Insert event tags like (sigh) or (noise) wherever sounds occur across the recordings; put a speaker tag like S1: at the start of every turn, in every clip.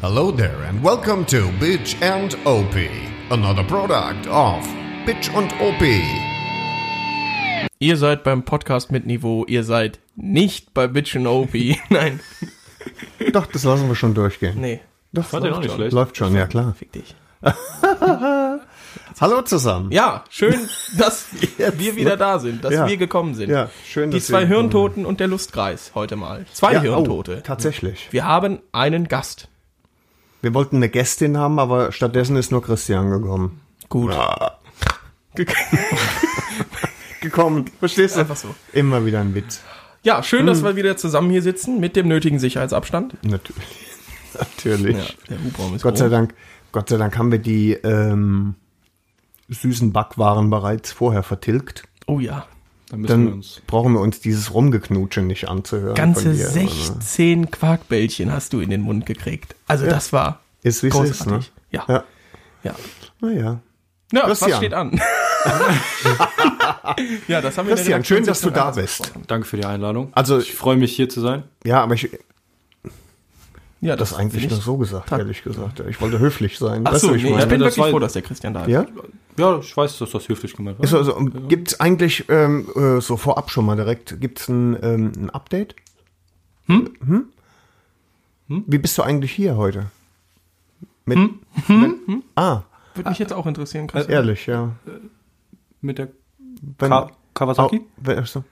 S1: Hello there and welcome to Bitch and OP, another product of Bitch und OP.
S2: Ihr seid beim Podcast mit Niveau, ihr seid nicht bei Bitch and OP.
S3: (laughs)
S2: Nein,
S3: Doch, das lassen wir schon durchgehen.
S2: nee.
S3: Doch,
S4: Fand ich auch nicht
S3: läuft,
S4: schlecht.
S3: läuft schon, ja klar.
S2: Fick dich.
S3: Hallo zusammen.
S2: Ja,
S3: (laughs)
S2: schön, dass
S3: Jetzt,
S2: wir wieder da sind, dass
S3: Ja.
S2: wir gekommen sind.
S3: Ja, schön,
S2: Die
S3: dass
S2: zwei
S3: wir-
S2: Hirntoten und der Lustkreis heute mal. Zwei
S3: Ja,
S2: Hirntote.
S3: Oh, tatsächlich.
S2: Wir haben einen Gast.
S3: Wir wollten eine Gästin haben, aber stattdessen ist nur Christian gekommen.
S2: Gut.
S3: Ah.
S2: Ge-
S3: Gekommen, verstehst du?
S2: Einfach so.
S3: Immer wieder ein Witz.
S2: (laughs) Ja, schön,
S3: Hm.
S2: dass wir wieder zusammen hier sitzen mit dem nötigen Sicherheitsabstand.
S3: Natürlich. (laughs) Natürlich.
S2: der Hubraum ist
S3: Gott sei
S2: groß.
S3: Dank, Gott sei Dank haben wir die ähm, süßen Backwaren bereits vorher vertilgt.
S2: Oh ja.
S4: Dann müssen wir
S3: Dann
S4: uns.
S3: brauchen wir uns dieses Rumgeknutschen nicht anzuhören.
S2: Ganze
S3: von dir. also.
S2: 16 Quarkbällchen hast du in den Mund gekriegt. Also das war
S3: Ist wie es ist, ne?
S2: Ja.
S3: Ja.
S2: ja.
S3: Naja.
S2: Ja, was
S3: Christian.
S2: steht
S3: (laughs)
S2: an? ja, das haben wir in der
S3: Christian,
S2: Redaktion
S3: schön, dass du
S2: 17
S3: da
S2: Mal
S3: bist.
S2: besprochen.
S4: Danke für die Einladung.
S3: Also-
S4: ich freue mich hier zu sein.
S3: Ja, aber ich,
S2: Ja,
S3: Das eigentlich nur so gesagt,
S2: Tag.
S3: ehrlich gesagt. Ich wollte höflich sein.
S2: Ach
S3: Weißt du,
S2: so,
S3: wie ich
S2: nee, ich
S3: meine?
S2: bin
S4: Das
S2: wirklich
S4: war-
S2: froh, dass der Christian da ist.
S3: Ja?
S4: Ja, ich weiß, dass das höflich gemeint war.
S3: Ist also, gibt es eigentlich ähm, äh, so vorab schon mal direkt, gibt es ein, ähm, ein Update? Hm? Wie bist du eigentlich hier heute? Mit,
S4: Hm?
S3: mit Ah,
S2: Würde mich jetzt auch interessieren, Christian.
S3: ehrlich, ja.
S4: Mit der
S3: Wenn,
S4: Ka
S3: au,
S4: Kawasaki?
S3: wenn, ach so.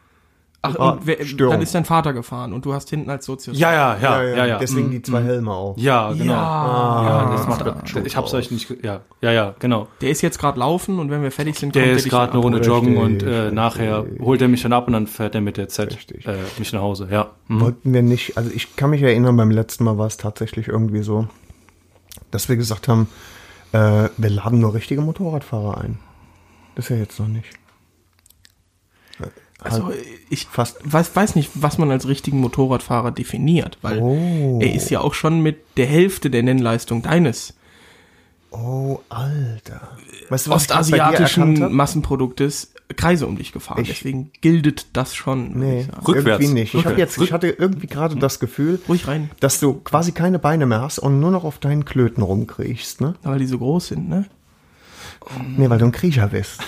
S2: Ach,
S3: Ah,
S2: und wer,
S3: Störung.
S2: dann ist dein Vater gefahren und du hast hinten als Sozius.
S4: Ja, ja, ja, ja, Hm, ja. Ja,
S3: Deswegen die zwei Helme auch.
S4: genau.
S2: Ah,
S4: das
S2: das
S4: macht
S2: da.
S4: grad, ich hab's euch nicht. ge- Ja, ja, ja, genau.
S2: Der ist jetzt gerade laufen und wenn wir fertig sind,
S4: Der
S2: kommt
S4: ist
S2: dich
S4: gerade
S2: dann
S4: eine Runde
S2: abholen.
S4: joggen und äh,
S3: Richtig,
S4: nachher holt er mich dann ab und dann fährt er mit der Z
S3: Richtig.
S4: äh, mich nach Hause. Ja. Mhm.
S3: Wollten wir nicht, also ich kann mich erinnern, beim letzten Mal war es tatsächlich irgendwie so, dass wir gesagt haben, äh, wir laden nur richtige Motorradfahrer ein. Das ist ja jetzt noch nicht. Äh,
S2: Also,
S3: halt
S2: ich
S3: fast.
S2: weiß, weiß nicht, was man als richtigen Motorradfahrer definiert, weil
S3: Oh.
S2: er ist ja auch schon mit der Hälfte der Nennleistung deines
S3: Oh, Alter. Weißt was ich grad bei dir erkannt
S2: ostasiatischen
S3: hab?
S2: Massenproduktes Kreise um dich gefahren.
S3: Ich-
S2: Deswegen gildet das schon. würde ich
S3: Nee,
S2: sagen.
S4: Rückwärts.
S3: irgendwie nicht. Ich, hab
S4: Rückwärts.
S3: jetzt, ich hatte irgendwie gerade das Gefühl,
S2: Hm. Ruhig rein,
S3: dass du quasi keine Beine mehr hast und nur noch auf deinen Klöten rumkriechst, ne?
S2: weil die so groß sind, ne? Hm.
S3: Nee, weil du ein Kriecher
S2: (laughs)
S3: bist.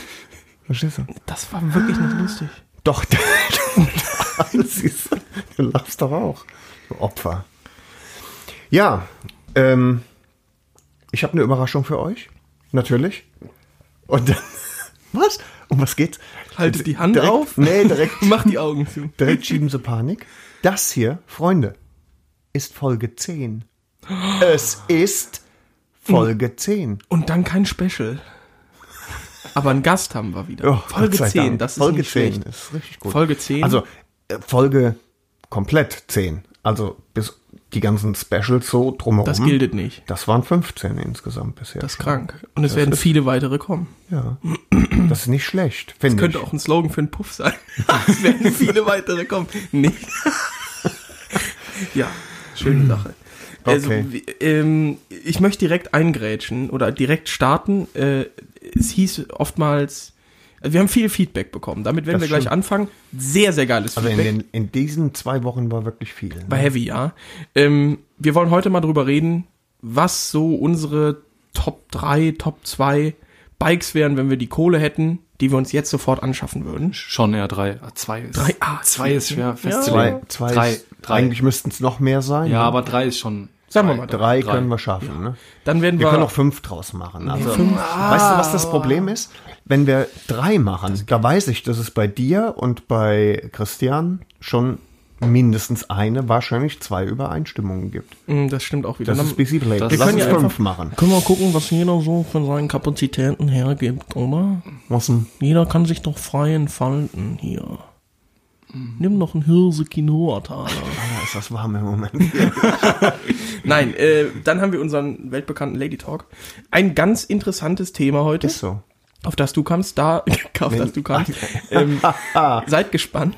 S3: Verstehst du?
S2: Das war wirklich nicht lustig.
S3: Doch, (laughs) das ist, du lachst doch auch. Du Opfer. Ja, ähm, ich habe eine Überraschung für euch. Natürlich. Und dann, (laughs) was? Um was geht's?
S2: Haltet die Hand
S3: direkt,
S2: auf.
S3: Nee,
S2: (laughs) (laughs)
S3: direkt,
S2: Mach die Augen zu.
S3: direkt schieben sie Panik. Das hier, Freunde, ist Folge 10. Es ist Folge 10.
S2: Und dann kein Special. Aber einen Gast haben wir wieder.
S3: Ja,
S2: Oh, Folge
S3: Gott sei
S2: 10,
S3: Dank.
S2: das ist
S3: Folge
S2: nicht
S3: 10
S2: schlecht.
S3: ist richtig gut.
S2: Folge 10.
S3: Also äh, Folge komplett 10. Also bis die ganzen Specials so drumherum.
S2: Das giltet nicht.
S3: Das waren 15 insgesamt bisher.
S2: Das ist
S3: schon.
S2: krank. Und es werden viele weitere kommen.
S3: Ja. Das ist nicht schlecht, finde ich.
S2: Könnte auch ein Slogan für einen Puff sein. (laughs) es werden viele weitere kommen. Nee.
S3: (laughs)
S2: ja, schöne Sache. Also,
S3: Mhm. Okay.
S2: w- ähm, ich möchte direkt eingrätschen oder direkt starten. Äh, es hieß oftmals, also wir haben viel Feedback bekommen. Damit werden
S3: Das
S2: wir gleich
S3: stimmt.
S2: anfangen. Sehr, sehr geiles
S3: Also in,
S2: Feedback.
S3: den, in diesen zwei Wochen war wirklich viel. ne?
S2: War heavy, ja. Ähm, wir wollen heute mal drüber reden, was so unsere Top 3, Top 2 Bikes wären, wenn wir die Kohle hätten, die wir uns jetzt sofort anschaffen würden.
S4: Schon eher drei. Ah, Zwei ist.
S2: Drei, ah,
S4: zwei ist schwer
S3: zwei,
S4: festzulegen.
S3: zwei
S4: drei,
S3: ist,
S4: drei.
S3: Eigentlich müssten es noch mehr sein.
S4: Ja,
S3: ne?
S4: aber drei ist schon.
S2: Sagen wir mal, drei.
S3: drei,
S4: drei.
S3: können wir schaffen. Ne?
S2: Dann werden
S3: Wir
S2: wir,
S3: können auch fünf draus machen. Also, Weißt du, was das Problem ist? Wenn wir drei machen, da weiß ich, dass es bei dir und bei Christian schon mindestens eine, wahrscheinlich zwei Übereinstimmungen gibt.
S2: Mm, das stimmt auch wieder.
S3: Das
S2: Dann
S3: ist busy play.
S4: das-
S3: Lass
S4: wir können
S3: uns
S2: ja
S3: fünf
S2: einfach-
S3: machen.
S2: können wir gucken, was jeder so von seinen Kapazitäten hergibt, oder?
S3: Muss ein-
S2: Jeder kann sich doch frei entfalten hier. Nimm noch einen Hirse Quinoa-Taler.
S3: Ah, ist das warm im Moment.
S2: (laughs) Nein, äh, dann haben wir unseren weltbekannten Lady Talk. Ein ganz interessantes Thema heute.
S3: Ist so.
S2: auf das du kommst, da, (laughs) auf das du (laughs) kommst. ähm, seid gespannt,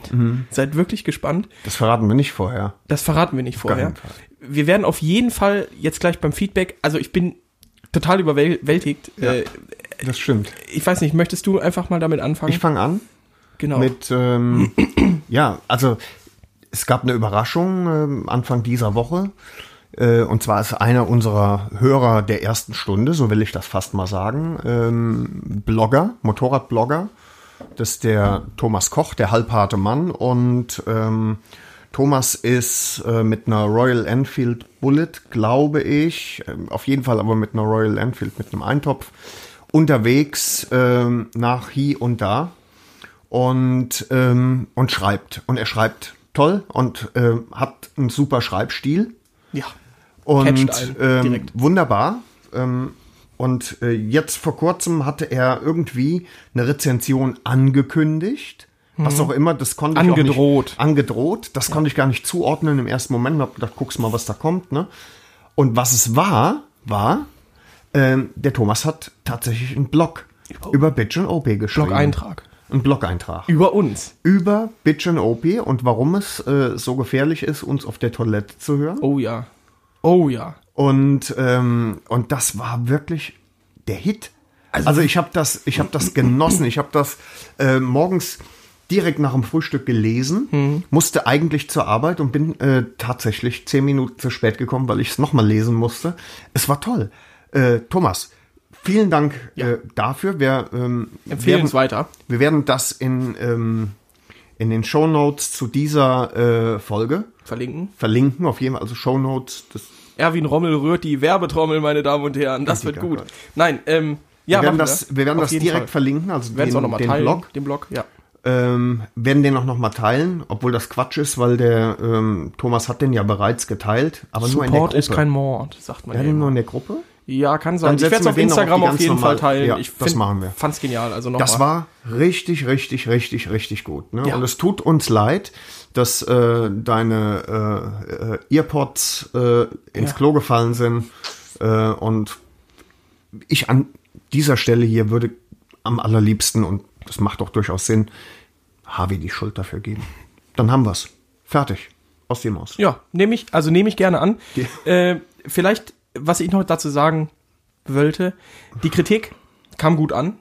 S2: seid wirklich gespannt.
S3: (laughs) Das verraten wir nicht vorher.
S2: Das verraten wir nicht vorher.
S3: keinen Fall.
S2: Wir werden auf jeden Fall jetzt gleich beim Feedback, also ich bin total überwältigt. Äh,
S3: Das stimmt.
S2: ich weiß nicht, möchtest du einfach mal damit anfangen?
S3: Ich fange an.
S2: genau.
S3: mit, ähm, (clears throat) ja, also es gab eine Überraschung ähm, Anfang dieser Woche. Äh, Und zwar ist einer unserer Hörer der ersten Stunde, so will ich das fast mal sagen, ähm, Blogger, Motorradblogger. Das ist der Thomas Koch, der halbharte Mann. Und ähm, Thomas ist äh, mit einer Royal Enfield Bullet, glaube ich, ähm, auf jeden Fall aber mit einer Royal Enfield, mit einem Eintopf, unterwegs ähm, nach hier und da und, ähm, und schreibt. Und er schreibt toll und ähm, hat einen super Schreibstil.
S2: Ja.
S3: Und
S2: Catcht einen
S3: ähm,
S2: direkt.
S3: wunderbar. Ähm, und äh, jetzt vor kurzem hatte er irgendwie eine Rezension angekündigt. Was auch immer, das konnte
S2: Mhm. Angedroht.
S3: ich auch nicht, angedroht. Das konnte ich gar nicht zuordnen im ersten Moment. Hab gedacht, guck's mal, was da kommt. Ne? Und was es war, war, ähm, der Thomas hat tatsächlich einen Blog über Bitch und OP geschrieben.
S2: Oh. Blog-Eintrag.
S3: Ein Blog-Eintrag
S2: Über uns.
S3: über Bitch and OP und warum es äh, so gefährlich ist, uns auf der Toilette zu hören.
S2: Oh ja. Oh ja.
S3: Und, ähm, und das war wirklich der Hit. Also, ich habe das, ich hab das genossen. Ich habe das äh, morgens direkt nach dem Frühstück gelesen, musste eigentlich zur Arbeit und bin äh, tatsächlich zehn Minuten zu spät gekommen, weil ich es nochmal lesen musste. Es war toll. Äh, Thomas, vielen Dank äh, dafür. Wir ähm,
S2: Empfehlen
S3: werden-
S2: uns weiter.
S3: wir werden das in, ähm, in den Shownotes zu dieser äh, Folge
S2: Verlinken.
S3: verlinken. Auf jeden Fall, also Shownotes. Das,
S2: Erwin Rommel rührt die Werbetrommel, meine Damen und Herren. Das wird
S3: Danke.
S2: gut. Nein, ähm, ja,
S3: wir werden
S2: machen
S3: das, wir werden
S2: Auf
S3: das
S2: jeden
S3: direkt
S2: Fall.
S3: verlinken, also
S2: Wir werden es auch nochmal
S3: den
S2: teilen.
S3: Blog.
S2: Den Blog, ja.
S3: Ähm, werden den auch nochmal teilen, obwohl das Quatsch ist, weil der ähm, Thomas hat den ja bereits geteilt, aber nur in der
S2: Support
S3: Gruppe.
S2: ist kein Mord, sagt man
S3: ja,
S2: ja. immer.
S3: nur in der Gruppe.
S2: Ja, kann sein.
S3: Dann
S2: Ich werde es
S3: setzen
S2: auf
S3: wir den noch auf
S2: Instagram
S3: die
S2: auf,
S3: ganz
S2: jeden Fall
S3: normale-
S2: teilen.
S3: Ja,
S2: ich
S3: das machen wir.
S2: Fand's genial. Also nochmal.
S3: Das war richtig, richtig, richtig, richtig gut. Ne?
S2: Ja.
S3: Und es tut uns leid, dass äh, deine äh, äh, Earpods äh, ins
S2: Ja.
S3: Klo gefallen sind. Äh, und ich an dieser Stelle hier würde am allerliebsten, und das macht auch durchaus Sinn, Harvey die Schuld dafür geben. Dann haben wir's. Fertig. Aus dem Haus.
S2: Ja, nehme ich, also nehme ich gerne an. Äh, vielleicht, was ich noch dazu sagen wollte, die Kritik kam gut an.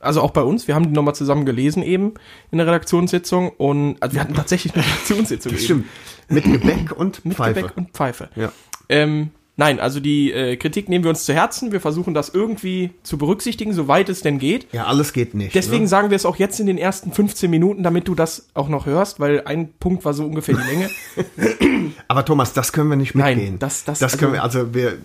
S2: Also auch bei uns. Wir haben die nochmal zusammen gelesen eben in der Redaktionssitzung und also wir hatten tatsächlich eine Redaktionssitzung. eben.
S3: Stimmt. Mit Gebäck und
S2: Mit
S3: Pfeife.
S2: Gebäck und Pfeife.
S3: Ja.
S2: Ähm, nein, also die äh, Kritik nehmen wir uns zu Herzen. Wir versuchen das irgendwie zu berücksichtigen, soweit es denn geht.
S3: ja, alles geht nicht.
S2: Deswegen
S3: ne?
S2: sagen wir es auch jetzt in den ersten 15 Minuten, damit du das auch noch hörst, weil ein Punkt war so ungefähr die Länge.
S3: Aber Thomas, das können wir nicht
S2: Nein,
S3: mitgehen.
S2: das- das-
S3: das
S2: also-
S3: können wir, also wir, äh,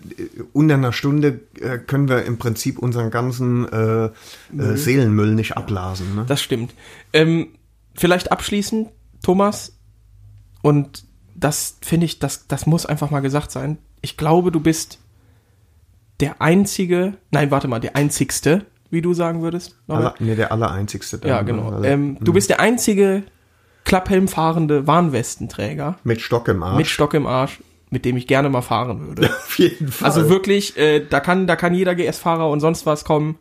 S3: unter einer Stunde äh, können wir im Prinzip unseren ganzen äh, äh, Seelenmüll nicht abblasen. Ne?
S2: Das stimmt. Ähm, vielleicht abschließend, Thomas, und das finde ich, das, das muss einfach mal gesagt sein. Ich glaube, du bist der einzige, nein, warte mal, der einzigste, wie du sagen würdest.
S3: Aller, nee, der Allereinzigste. da,
S2: ja,
S3: ne?
S2: genau.
S3: Alle-
S2: Ähm, du bist der einzige Klapphelm fahrende Warnwestenträger
S3: mit Stock im Arsch.
S2: mit Stock im Arsch, mit dem ich gerne mal fahren würde.
S3: (laughs) Auf jeden Fall.
S2: Also wirklich, äh, da kann, da kann jeder GS-Fahrer und sonst was kommen.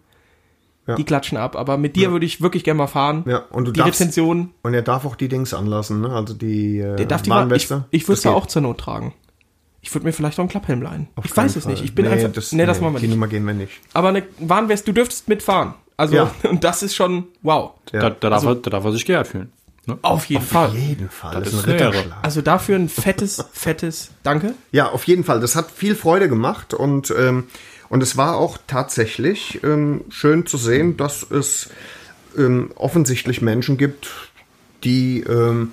S3: Ja.
S2: Die klatschen ab, aber mit dir würde ich wirklich gerne mal fahren.
S3: Ja, und du
S2: die
S3: darfst-
S2: Rezension,
S3: Und er darf auch die Dings anlassen, ne? Also die äh,
S2: der darf die mal, ich, ich würde es ja auch zur Not tragen. Ich würde mir vielleicht auch einen Klapphelm leihen. ich weiß es nicht. Ich bin
S3: nee,
S2: einfach.
S3: Das,
S2: nee, das machen wir
S3: Die
S2: nicht.
S3: Nummer gehen wir nicht.
S2: Aber eine Warnwest, du dürftest mitfahren. Also,
S3: Ja.
S2: (laughs) und das ist schon wow.
S3: Ja.
S4: Da, da, darf er, da darf er sich geehrt fühlen. Ne?
S2: Auf jeden Fall.
S3: Auf jeden Fall.
S4: Das ist eine Ehre.
S2: Also dafür ein
S3: (laughs)
S2: fettes, fettes Danke.
S3: Ja, auf jeden Fall. Das hat viel Freude gemacht und, ähm, und es war auch tatsächlich ähm, schön zu sehen, dass es ähm, offensichtlich Menschen gibt, die ähm,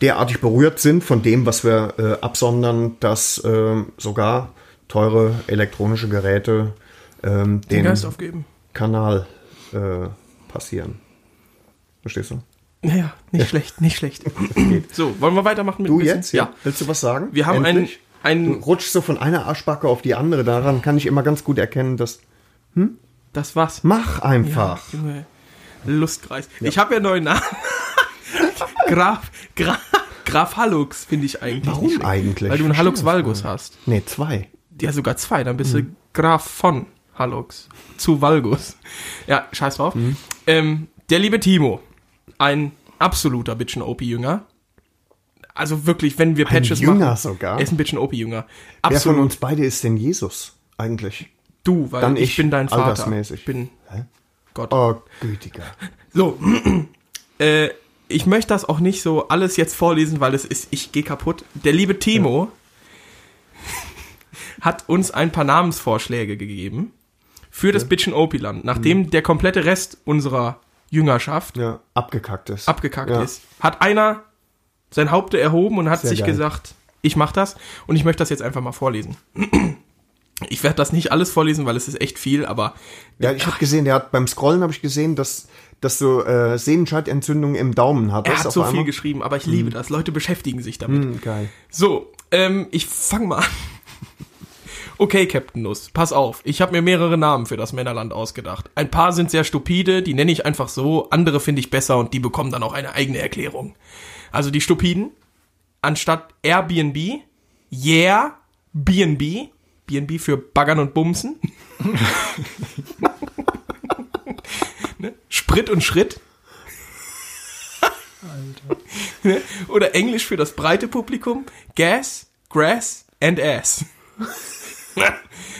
S3: derartig berührt sind von dem, was wir äh, absondern, dass ähm, sogar teure elektronische Geräte ähm,
S2: Den
S3: den
S2: Geist aufgeben.
S3: Kanal äh, passieren. Verstehst du?
S2: Naja, nicht schlecht, nicht
S3: (laughs)
S2: schlecht. so, wollen wir weitermachen mit
S3: Du
S2: ein bisschen-
S3: jetzt?
S2: Ja.
S3: Willst du was sagen?
S2: Wir haben einen,
S3: Endlich? Du
S2: einen,
S3: rutschst so von einer Arschbacke auf die andere. Daran kann ich immer ganz gut erkennen, dass
S2: das war's.
S3: Mach einfach.
S2: Junge, Lustkreis. Ich habe ja einen neuen Namen. (laughs) Graf, Graf, Graf Hallux finde ich eigentlich.
S3: Warum
S2: nicht schlecht.
S3: eigentlich?
S2: Weil du einen
S3: Ich
S2: Hallux
S3: verstehe
S2: Valgus hast.
S3: Nee, zwei.
S2: Ja, sogar zwei. Dann bist
S3: Mhm.
S2: du Graf von Hallux zu Valgus. Ja, scheiß drauf.
S3: Mhm.
S2: Ähm, der liebe Timo, ein absoluter bitchen OP-Jünger. Also wirklich, wenn wir Patches
S3: Jünger
S2: machen.
S3: sogar?
S2: Er ist ein bitchen OP-Jünger.
S3: Wer von
S2: Absolut.
S3: uns beide ist denn Jesus eigentlich?
S2: Du, weil
S3: Dann
S2: ich,
S3: ich,
S2: bin dein Vater.
S3: altersmäßig.
S2: Ich bin
S3: Hä?
S2: Gott.
S3: Oh, gütiger.
S2: So, (clears throat) äh, ich möchte das auch nicht so alles jetzt vorlesen, weil es ist, ich gehe kaputt. Der liebe Timo (laughs) hat uns ein paar Namensvorschläge gegeben für das Bitchen Opiland, nachdem der komplette Rest unserer Jüngerschaft
S3: Mhm. Ja, abgekackt ist.
S2: abgekackt
S3: ja.
S2: ist, hat einer sein Haupte erhoben und hat
S3: Sehr
S2: sich
S3: geil.
S2: gesagt, ich mache das und ich möchte das jetzt einfach mal vorlesen. (clears throat) Ich werde das nicht alles vorlesen, weil es ist echt viel, aber
S3: Ja, ich habe gesehen, der hat beim Scrollen habe ich gesehen, dass dass so äh, Sehnenscheidentzündung im Daumen hat.
S2: er
S3: Das
S2: hat
S3: auf
S2: so viel
S3: einmal- Mhm.
S2: geschrieben, aber ich liebe das. Leute beschäftigen sich damit.
S3: Hm, Geil.
S2: So, ähm, ich fang mal an. Okay, Captain Nuss, pass auf. Ich habe mir mehrere Namen für das Männerland ausgedacht. Ein paar sind sehr stupide, die nenne ich einfach so, andere finde ich besser und die bekommen dann auch eine eigene Erklärung. Also die stupiden, anstatt Airbnb, yeah, BNB, BNB für Baggern und Bumsen. (laughs) ne? Sprit und Schritt. Ne? (laughs) Oder Englisch für das breite Publikum. Gas, Grass and Ass. (laughs)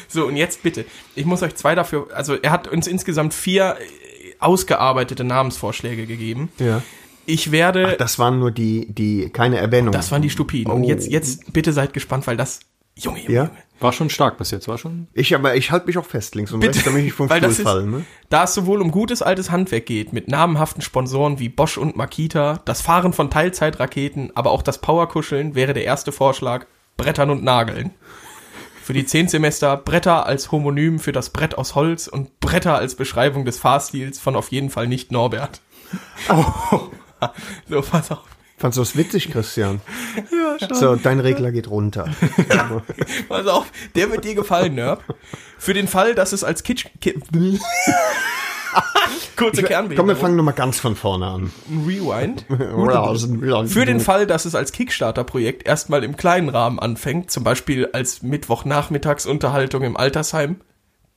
S2: so, und jetzt bitte. Ich muss euch zwei dafür, also er hat uns insgesamt vier äh, ausgearbeitete Namensvorschläge gegeben.
S3: Ja.
S2: Ich werde, das,
S3: Das waren nur die die keine Erwähnung.
S2: waren die Stupiden. Und
S3: Oh.
S2: jetzt, jetzt bitte seid gespannt, weil das, Junge, Junge,
S3: Ja?
S2: Junge.
S4: War schon stark bis jetzt, war schon.
S3: Ich aber ich halte mich auch fest links und rechts, damit ich nicht vom
S2: weil
S3: Stuhl
S2: das ist,
S3: falle. Ne?
S2: da es sowohl um gutes altes Handwerk geht, mit namenhaften Sponsoren wie Bosch und Makita, das Fahren von Teilzeitraketen, aber auch das Powerkuscheln wäre der erste Vorschlag, Brettern und Nageln. Für die zehn Semester Bretter als Homonym für das Brett aus Holz und Bretter als Beschreibung des Fahrstils von auf jeden Fall nicht Norbert.
S3: Oh.
S2: (laughs) so, pass auf.
S3: Fandst du das witzig,
S2: (laughs)
S3: Christian? ja, schon. So, dein Regler geht runter.
S2: Pass auf, der wird dir gefallen, ne? Für den Fall, dass es als Kitsch... Ki (laughs) Kurze
S3: Komm, wir
S2: Kernbehinderung.
S3: fangen nochmal ganz von vorne an.
S2: Ein Rewind. Für
S3: Für
S2: den Fall, dass es als Kickstarter-Projekt erstmal im kleinen Rahmen anfängt, zum Beispiel als Mittwochnachmittagsunterhaltung im Altersheim,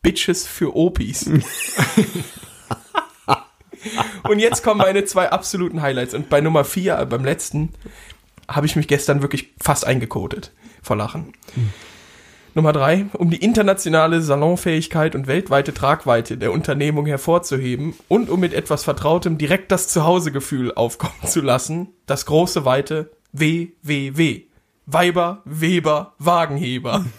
S2: Bitches für Opis. und jetzt kommen meine zwei absoluten Highlights. Und bei Nummer vier, äh, beim letzten, habe ich mich gestern wirklich fast eingekotet vor Lachen. Nummer drei, um die internationale Salonfähigkeit und weltweite Tragweite der Unternehmung hervorzuheben und um mit etwas Vertrautem direkt das Zuhausegefühl aufkommen zu lassen, das große Weite WWW. Weiber, Weber,
S3: (laughs)
S2: Wagenheber. (laughs)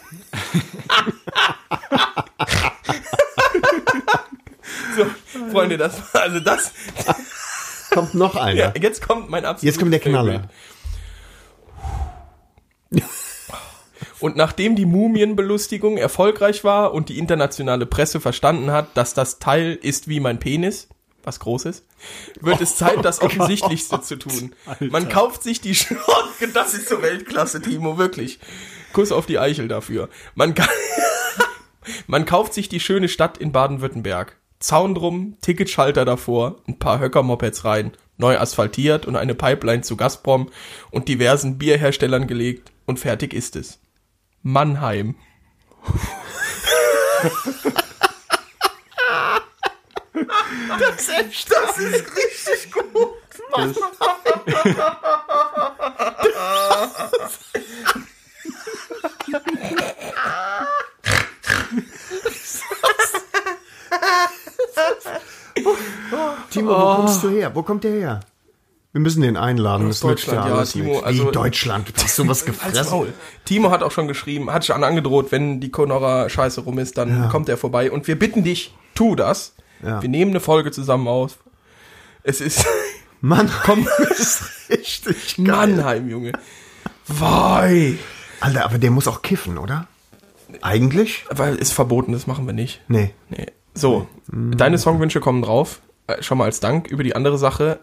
S2: so, Freunde, das war also das.
S3: kommt (laughs) noch einer.
S2: Ja, jetzt kommt mein absolut
S3: Jetzt kommt der Knaller.
S2: Und nachdem die Mumienbelustigung erfolgreich war und die internationale Presse verstanden hat, dass das Teil ist wie mein Penis, was groß ist, wird es Zeit, das Offensichtlichste zu tun. Man kauft sich die Schnauze, das ist so Weltklasse, Timo, wirklich. Kuss auf die Eichel dafür. Man, ka (laughs) Man kauft sich die schöne Stadt in Baden-Württemberg. Zaun drum, Ticketschalter davor, ein paar Höcker-Mopeds rein, neu asphaltiert und eine Pipeline zu Gazprom und diversen Bierherstellern gelegt und fertig ist es. Mannheim. Das ist richtig gut.
S3: Timo, wo kommst du her? Wo kommt der her? Wir müssen den einladen. Das nützt
S2: Deutschland, ja,
S3: alles
S2: Timo,
S3: nichts.
S2: also-
S3: Wie Deutschland? Du hast (laughs) sowas
S2: Als
S3: gefressen.
S2: Maul. Timo hat auch schon geschrieben, hat schon angedroht, wenn die Conora-Scheiße rum ist, dann kommt er vorbei. Und wir bitten dich, tu das.
S3: Ja.
S2: Wir nehmen eine Folge zusammen auf. Es ist (laughs)
S3: (laughs) Mann,
S2: Komm.
S3: ist richtig geil.
S2: Mannheim, Junge. Wei.
S3: Alter, aber der muss auch kiffen, oder? Eigentlich?
S2: Weil ist verboten, das machen wir nicht.
S3: Nee.
S2: Nee. So, deine Songwünsche kommen drauf. Äh, Schon mal als Dank über die andere Sache.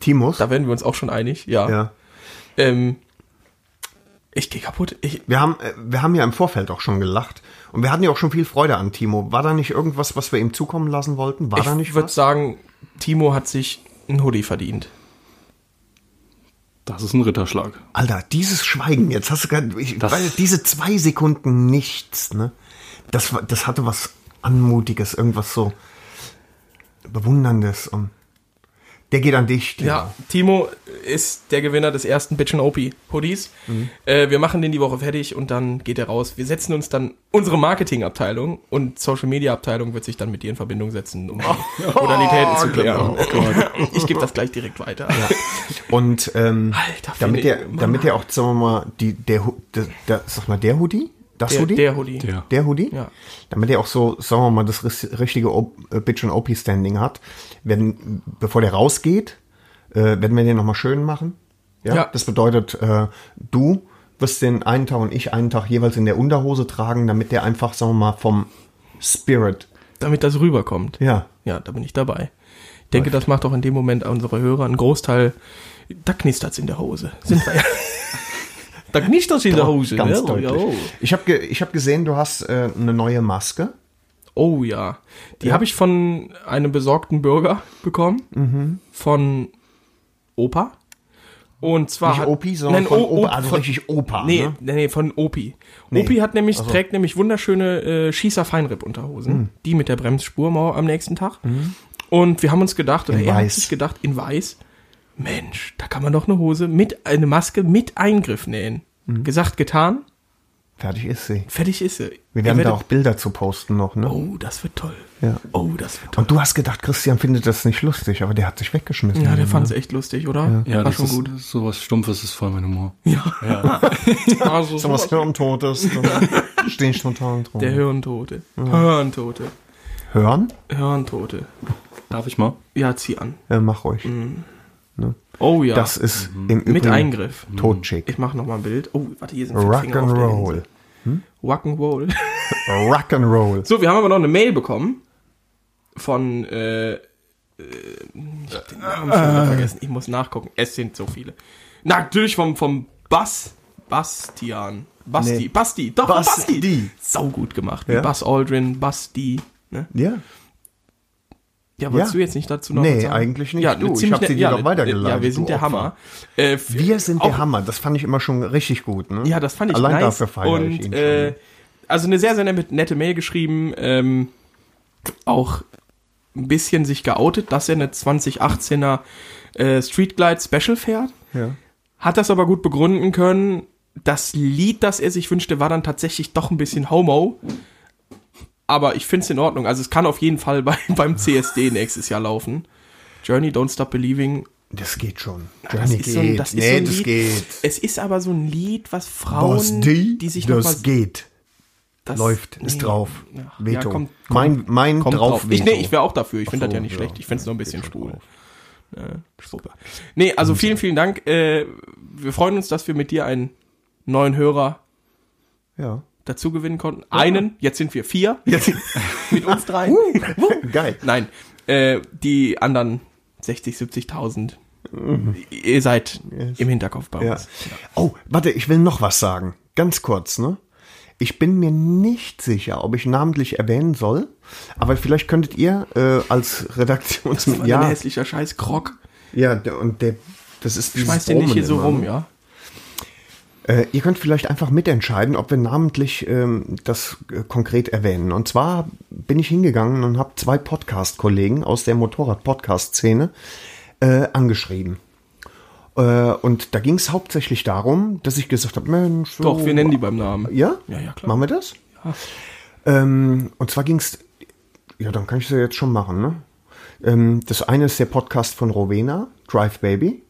S3: Timos?
S2: Da werden wir uns auch schon einig. Ja.
S3: Ja.
S2: Ähm, ich gehe kaputt. Ich,
S3: Wir haben, äh, wir haben ja im Vorfeld auch schon gelacht. Und wir hatten ja auch schon viel Freude an Timo. War da nicht irgendwas, was wir ihm zukommen lassen wollten? War da
S2: ich
S3: nicht
S2: würde
S3: was?
S2: sagen, Timo hat sich einen Hoodie verdient.
S4: Das ist ein Ritterschlag.
S3: Alter, dieses Schweigen jetzt hast du gar ich,
S4: Das-
S3: weil diese zwei Sekunden nichts, ne? Das, war- das hatte was Anmutiges, irgendwas so Bewunderndes und der geht an dich, Timo.
S2: Ja, Timo ist der Gewinner des ersten Bitchin' OP Hoodies.
S3: Mhm.
S2: Äh, wir machen den die Woche fertig und dann geht er raus. Wir setzen uns dann, unsere Marketingabteilung und Social Media Abteilung wird sich dann mit dir in Verbindung setzen, um
S3: Oh.
S2: Modalitäten zu klären. (laughs) ich gebe das gleich direkt weiter.
S3: Und ähm,
S2: Alter,
S3: damit
S2: finde
S3: der,
S2: ich-
S3: damit der auch, sagen wir mal, die, der, Hu- der, der, sag mal, der Hoodie Das
S2: Der,
S3: Hoodie?
S2: der Hoodie.
S4: Der.
S3: Der Hoodie?
S2: Ja.
S3: Damit er auch so, sagen wir mal, das ris- richtige o äh, Bitch und OP-Standing hat. Wenn, bevor der rausgeht, äh, werden wir den nochmal schön machen. Ja.
S2: Ja.
S3: Das bedeutet, äh, du wirst den einen Tag und ich einen Tag jeweils in der Unterhose tragen, damit der einfach, sagen wir mal, vom Spirit.
S2: Damit das rüberkommt.
S3: Ja.
S2: Ja, da bin ich dabei. Ich denke, das macht auch in dem Moment unsere Hörer einen Großteil. Da knistert's in der Hose. Sind wir (laughs) Da knistert's in der Hose. ne?
S3: Ganz
S2: Oh,
S3: deutlich.
S2: ja,
S3: Ich habe ge ich hab gesehen, du hast äh, eine neue Maske.
S2: Oh Oh ja. Die habe ich von einem besorgten Bürger bekommen. Mhm. Von Opa. Und zwar.
S3: Nicht
S2: hat-
S3: Opi, sondern
S2: Ah, Nein,
S3: von
S2: O- O-
S3: Opa. Also
S2: von-
S3: richtig Opa.
S2: Nee,
S3: Ne?
S2: nee, nee, von Opi. Opi hat nämlich, trägt nämlich wunderschöne äh, Schießer-Feinripp-Unterhosen.
S3: Hm.
S2: Die mit der Bremsspurmauer am nächsten Tag. Und wir haben uns gedacht, oder
S3: In
S2: er hat
S3: weiß.
S2: sich gedacht, in weiß, Mensch, da kann man doch eine Hose mit, eine Maske mit Eingriff nähen.
S3: Hm.
S2: Gesagt, getan,
S3: Fertig ist sie.
S2: fertig ist sie. Ihr
S3: Wir werden da
S2: werdet-
S3: auch Bilder zu posten noch, ne?
S2: Oh, das wird toll.
S3: Ja.
S2: Oh, das wird toll.
S3: Und du hast gedacht, Christian findet das nicht lustig, aber der hat sich weggeschmissen.
S2: Ja, der fand es echt lustig, oder?
S4: Ja,
S2: War
S4: das
S2: schon
S4: ist
S2: gut. (laughs)
S4: sowas Stumpfes ist voll mein Humor.
S2: Also,
S3: So was Hirntotes. da Stehen spontan drum.
S2: der Hirntote. Hirntote.
S3: Hören?
S2: Hirntote.
S4: Darf ich mal?
S2: Ja, zieh an.
S3: Äh, mach ruhig.
S2: Oh Mhm. ja.
S3: Das ist im Übrigen
S2: mit Eingriff. Mhm.
S3: totschick.
S2: Ich mache mal ein Bild. Oh, warte, hier sind fünf Finger auf der
S3: Rock'n'Roll.
S2: Insel. Rock'n'Roll. (laughs)
S3: Rock'n'Roll.
S2: So, wir haben aber noch eine Mail bekommen von, äh, äh, ich hab den Namen schon
S3: Ah.
S2: wieder vergessen. Ich muss nachgucken. Es sind so viele. Na, natürlich vom, vom Bass, Bastian. Basti,
S3: Nee.
S2: Basti, doch, von
S3: Basti.
S2: Basti. Sau gut gemacht.
S3: Ja.
S2: Ja. Bass Aldrin, Basti. Ne?
S3: Ja.
S2: Ja, wolltest
S3: Ja.
S2: du jetzt nicht dazu noch
S3: Nee,
S2: was sagen?
S3: eigentlich nicht.
S2: Ja,
S3: Du,
S2: ne,
S3: ich
S2: ziemlich
S3: hab
S2: ne-
S3: dir die
S2: ja,
S3: doch
S2: ne-
S3: weitergeleitet,
S2: Ja, wir sind
S3: du
S2: der
S3: Opfer.
S2: Hammer. Äh,
S3: Wir sind
S2: auch-
S3: der Hammer. Das fand ich immer schon richtig gut. Ne?
S2: Ja, das fand ich
S3: Allein
S2: nice.
S3: dafür feiere
S2: und,
S3: ich ihn
S2: äh,
S3: schon.
S2: Also eine sehr, sehr nette, nette Mail geschrieben. Ähm, auch ein bisschen sich geoutet, dass er eine 2018er äh, Streetglide Special fährt.
S3: Ja.
S2: Hat das aber gut begründen können. Das Lied, das er sich wünschte, war dann tatsächlich doch ein bisschen homo. Aber ich finde es in Ordnung. Also es kann auf jeden Fall (laughs) bei, beim CSD nächstes Jahr laufen. Journey, Don't Stop Believing.
S3: Das geht schon.
S2: Das
S3: Johnny
S2: ist so ein, das ist
S3: nee,
S2: so ein
S3: das
S2: Lied.
S3: geht.
S2: Es ist aber so ein Lied, was Frauen,
S3: Was die,
S2: die sich nochmal
S3: das geht.
S2: das
S3: Läuft, ist
S2: nee.
S3: drauf.
S2: Ja,
S3: Veto.
S2: ja, kommt,
S3: mein mein
S2: kommt drauf.
S3: drauf,
S2: Ich,
S3: Veto.
S2: nee, ich wäre auch dafür. Ich finde
S3: so,
S2: das ja nicht
S3: ja.
S2: schlecht. Ich finde es nur ein bisschen schwul.
S3: drauf. Hm.
S2: Äh, super. Nee, also vielen, vielen Dank. Äh, wir freuen uns, dass wir mit dir einen neuen Hörer
S3: ja.
S2: dazu gewinnen konnten. Einen, jetzt sind wir vier. (laughs)
S3: (laughs)
S2: mit uns drei.
S3: Geil.
S2: Nein, äh, die anderen 60, 70.000. Ihr seid im Hinterkopf bei
S3: Mhm. Ja.
S2: uns.
S3: Oh, warte, ich will noch was sagen. Ganz kurz, ne? Ich bin mir nicht sicher, ob ich namentlich erwähnen soll, aber vielleicht könntet ihr äh, als
S2: Das ist
S3: Redaktionsmitglied.
S2: ein ja.
S3: Ja,
S2: hässlicher Scheiß Krog.
S3: ja, der- und der, das ist dieses
S2: Schmeißt den nicht hier so
S3: Omen
S2: rum,
S3: immer,
S2: ja.
S3: ne? Äh, ihr könnt vielleicht einfach mitentscheiden, ob wir namentlich ähm, das äh, konkret erwähnen. Und zwar bin ich hingegangen und habe zwei Podcast-Kollegen aus der Motorrad-Podcast-Szene äh, angeschrieben. Äh, und da ging es hauptsächlich darum, dass ich gesagt habe, Mensch, so,
S2: Doch, wir nennen die beim Namen.
S3: Ja?
S2: Ja, ja, klar.
S3: Machen wir das? Ähm, und zwar ging es, ja, dann kann ich es ja jetzt schon machen, ne? Ähm, das eine ist der Podcast von Rowena, Drive Baby,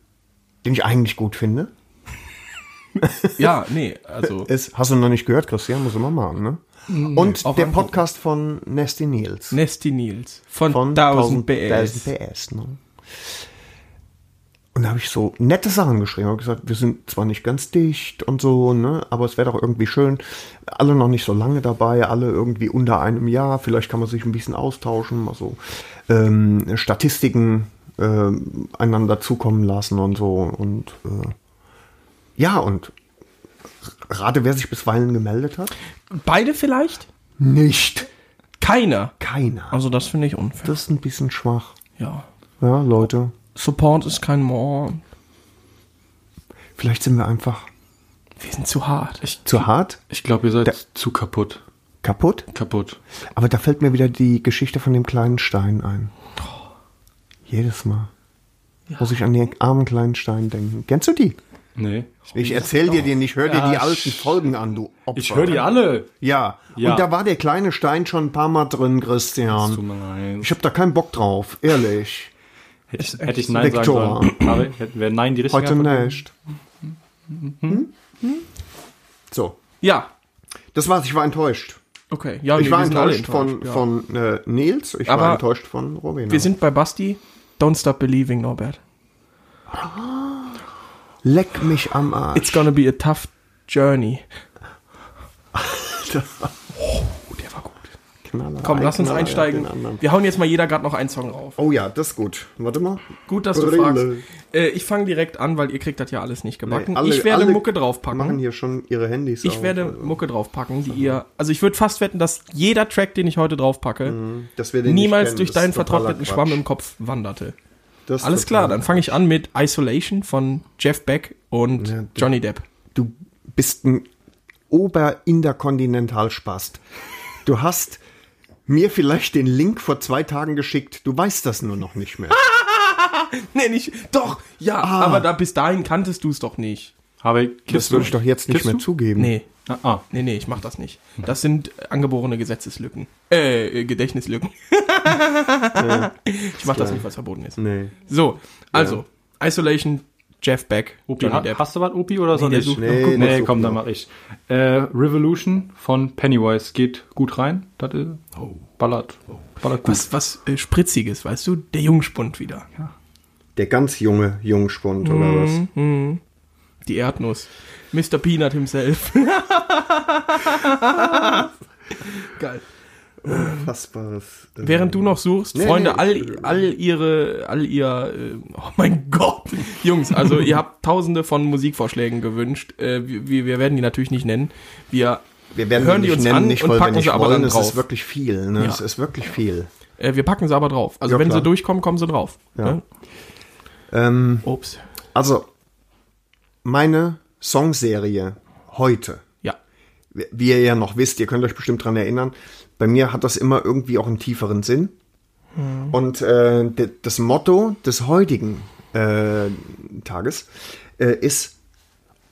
S3: den ich eigentlich gut finde.
S2: Ja, nee, also.
S3: Ist, hast du noch nicht gehört, Christian, muss immer machen, ne? Und
S2: Auf
S3: der
S2: Angucken.
S3: Podcast von Nasty Niels.
S2: Nasty Nils von,
S3: von
S2: 1000
S3: 1000
S2: PS.
S3: PS ne? Und da habe ich so nette Sachen geschrieben. habe gesagt, wir sind zwar nicht ganz dicht und so, ne, aber es wäre doch irgendwie schön. Alle noch nicht so lange dabei, alle irgendwie unter einem Jahr. Vielleicht kann man sich ein bisschen austauschen, mal so ähm, Statistiken ähm, einander zukommen lassen und so. Und äh, ja, und rate, wer sich bisweilen gemeldet hat?
S2: Beide vielleicht?
S3: Nicht.
S2: Keiner.
S3: Keiner.
S2: Also das finde ich unfair.
S3: Das ist ein bisschen schwach.
S2: Ja.
S3: Ja, Leute.
S2: Support ist kein More.
S3: Vielleicht sind wir einfach
S2: Wir sind zu hart. Ich,
S3: zu hart,
S4: Ich glaube, ihr seid
S3: Da-
S4: zu kaputt.
S3: kaputt.
S4: Kaputt.
S3: Aber da fällt mir wieder die Geschichte von dem kleinen Stein ein. Jedes Mal muss ich an den armen kleinen Stein denken. Kennst du die?
S4: Nee.
S3: Ich erzähl dir die nicht, hör dir
S4: Ja,
S3: die alten
S4: sch-
S3: Folgen an, du Opfer.
S4: Ich höre die alle.
S3: Ja.
S4: Ja.
S3: und da war der kleine Stein schon ein paar Mal drin,
S4: Tut
S3: Christian.
S4: mir leid.
S3: Ich hab da keinen Bock drauf, ehrlich.
S4: Hätte ich, hätte ich Nein sagen
S3: Victor.
S4: sollen. Aber hätten wir Nein die richtige
S3: Heute
S4: Antwort-
S3: nicht. Hm? So,
S2: ja.
S3: Das war's, ich war enttäuscht.
S2: Okay, ja,
S3: Ich
S2: nee,
S3: war
S2: wir sind alle
S3: enttäuscht von,
S2: enttäuscht, ja.
S3: von äh, Nils, ich
S2: Aber
S3: war enttäuscht von Robin.
S2: Wir sind bei Basti. Don't stop believing, Norbert.
S3: Leck mich am Arsch.
S2: It's gonna be a tough journey. Oh, der war gut.
S3: (laughs) Knaller,
S2: Komm,
S3: ein
S2: lass uns
S3: Knaller,
S2: einsteigen.
S3: den anderen.
S2: Wir hauen jetzt mal jeder gerade noch einen Song rauf.
S3: Oh ja, das ist gut. Warte mal.
S2: Gut, dass du
S3: Brille.
S2: fragst. Äh, ich fange direkt an, weil ihr kriegt das ja alles nicht gebacken.
S3: alle-
S2: ich werde
S3: alle
S2: Mucke
S3: Machen also-
S2: draufpacken.
S3: hier schon ihre Handys
S2: Ich
S3: auf.
S2: werde Mucke draufpacken, die ihr. Also ich würde fast wetten, dass jeder Track, den ich heute draufpacke,
S3: Dass wir Mhm. den nicht
S2: niemals
S3: kennen,
S2: durch
S3: das ist
S2: deinen
S3: totaler
S2: vertrockneten
S3: Quatsch.
S2: Schwamm im Kopf wanderte.
S3: Das ist
S2: Alles klar,
S3: totaler
S2: dann fange ich an mit Isolation von Jeff Beck und Johnny Depp.
S3: du bist ein Oberinterkontinentalspast. Du hast mir vielleicht den Link vor zwei Tagen geschickt. Du weißt das nur noch nicht
S2: Ah,
S3: mehr.
S2: Nee, nicht. Doch, ja,
S3: Ah.
S2: aber da, bis dahin kanntest du es doch nicht.
S4: Habe ich
S3: Das würde ich doch jetzt nicht
S4: Kiffst
S3: mehr
S4: du?
S3: zugeben.
S2: Nee.
S4: Ah, ah.
S2: Nee, nee, ich mach das nicht. Das sind äh, angeborene Gesetzeslücken. Äh, äh, Gedächtnislücken. (laughs) ich mach das nicht, was verboten ist.
S3: Nee.
S2: So, also, Isolation, Jeff Beck,
S4: Opi,
S2: Johnny
S4: ha,
S2: Depp.
S4: hast du was, Opi, oder soll
S2: der
S4: ich?
S2: sucht
S3: noch. Nee,
S4: nee,
S3: der sucht
S4: komm, dann
S3: noch.
S4: mach ich. Äh, Revolution von Pennywise geht gut rein. Das ist ballert, ballert gut.
S2: Was, was äh, Spritziges, weißt du? Der Jungspund wieder.
S3: Der ganz junge Jungspund oder was?
S2: Mhm. Die Erdnuss. Mr. Peanut himself. (laughs) Geil.
S3: Fassbares. äh,
S2: Während du noch suchst,
S3: Nee,
S2: Freunde,
S3: nee,
S2: all, all ihre, all ihr, äh, oh mein (laughs) Gott, Jungs, also ihr habt tausende von Musikvorschlägen gewünscht. Äh, wir, wir werden die natürlich nicht nennen. Wir,
S3: wir werden
S2: hören
S3: die
S2: die
S3: nicht
S2: uns
S3: nennen,
S2: an
S3: nicht
S2: und
S3: weil wir
S2: packen
S3: nicht
S2: sie aber
S3: wollen.
S2: dann
S3: Es
S2: drauf.
S3: ist wirklich viel. Ne?
S2: Ja.
S3: Es ist wirklich viel.
S2: äh, wir packen sie aber drauf. Also
S3: Ja,
S2: wenn
S3: klar.
S2: sie durchkommen, kommen sie drauf.
S3: Ja.
S2: Ne?
S3: Ähm,
S2: Ups.
S3: also, meine Songserie heute
S2: Ja.
S3: wie ihr ja noch wisst, ihr könnt euch bestimmt dran erinnern, bei mir hat das immer irgendwie auch einen tieferen Sinn.
S2: Mhm.
S3: Und äh, d- das Motto des heutigen äh, Tages äh, ist,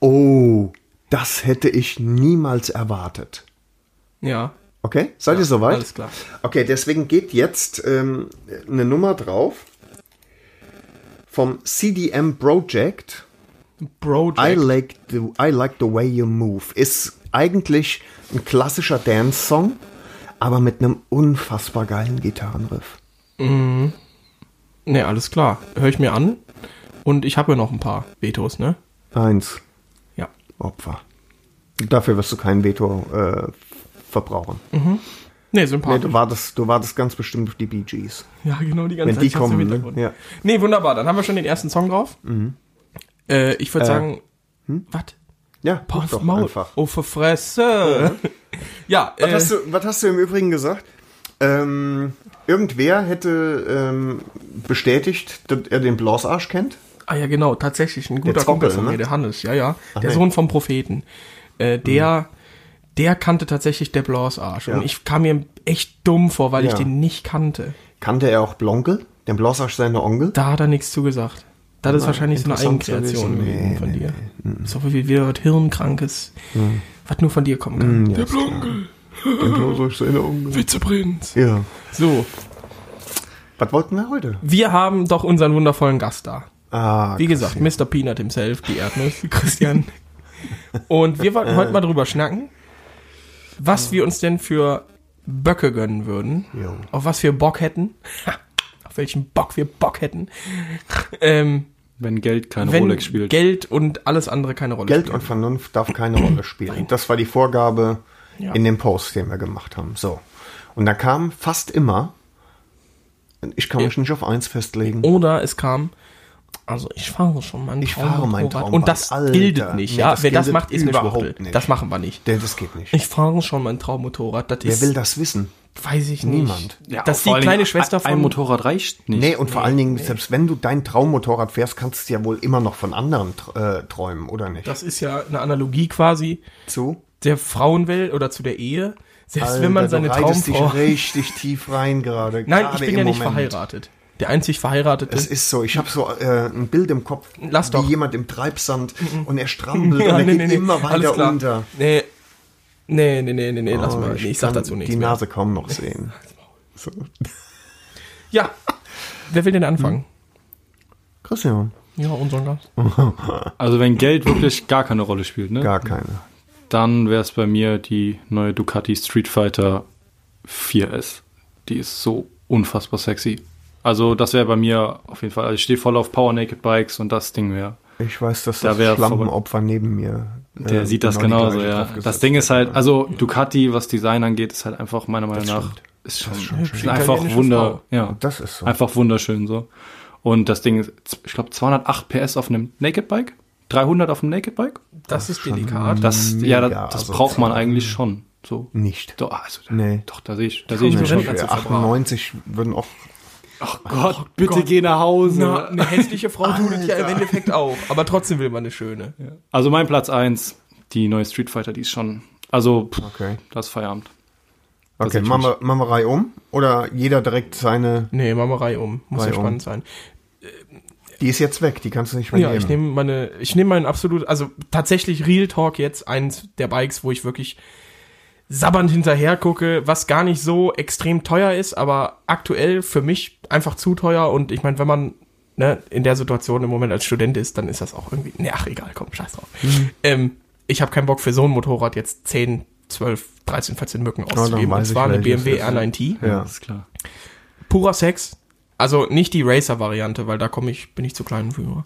S3: oh, das hätte ich niemals erwartet.
S2: Ja.
S3: Okay, seid ihr soweit?
S2: alles klar.
S3: Okay, deswegen geht jetzt ähm, eine Nummer drauf vom CDM Project.
S2: Bro,
S3: I like the I like the way you move ist eigentlich ein klassischer Dance Song, aber mit einem unfassbar geilen Gitarrenriff.
S2: Ne, alles klar. Hör ich mir an. Und ich habe ja noch ein paar Vetos, ne?
S3: Eins
S2: Ja.
S3: Opfer. Dafür wirst du kein Veto äh, verbrauchen.
S2: Ne,
S3: Nee,
S2: sympathisch.
S3: du wartest, du wartest ganz bestimmt auf die Bee Gees.
S2: ja, genau, die ganze
S3: Wenn die
S2: ich hab's im
S3: kommen, ne?
S2: Hintergrund.
S3: Ja.
S2: Nee, wunderbar. Dann haben wir schon den ersten Song drauf.
S3: Mhm.
S2: Äh, ich würde sagen,
S3: hm?
S2: was?
S3: Ja, mach
S2: Pass Maul. Oh,
S3: (laughs)
S2: verfresse. ja,
S3: Was,
S2: äh,
S3: hast du, was hast du im Übrigen gesagt? Ähm, irgendwer hätte ähm, bestätigt, dass er den Blasarsch kennt.
S2: ah ja, genau, tatsächlich ein guter
S3: Zockel,
S2: Kumpel von
S3: ne?
S2: mir, der Hannes, ja, ja, der
S3: nee. Mhm.
S2: Sohn vom Propheten. Äh, der, der kannte tatsächlich der Blaus Arsch.
S3: Ja.
S2: Und ich kam mir echt dumm vor, weil ich
S3: Ja.
S2: den nicht kannte.
S3: Kannte er auch Blonkel, den Blasarsch seiner Onkel?
S2: Da hat er nichts zu gesagt. Das ist wahrscheinlich so eine
S3: interessant zu
S2: Eigenkreation
S3: wissen.
S2: gewesen
S3: Nee, Mhm.
S2: von dir. So wie wieder was Hirnkrankes, was nur von dir kommen kann.
S3: Mhm.
S2: der Blonkel,
S3: Blasarsch seiner Onkel.
S2: Vizeprinz.
S3: Ja.
S2: So,
S3: Was wollten wir heute?
S2: wir haben doch unseren wundervollen Gast da.
S3: Ah,
S2: Wie gesagt, Mr. Peanut himself, die
S3: (laughs)
S2: Erdnuss, Christian. Und wir wollten
S3: Äh.
S2: heute mal drüber schnacken, was wir uns denn für Böcke gönnen würden,
S3: Jo.
S2: auf was wir Bock hätten, auf welchen Bock wir Bock hätten, ähm,
S4: Wenn Geld keine
S2: wenn
S4: Rolex spielt.
S2: Geld und alles andere keine Rolle
S3: Geld
S2: spielen.
S3: und Vernunft darf keine Rolle spielen. Das war die Vorgabe
S2: Ja.
S3: in dem Post, den wir gemacht haben. So. Und da kam fast immer, ich kann mich nicht auf eins festlegen.
S2: Oder es kam, also ich fahre schon meinen
S3: Ich fahre mein
S2: Traummotorrad.
S3: Traumrad.
S2: Und das
S3: Alter,
S2: gilt nicht,
S3: nee,
S2: ja.
S3: das
S2: Wer das
S3: gilt
S2: macht, ist eine
S3: überhaupt
S2: Schwuchtel.
S3: nicht.
S2: Das machen wir nicht.
S3: Denn das geht nicht.
S2: Ich fahre schon mein Traummotorrad. Das
S3: Wer
S2: ist,
S3: will das wissen?
S2: weiß ich nicht.
S3: Niemand.
S4: Ja,
S2: das ist die
S4: vor allen
S2: kleine
S4: Dingen,
S2: Schwester
S4: Ein
S2: von
S4: Motorrad reicht nicht.
S3: Nee, und vor allen Dingen, selbst wenn du dein Traummotorrad fährst, kannst du ja wohl immer noch von anderen tr- äh, träumen, oder nicht?
S2: Das ist ja eine Analogie quasi
S3: zu?
S2: der Frauenwelt oder zu der Ehe. Selbst
S3: Alter,
S2: wenn man seine
S3: du reitest
S2: Traumfrau.
S3: dich richtig tief rein gerade.
S2: (laughs) Nein, ich
S3: gerade
S2: bin
S3: im
S2: ja nicht
S3: Moment.
S2: verheiratet. Der einzig verheiratete. (laughs)
S3: Es ist so, ich habe so äh, ein Bild im Kopf,
S2: Lass
S3: wie
S2: doch. Mhm,
S3: jemand im Treibsand
S2: (laughs)
S3: und er strampelt und er geht immer
S2: alles
S3: weiter
S2: klar.
S3: unter. Oh,
S2: Nee. Nee, nee, nee, nee, nee, lass mal. Nee, ich sag
S3: kann
S2: dazu nichts
S3: Die
S2: mehr.
S3: Nase kaum
S2: (laughs)
S3: noch sehen. So.
S2: Ja. Wer will denn anfangen?
S3: Christian, Hm.
S2: Ja, unseren Gast.
S3: Genau.
S4: Also wenn Geld wirklich gar keine Rolle spielt, ne?
S3: gar keine.
S4: Dann wäre es bei mir die neue Ducati Street Fighter 4S. Die ist so unfassbar sexy. Also das wäre bei mir auf jeden Fall. Also ich stehe voll auf Power Naked Bikes und das Ding wäre.
S3: Ich weiß, dass
S4: Da
S3: das
S4: wär
S3: Schlampenopfer neben mir.
S4: Der
S3: äh,
S4: sieht das
S3: genau die
S4: genauso,
S3: gleiche
S4: ja.
S3: draufgesetzt
S4: Das Ding ist halt,
S3: hat.
S4: also Ducati, was Design angeht, ist halt einfach meiner Meinung nach
S3: stimmt.
S4: ist schon,
S3: schon
S4: ist
S3: schön.
S4: einfach
S2: Italienische
S4: wunder, ja,
S3: Das ist so.
S4: also, einfach wunderschön so. Und das Ding ist, ich glaube 208 PS auf einem Naked Bike, 300 auf einem Naked Bike.
S2: Das ist delikat.
S4: Das,
S3: Mega also
S4: ja, das, das
S3: asozial.
S4: braucht man eigentlich schon. So,
S3: Nicht.
S4: doch, also, da-
S3: Nee.
S4: doch, da sehe ich, da sehe ich
S2: Komm,
S4: mich
S2: wir
S4: schon.
S2: rennen.
S3: Beispiel 98 würden auch.
S4: Ach Gott, ne. bitte geh nach
S2: Na,
S4: Hause.
S2: eine hässliche Frau tut es ja im Endeffekt auch. Aber trotzdem will man eine schöne.
S4: Also mein Platz 1, die neue Street Fighter, die ist schon, also, pff,
S3: Okay.
S4: das ist Feierabend.
S3: Okay,
S4: ich
S3: machen wir, machen wir Reihe um. Oder jeder direkt seine.
S2: Nee, machen wir Reihe um. Muss
S3: Reihe
S2: ja
S3: um.
S2: spannend sein.
S3: Die ist jetzt weg, die kannst du nicht mehr
S2: Ja,
S3: nehmen.
S2: ich nehme meine, ich nehme meinen absolut, also tatsächlich Real Talk jetzt, eins der Bikes, wo ich wirklich sabbernd hinterher gucke, was gar nicht so extrem teuer ist, aber aktuell für mich einfach zu teuer und ich meine, wenn man ne, in der Situation im Moment als Student ist, dann ist das auch irgendwie, ne, ach egal, komm, scheiß drauf.
S3: Mhm.
S2: Ähm, ich habe keinen Bock für so ein Motorrad jetzt 10, 12, 13, 14 Mücken
S3: dann
S2: auszugeben, und
S3: weiß ich,
S2: zwar eine
S3: welches
S2: BMW
S3: ist.
S2: R9T
S3: Ja.
S4: ist klar.
S2: purer Sex. Also nicht die Racer-Variante, weil da komme ich, bin ich zu klein für.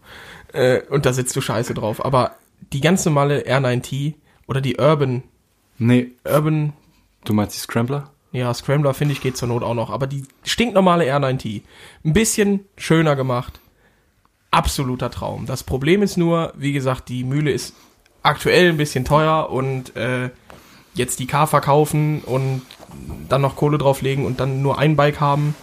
S2: Äh, und da sitzt du scheiße drauf. Aber die ganz normale R9T oder die Urban,
S4: Nee,
S2: Urban,
S4: du meinst die Scrambler?
S2: ja, Scrambler finde ich geht zur Not auch noch. Aber die stinknormale R9T, ein bisschen schöner gemacht. Absoluter Traum. Das Problem ist nur, wie gesagt, die Mühle ist aktuell ein bisschen teuer und äh, jetzt die K verkaufen und dann noch Kohle drauflegen und dann nur ein Bike haben,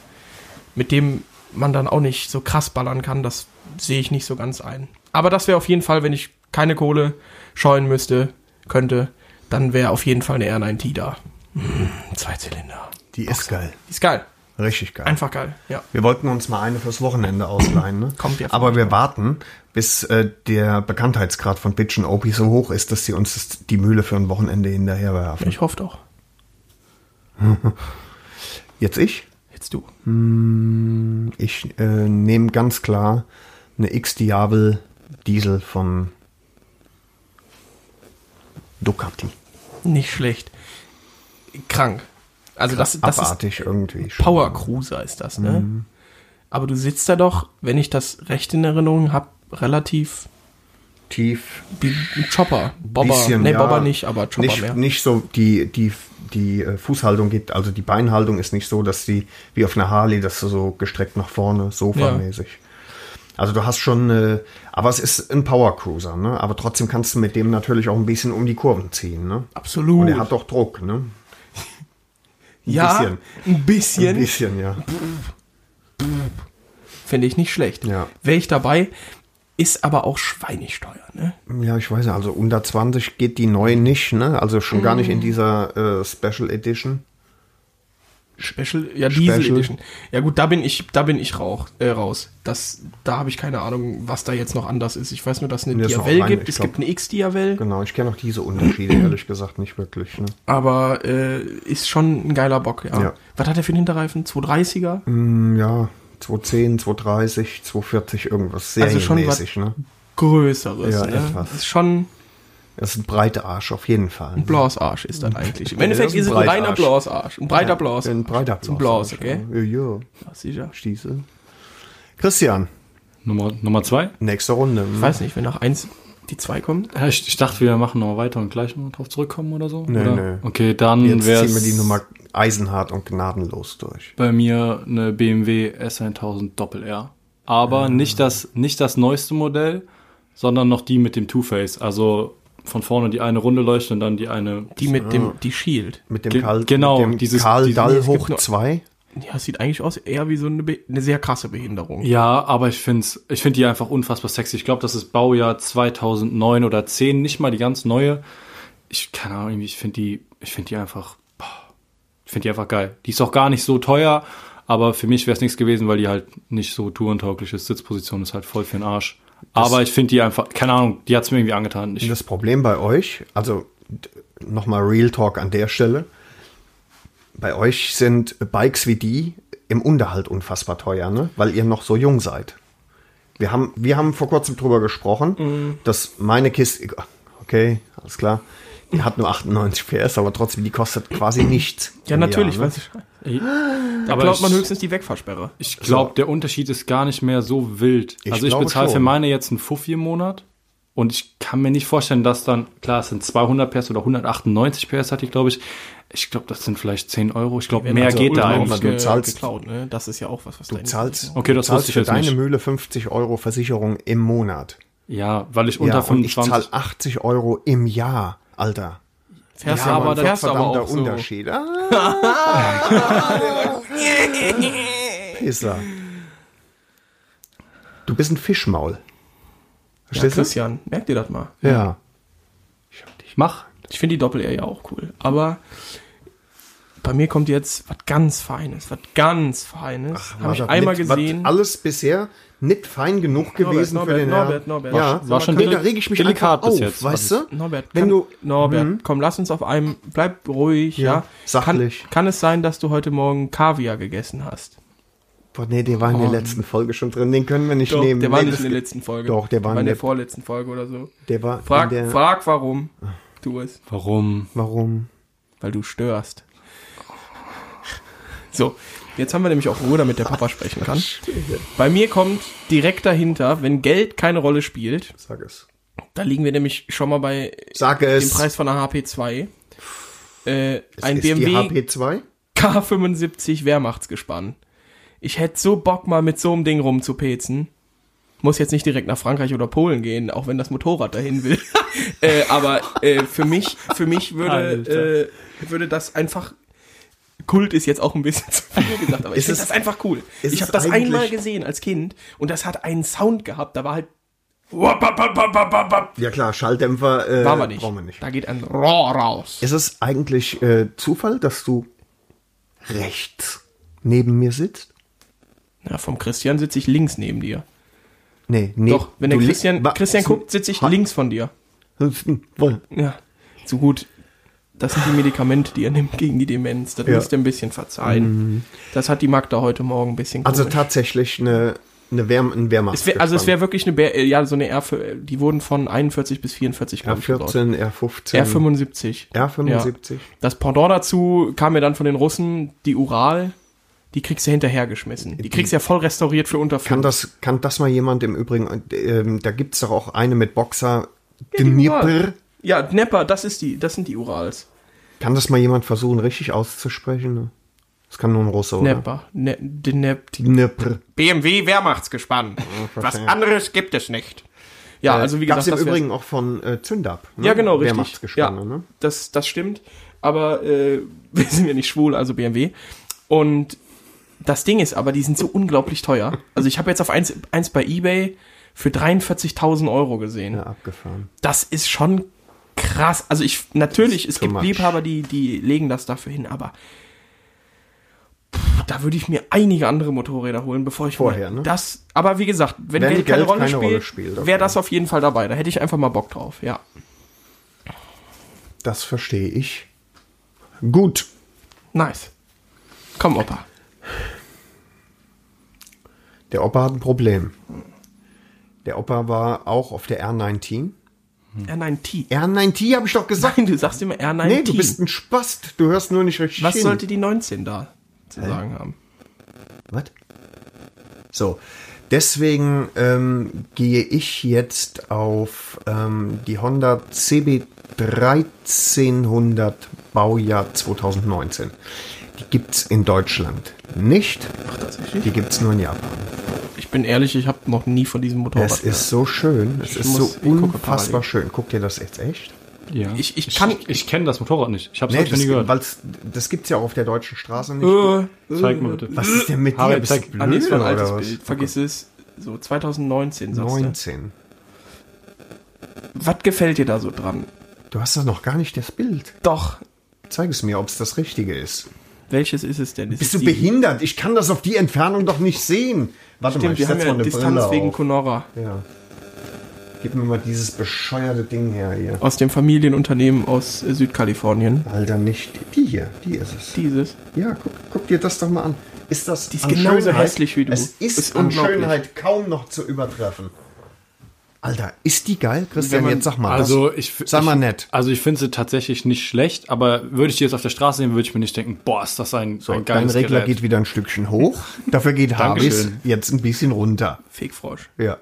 S2: mit dem man dann auch nicht so krass ballern kann, das sehe ich nicht so ganz ein. Aber das wäre auf jeden Fall, wenn ich keine Kohle scheuen müsste, könnte, dann wäre auf jeden Fall eine R9T da. Hm, zwei Zylinder.
S3: Die ist geil.
S2: Die ist geil.
S3: Richtig geil.
S2: Einfach geil. Ja.
S3: Wir wollten uns mal eine fürs Wochenende ausleihen, ne?
S2: Kommt jetzt.
S3: Aber wir warten, bis äh, der Bekanntheitsgrad von Bitch und Opie so hoch ist, dass sie uns das, die Mühle für ein Wochenende hinterherwerfen.
S2: Ich hoffe doch.
S3: Jetzt ich?
S2: Jetzt du.
S3: Ich äh, nehme ganz klar eine X-Diabel Diesel von Ducati.
S2: Nicht schlecht. Krank. Also das, das ist
S3: Abartig Mhm. irgendwie. schon.
S2: Power Cruiser ist das, ne? Aber du sitzt da doch, wenn ich das recht in Erinnerung habe, relativ
S3: Tief.
S2: wie ein Chopper. Bobber.
S3: bisschen,
S2: nee,
S3: ja,
S2: Bobber nicht, aber Chopper
S3: nicht,
S2: mehr.
S3: Nicht so, die, die, die äh, Fußhaltung geht, also die Beinhaltung ist nicht so, dass die, wie auf einer Harley, dass du so gestreckt nach vorne, sofamäßig. Also du hast schon, äh, aber es ist ein Powercruiser, ne? Aber trotzdem kannst du mit dem natürlich auch ein bisschen um die Kurven ziehen, ne?
S2: Absolut.
S3: Und er hat doch Druck, ne?
S2: ja,
S3: bisschen.
S2: ein bisschen.
S3: Ein bisschen, ja.
S2: Finde ich nicht schlecht.
S3: Ja.
S2: Wäre ich dabei, ist aber auch schweinig teuer, ne?
S3: Ja, ich weiß ja, also unter 20 geht die neu nicht, ne? Also schon
S2: Mhm.
S3: gar nicht in dieser äh, Special Edition.
S2: Special, ja, Diesel
S3: Special.
S2: Edition. Ja gut, da bin ich, da bin ich rauch, äh, raus. Das, da habe ich keine Ahnung, was da jetzt noch anders ist. Ich weiß nur, dass es eine
S3: Nee, ist noch
S2: Diavel
S3: rein,
S2: gibt.
S3: ich
S2: Es
S3: glaub-
S2: gibt eine X-Diavel,
S3: Genau, ich kenne auch diese Unterschiede, (clears throat) ehrlich gesagt, nicht wirklich, ne?
S2: aber äh, ist schon ein geiler Bock, ja.
S3: Ja.
S2: Was hat er für einen Hinterreifen? 230er?
S3: Mm, Ja, 210, 230, 240, irgendwas
S2: Also schon
S3: serienmäßig. ne?
S2: Größeres,
S3: Ja,
S2: ne?
S3: etwas.
S2: Ist schon
S3: Das ist ein breiter Arsch, auf jeden Fall.
S2: ein Blasarsch ist
S3: (laughs)
S2: das eigentlich. Im
S3: Ja,
S2: Endeffekt
S3: das
S2: ist
S3: ist
S2: es
S3: ein
S2: ein reiner
S3: Breitarsch.
S2: Blasarsch. Ein breiter Blas.
S3: Ein breiter Blas.
S2: Ein Blas, okay?
S3: Ja, ja,
S2: Ja, sicher.
S3: Stiese. Christian,
S4: Nummer, Nummer zwei?
S3: nächste Runde.
S2: Ich weiß nicht, wenn nach 1 die 2 kommt.
S4: Ja, Ich, ich dachte, wir machen noch weiter und gleich noch drauf zurückkommen oder so.
S3: Nee,
S4: oder?
S3: nee.
S4: Okay, dann
S3: Jetzt
S4: wäre
S3: ziehen wir die Nummer
S4: es
S3: eisenhart und gnadenlos durch.
S4: bei mir eine BMW S1000 Doppel R. Aber nicht, das, nicht das neueste Modell, sondern noch die mit dem Two-Face. Also von vorne die eine runde leuchtet und dann die eine.
S2: Die mit
S3: äh,
S2: dem, die Shield.
S3: Mit dem
S4: Ge-
S3: Karl,
S4: genau,
S3: mit dem
S4: dieses-
S3: Karl
S4: dieses-
S3: Dall
S4: es
S2: gibt
S3: hoch
S2: nur-
S3: 2.
S2: Ja, es sieht eigentlich aus eher wie so eine, Be eine sehr krasse Behinderung.
S4: Ja, aber ich finde ich find die einfach unfassbar sexy. Ich glaube, das ist Baujahr 2009 oder 10, nicht mal die ganz neue. Ich keine Ahnung, irgendwie, ich finde die, ich finde die einfach, boah, ich finde die einfach geil. Die ist auch gar nicht so teuer, aber für mich wäre es nichts gewesen, weil die halt nicht so tourentauglich ist. Sitzposition ist halt voll für den Arsch. aber ich finde die einfach, keine Ahnung, die hat es mir irgendwie angetan. Ich,
S3: Das Problem bei euch, also nochmal Real Talk an der Stelle, bei euch sind Bikes wie die im Unterhalt unfassbar teuer, ne? weil ihr noch so jung seid. Wir haben,
S2: Mhm.
S3: wir haben vor kurzem drüber gesprochen, dass meine Kiste, okay, alles klar, Die hat nur 98 PS, aber trotzdem, die kostet quasi nichts.
S2: Ja,
S3: im
S2: natürlich.
S3: Jahr, ne?
S2: weiß ich.
S4: Ey,
S2: Da
S4: aber
S2: klaut man
S4: ich-
S2: höchstens die Wegfahrsperre.
S4: Ich glaube, der Unterschied ist gar nicht mehr so wild.
S3: Ich
S4: also ich
S3: glaube
S4: bezahle für
S3: schon.
S4: meine jetzt einen Fuffi im Monat und ich kann mir nicht vorstellen, dass dann, klar, es sind 200 PS oder 198 PS hatte ich, glaube ich. Ich glaube, das sind vielleicht 10 Euro. Ich glaube, mehr
S2: Also
S4: geht da
S2: ultra
S3: einfach.
S4: einfach.
S3: aber du
S2: ge-
S3: zahlst-
S2: Geklaut, ne? Das ist ja auch was, was
S3: Du zahlst,
S4: Okay, das
S3: du zahlst
S4: wusste ich
S3: für
S4: jetzt
S3: deine
S4: nicht.
S3: Mühle 50 Euro Versicherung im Monat.
S4: Ja, weil ich unter
S3: ja, und ich
S4: 25...
S3: zahle 80 Euro im Jahr, Alter.
S2: Fährst
S4: Ja,
S2: aber,
S4: aber
S2: aber, fährst aber
S3: verdammter
S2: auch so.
S3: Unterschied. Ah. Pisser. Du bist ein Fischmaul.
S2: Ja,
S3: Verstehst du?
S2: Christian, merk dir das mal.
S3: Ja.
S4: Mach.
S2: Ich finde die Doppel-R ja auch cool. Aber bei mir kommt jetzt was ganz Feines, was ganz Feines. Habe ich
S3: Was
S2: einmal
S3: nicht-
S2: gesehen.
S3: Was alles bisher nicht fein genug gewesen
S2: Norbert,
S3: für den
S2: Norbert,
S3: Herrn.
S2: Norbert. War-
S3: Ja,
S4: war schon
S3: nee,
S4: deli-
S3: da reg ich mich
S4: delikat
S3: einfach
S4: bis
S3: auf,
S4: jetzt.
S3: weißt du?
S2: Norbert,
S3: Wenn
S2: kann,
S3: du- Mhm.
S2: Norbert, komm, lass uns auf einem, bleib ruhig, ja.
S3: Ja, sachlich.
S2: Kann, kann es sein, dass du heute Morgen Kaviar gegessen hast?
S3: Boah, nee, der war in der letzten Folge schon drin. Den können wir nicht nehmen.
S2: der war
S3: nee,
S2: nicht
S3: das-
S2: in der letzten Folge.
S3: Doch, der war
S2: in
S3: in
S2: der
S3: der-
S2: vorletzten Folge oder so.
S3: Der war
S2: Frag,
S3: in der...
S2: frag warum. Tu es.
S4: Warum?
S3: Warum?
S2: Weil du störst. So, jetzt haben wir nämlich auch Ruhe, damit der Papa sprechen kann. Bei mir kommt direkt dahinter, wenn Geld keine Rolle spielt,
S3: Sag es.
S2: da liegen wir nämlich schon mal bei
S3: Sag
S2: dem
S3: es.
S2: Preis von einer HP2. Äh, ein
S3: ist die
S2: BMW
S3: HP2?
S2: K75 Wehrmachtsgespann. Ich hätte so Bock, mal mit so einem Ding rumzupezen. Muss jetzt nicht direkt nach Frankreich oder Polen gehen, auch wenn das Motorrad dahin will. (laughs) äh, aber äh, für mich, für mich würde, äh, würde das einfach. Kult ist jetzt auch ein bisschen (laughs) zu viel gesagt, aber ich
S3: Ist
S2: finde
S3: es-
S2: das einfach cool.
S3: ist
S2: Ich habe
S3: es
S2: das
S3: eigentlich-
S2: einmal gesehen als Kind und das hat einen Sound gehabt, da war halt. War
S3: Ja klar, Schalldämpfer äh,
S2: wir nicht.
S3: brauchen wir nicht.
S2: Da geht ein Rohr raus.
S3: Ist es eigentlich äh, Zufall, dass du rechts neben mir sitzt?
S2: Na, vom Christian sitze ich links neben dir.
S3: Nee, nee.
S2: Doch, wenn der
S3: Du li-
S2: Christian,
S3: Wa-
S2: Christian
S3: zum-
S2: guckt, sitze ich
S3: Ha- hm,
S2: links von dir.
S3: Wohl.
S2: Ja, so gut. Das sind die Medikamente, die er nimmt gegen die Demenz. Das
S3: Ja. Mhm.
S2: müsst ihr ein bisschen verzeihen. Das hat die Magda heute Morgen ein bisschen
S3: Also
S2: komisch.
S3: tatsächlich eine, eine Wehr, ein Wehrmacht.
S2: es wär, also es wäre wirklich eine, Bär, ja, so eine R, für- die wurden von 41 bis 44 glaub ich, gebaut.
S3: R14, R15.
S2: R75.
S3: R75.
S2: Ja. Das Pendant dazu kam mir dann von den Russen, die Ural, die kriegst du hinterhergeschmissen. Die kriegst du ja voll restauriert für unter
S3: Kann,
S2: fünf.
S3: das, kann das mal jemand im Übrigen, ähm, da gibt es doch auch eine mit Boxer,
S2: Die
S3: Dnipr.
S2: Ural. Ja, Dnepper, das ist die, das sind die Urals.
S3: Kann das mal jemand versuchen, richtig auszusprechen? Ne? Das kann nur ein Russe, oder?
S2: Dnepper, ne, Dnep,
S3: Dnipr.
S2: BMW
S3: (laughs)
S2: Wehrmachtsgespann. Was anderes gibt es nicht. Ja, also wie gesagt,
S3: Äh, Gab's im
S2: wär's-
S3: Übrigen auch von äh, Zündab. Ne?
S2: ja genau richtig. Ja,
S3: Wehrmachtsgespanne, ne?
S2: das, das stimmt. Aber äh, (laughs) wir sind ja nicht schwul, also BMW. Und das Ding ist aber, die sind so unglaublich teuer. Also ich habe jetzt auf eins, eins bei eBay für 43.000 Euro gesehen.
S3: Ja, abgefahren.
S2: Das ist schon krass. Also ich natürlich, es
S3: too
S2: gibt
S3: much.
S2: Liebhaber, die die legen das dafür hin, aber pff, da würde ich mir einige andere Motorräder holen, bevor ich
S3: Vorher,
S2: mir
S3: ne?
S2: das. Aber wie gesagt, wenn,
S3: Wenn
S2: Geld keine
S3: Geld
S2: Rolle
S3: keine
S2: spielt,
S3: Rolle spielt,
S2: wäre
S3: okay.
S2: das auf jeden Fall dabei. Da hätte ich einfach mal Bock drauf. Ja,
S3: Das verstehe ich. Gut.
S2: nice. Komm, Opa.
S3: Der Opa hat ein Problem. Der Opa war auch auf der R19.
S2: R9T.
S3: R9T habe ich doch gesagt.
S2: Nein, du sagst immer R9T.
S3: Nee, du bist ein Spast. Du hörst nur nicht richtig
S2: Was
S3: hin.
S2: sollte die 19 da zu sagen haben?
S3: Was? So, deswegen ähm, gehe ich jetzt auf ähm, die Honda CB 1300 Baujahr 2019. Die gibt's in Deutschland nicht.
S2: Ach, tatsächlich?
S3: Die gibt's nur in Japan.
S2: Ich bin ehrlich, ich habe noch nie von diesem Motorrad.
S3: Es ist so schön. Es ist so
S2: muss- Oh, ich gucke
S3: unfassbar schön. Guck dir das jetzt echt?
S4: Ja.
S2: Ich- ich kann-
S4: Ich, ich kenne das Motorrad nicht. Ich habe es
S3: Nee,
S4: nee, noch nie
S3: das,
S4: gehört.
S3: weil's, das gibt's ja auch auf der deutschen Straße nicht.
S2: gehört. Äh,
S4: Zeig mal bitte.
S3: Was ist denn mit dir?
S4: Harald,
S3: Bist du
S4: zeig-
S2: Ah, nee, es war ein
S3: blöde
S2: altes
S3: oder was?
S2: Bild. Vergiss es. So 2019, sagst du.
S3: 19.
S2: Was gefällt dir da so dran?
S3: Du hast doch noch gar nicht das Bild.
S2: Doch.
S3: Zeig es mir, ob es das Richtige ist.
S2: Welches ist es denn? Ist
S3: Bist
S2: es
S3: du
S2: die-
S3: behindert? Ich kann das auf die Entfernung doch nicht sehen. Warte
S2: Stimmt, wir
S3: setz
S2: haben ja Distanz wegen Conora
S3: Ja. Gib mir mal dieses bescheuerte Ding her hier.
S2: aus dem Familienunternehmen aus äh, Südkalifornien.
S3: Alter, nicht die hier. Die ist es.
S2: Dieses.
S3: Ja, guck, guck dir das doch mal an. Ist das die
S2: ist genauso hässlich wie du.
S3: Es ist,
S2: Ist
S3: an
S2: unglaublich.
S3: Schönheit kaum noch zu übertreffen. Alter, ist die geil? Christian,
S2: man-
S3: jetzt sag mal.
S4: Also
S3: das,
S4: ich,
S3: sag
S4: ich,
S3: mal nett.
S4: Also ich finde sie tatsächlich nicht schlecht, aber würde ich die jetzt auf der Straße sehen, würde ich mir nicht denken, boah, ist das ein,
S3: So,
S4: ein
S3: dein
S4: geiles
S3: Regler
S4: Gerät.
S3: geht wieder ein Stückchen
S4: (laughs)
S3: hoch. Dafür geht Harvis
S4: Dankeschön.
S3: jetzt ein bisschen runter.
S2: Fegfrosch.
S3: Ja.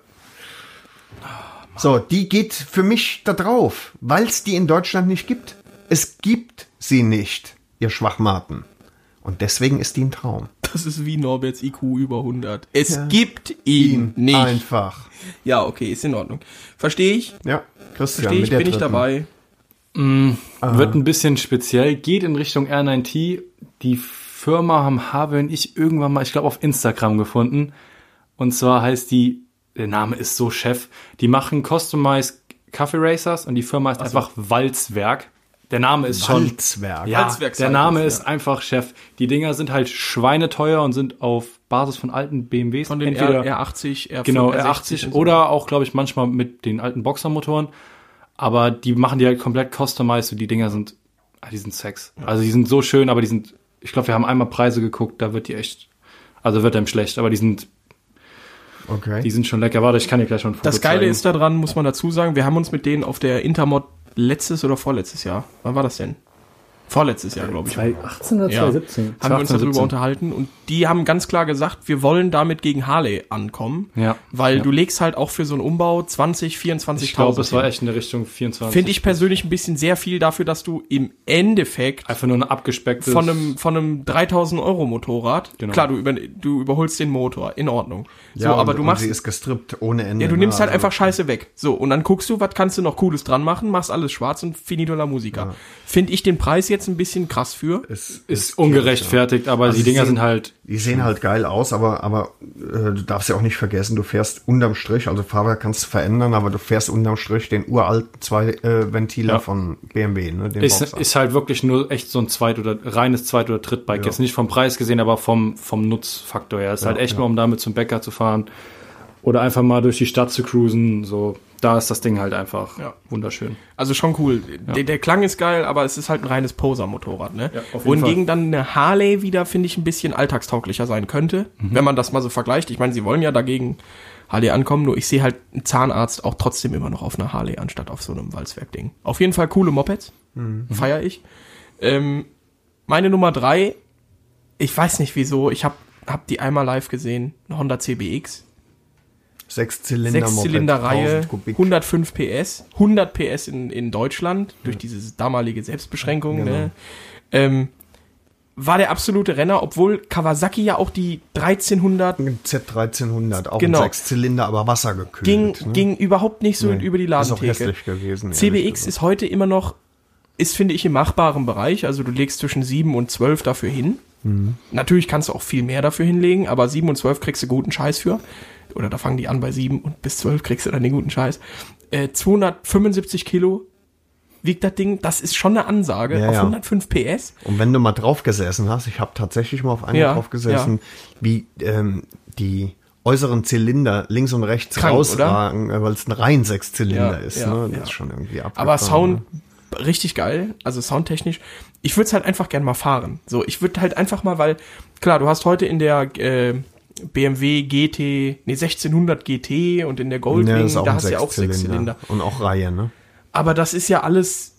S3: So, die geht für mich da drauf, weil es die in Deutschland nicht gibt. Es gibt sie nicht, ihr Schwachmaten. Und deswegen ist die ein Traum.
S2: Das ist wie Norberts IQ über 100. Es gibt ihn nicht.
S3: Einfach.
S2: Ja, okay, ist in Ordnung. Verstehe ich.
S3: Ja, Christian.
S2: Verstehe ich,
S3: mit der
S2: bin ich
S3: dritten.
S2: dabei.
S4: Wird ein bisschen speziell, geht in Richtung R9T. Die Firma haben Habe und ich irgendwann mal, ich glaube, auf Instagram gefunden. Und zwar heißt die, der Name ist so Chef, die machen Customized Coffee Racers und die Firma heißt einfach Walzwerk. Der Name ist schon.
S3: Holzwerk.
S4: Ja,
S2: Walzwerk
S4: der
S2: sagt
S4: Name
S2: es,
S4: ist einfach Chef. Die Dinger sind halt schweineteuer und sind auf Basis von alten BMWs.
S2: Von den
S4: entweder-
S2: R, R80, R85.
S4: Genau, R80 oder auch, glaube ich, manchmal mit den alten Boxermotoren. Aber die machen die halt komplett customized und die Dinger sind, ah, die sind sex. Also die sind so schön, aber die sind, ich glaube, wir haben einmal Preise geguckt, da wird die echt, also wird einem schlecht, aber die sind,
S3: Okay.
S4: die sind schon lecker. Warte, ich kann dir gleich schon ein Foto
S2: Das Geile
S4: zeigen.
S2: ist daran, muss man dazu sagen, wir haben uns mit denen auf der Intermod letztes oder vorletztes Jahr, wann war das denn? Vorletztes Jahr, glaube ich.
S4: 2018 oder
S2: Ja. Haben wir uns
S4: 2018,
S2: darüber
S4: 17.
S2: unterhalten und die haben ganz klar gesagt, wir wollen damit gegen Harley ankommen,
S4: Ja.
S2: weil
S4: Ja.
S2: du legst halt auch für so einen Umbau 20, 24.000.
S4: Ich glaube, es war echt in der Richtung 24.
S2: Finde ich persönlich ein bisschen sehr viel dafür, dass du im Endeffekt
S4: Einfach nur ein abgespecktes.
S2: von einem, von einem 3000 Euro Motorrad,
S4: Genau.
S2: klar, du, über, du überholst den Motor, in Ordnung.
S3: ja,
S2: so, aber
S3: und,
S2: du
S3: Und
S2: machst
S3: sie ist gestrippt ohne Ende.
S2: ja, du nimmst
S3: ne?
S2: halt
S3: Also,
S2: einfach Scheiße weg. So, und dann guckst du, was kannst du noch Cooles dran machen, machst alles schwarz und finito la musica. Finde ich den Preis jetzt ein bisschen krass für.
S3: Es,
S4: ist ungerechtfertigt, aber die
S3: sie
S4: Dinger
S3: sind-
S4: sind halt,
S3: Die sehen halt geil aus, aber, aber äh, du darfst ja auch nicht vergessen, du fährst unterm Strich, also Fahrwerk kannst du verändern, aber du fährst unterm Strich den uralten zwei äh, Ventiler
S4: Ja.
S3: von BMW, ne? Den
S4: ist,
S3: Boxer.
S4: ist halt wirklich nur echt so ein zweit oder reines zweit oder drittbike. Jetzt nicht vom Preis gesehen, aber vom vom Nutzfaktor her. Ist halt echt nur um damit zum Bäcker zu fahren oder einfach mal durch die Stadt zu cruisen, so da ist das Ding halt einfach
S2: Ja.
S4: wunderschön.
S2: Also schon cool. Der, der Klang ist geil, aber es ist halt ein reines Poser-Motorrad, ne?
S4: Ja, auf jeden
S2: Wohingegen dann eine Harley wieder, finde ich, ein bisschen alltagstauglicher sein könnte,
S4: Mhm.
S2: wenn man das mal so vergleicht. Ich meine, sie wollen ja dagegen Harley ankommen, nur ich sehe halt einen Zahnarzt auch trotzdem immer noch auf einer Harley, anstatt auf so einem Walzwerk-Ding. Auf jeden Fall coole Mopeds.
S4: Mhm.
S2: Feier ich. Ähm, meine Nummer drei, ich weiß nicht wieso, ich habe hab die einmal live gesehen, eine Honda CBX.
S3: Sechszylinder-Moped,
S2: Sechszylinder-Reihe,
S3: 1000 Kubik.
S2: 105 PS, 100 PS in, in Deutschland, durch diese damalige Selbstbeschränkung,
S3: Genau.
S2: ne? ähm, war der absolute Renner, obwohl Kawasaki ja auch die 1300
S3: Z1300, auch
S2: Genau.
S3: ein Sechszylinder, aber wassergekühlt.
S2: ging,
S3: ne?
S2: ging überhaupt nicht so über die
S3: Ist auch
S2: Ladentheke.
S3: hässlich gewesen. ehrlich
S2: CBX
S3: gesagt.
S2: ist heute immer noch, ist, finde ich, im machbaren Bereich. Also du legst zwischen 7 und 12 dafür hin.
S3: Mhm.
S2: Natürlich kannst du auch viel mehr dafür hinlegen, aber 7 und 12 kriegst du guten Scheiß für. Oder da fangen die an bei 7 und bis 12 kriegst du dann den guten Scheiß. Äh, 275 Kilo wiegt das Ding. Das ist schon eine Ansage
S3: Ja,
S2: auf
S3: ja.
S2: 105 PS.
S3: Und wenn du mal drauf gesessen hast, ich habe tatsächlich mal auf einen
S2: Ja,
S3: drauf gesessen, wie ähm, die äußeren Zylinder links und rechts
S2: Krank,
S3: rausragen, äh, weil es ein rein Sechszylinder
S2: Ja,
S3: ist.
S2: ja,
S3: ne? Das
S2: ja.
S3: ist schon irgendwie abgefahren.
S2: Aber Sound
S3: ne?
S2: richtig geil, also soundtechnisch. Ich würde es halt einfach gern mal fahren. So, ich würde halt einfach mal, weil klar, du hast heute in der äh, BMW GT, nee 1600 GT und in der
S3: ne? Ja,
S2: Goldwing,
S3: das ist auch
S2: da
S3: ein
S2: hast du ja auch Sechszylinder.
S3: Sechszylinder. Und auch Reihe, ne?
S2: Aber das ist ja alles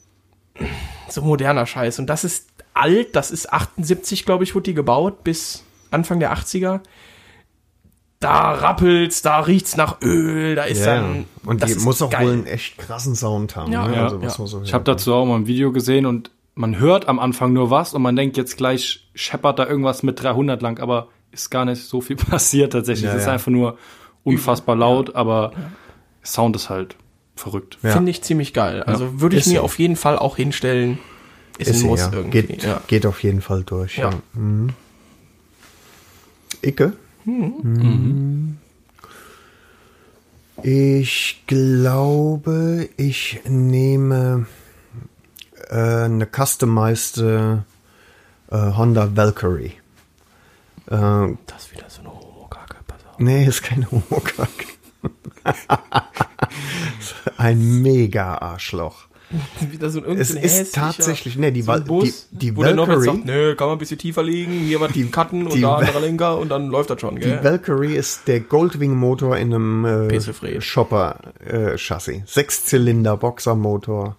S2: so moderner Scheiß und das ist alt, das ist 78, glaube ich, wurde die gebaut bis Anfang der 80er. Da rappelt's, da riecht's nach Öl, da ist
S3: Ja, ja.
S2: dann
S3: Und die
S2: ist
S3: muss auch
S2: geil.
S3: wohl einen echt krassen Sound haben.
S2: Ja,
S3: ne?
S2: ja,
S3: also,
S2: ja.
S3: was man so
S4: Ich
S3: hört.
S4: habe dazu auch mal ein Video gesehen und man hört am Anfang nur was und man denkt jetzt gleich scheppert da irgendwas mit 300 lang, aber ist gar nicht so viel (laughs) passiert tatsächlich.
S3: Ja,
S4: es ist
S3: ja.
S4: einfach nur unfassbar laut, aber Sound ist halt verrückt.
S3: Ja.
S2: Finde ich ziemlich geil. Also würde ich
S3: Ist
S2: mir
S3: sie.
S2: auf jeden Fall auch hinstellen. Ist,
S3: Ist
S2: ein
S3: sie,
S2: Muss
S3: ja.
S2: irgendwie.
S3: Geht,
S2: ja.
S3: geht auf jeden Fall durch. Ja.
S2: Ja.
S3: Mhm. Icke? Mhm. Ich glaube, ich nehme äh, eine customized äh, Honda Valkyrie. Äh,
S2: Das ist wieder so eine Homo-Kacke. Pass auf.
S3: nee, ist kein (laughs) Homokack. Ein mega Arschloch.
S2: (laughs) Wieder so ein
S3: Es
S2: irgendein
S3: ist
S2: hässlicher-
S3: tatsächlich, ne, die,
S2: so
S3: Val-
S2: ein Bus,
S3: die, die
S2: wo der Norbert
S3: Valkyrie,
S2: sagt, nö, kann man ein bisschen tiefer legen, hier was die Cutten und
S3: (laughs) die-
S2: da andere Lenker und dann läuft das schon,
S3: die
S2: gell?
S3: Valkyrie ist der Goldwing-Motor in einem äh,
S2: Pesefred.
S3: Shopper-Chassis. Sechszylinder-Boxer-Motor.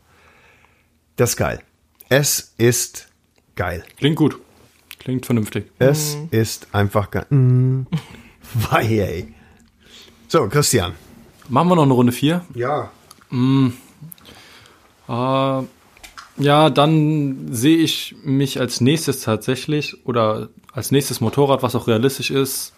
S3: Das ist geil. Es ist geil.
S4: Klingt gut. Klingt vernünftig.
S3: Es
S4: Mhm.
S3: ist einfach geil. Mm. (laughs) Wei, ey. So, Christian.
S4: Machen wir noch eine Runde 4.
S3: Ja.
S4: Äh, ja, dann sehe ich mich als nächstes tatsächlich oder als nächstes Motorrad, was auch realistisch ist,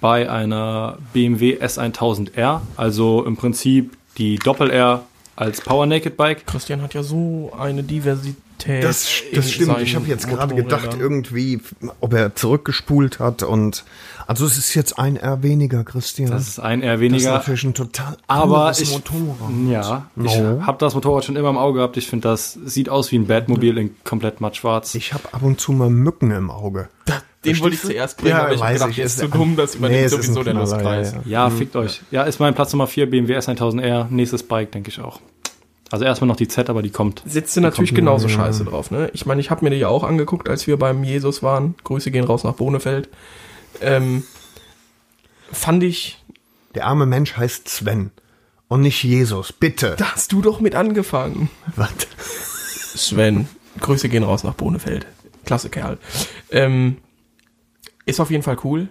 S4: bei einer BMW S1000R. Also im Prinzip die Doppel-R als Power Naked Bike.
S2: Christian hat ja so eine Diversität.
S3: Das,
S2: in
S3: das stimmt. Ich
S2: seinen
S3: habe jetzt gerade
S2: Motorrädern.
S3: gedacht, irgendwie, ob er zurückgespult hat und also es ist jetzt ein R weniger, Christian.
S4: Das ist ein R
S3: Das ist
S4: weniger.
S3: natürlich ein total
S4: Aber
S3: anderes
S4: ich,
S3: Motorrad.
S4: ja, ich habe das Motorrad schon immer im Auge gehabt. Ich finde, das sieht aus wie ein Batmobil in komplett mattschwarz.
S3: Ich habe ab und zu mal Mücken im Auge.
S2: Den wollte ich zuerst bringen,
S3: Ja,
S2: aber ich hab
S3: weiß
S2: gedacht,
S3: ich,
S2: der
S3: ist
S2: ist zu
S3: ein-
S2: dumm, das übernimmt
S3: Nee, es ist
S2: sowieso
S3: ein
S2: der
S3: Knaller,
S2: Lustkreis.
S3: ja, ja.
S4: Ja, fickt euch. Ja, ist mein Platz Nummer 4, BMW S1000R, nächstes Bike, denke ich auch. Also erstmal noch die Z, aber die kommt.
S3: äh,
S2: Sitzt du natürlich genauso scheiße drauf, ne? Ich meine, ich habe mir die ja auch angeguckt, als wir beim Jesus waren. Grüße gehen raus nach Bohnefeld. Ähm, fand ich,
S3: Der arme Mensch heißt Sven und nicht Jesus. Bitte.
S2: da hast du doch mit angefangen.
S3: Was?
S2: Sven, Grüße gehen raus nach Bohnefeld. Klasse Kerl. Ähm, ist auf jeden Fall cool.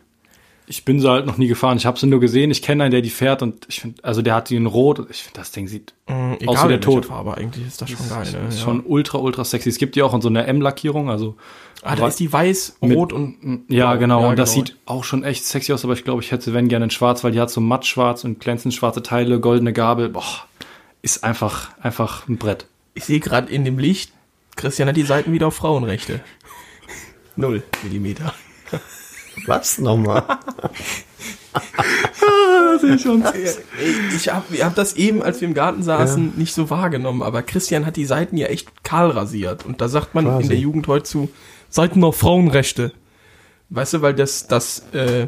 S4: Ich bin sie halt noch nie gefahren. Ich habe sie nur gesehen. Ich kenne einen, der die fährt und ich finde, also der hat die in Rot. und Ich finde, das Ding sieht
S2: Mhm,
S4: aus wie der
S2: in welcher
S4: Tod.
S2: Farbe, eigentlich ist das schon geil, ne?
S4: Ist
S2: Ja.
S4: schon ultra, ultra sexy. Es gibt die auch in so einer M-Lackierung. Also
S2: ah, da ist die weiß,
S4: Mit-
S2: rot und
S4: ja, genau. und das
S2: genau.
S4: sieht auch schon echt sexy aus. Aber ich glaube, ich hätte wenn gerne in Schwarz, weil die hat so mattschwarz und glänzend schwarze Teile, goldene Gabel. Boah, ist einfach, einfach ein Brett.
S2: Ich sehe gerade in dem Licht, Christian hat die Seiten wieder auf Frauenrechte. Null Millimeter. (laughs)
S3: Was nochmal?
S2: Ich habe ich hab das eben, als wir im Garten saßen, nicht so wahrgenommen, aber Christian hat die Seiten ja echt kahl rasiert. Und da sagt man
S3: Quasi.
S2: in der Jugend heute zu, Seiten auf Frauenrechte. Weißt du, weil das, das, äh,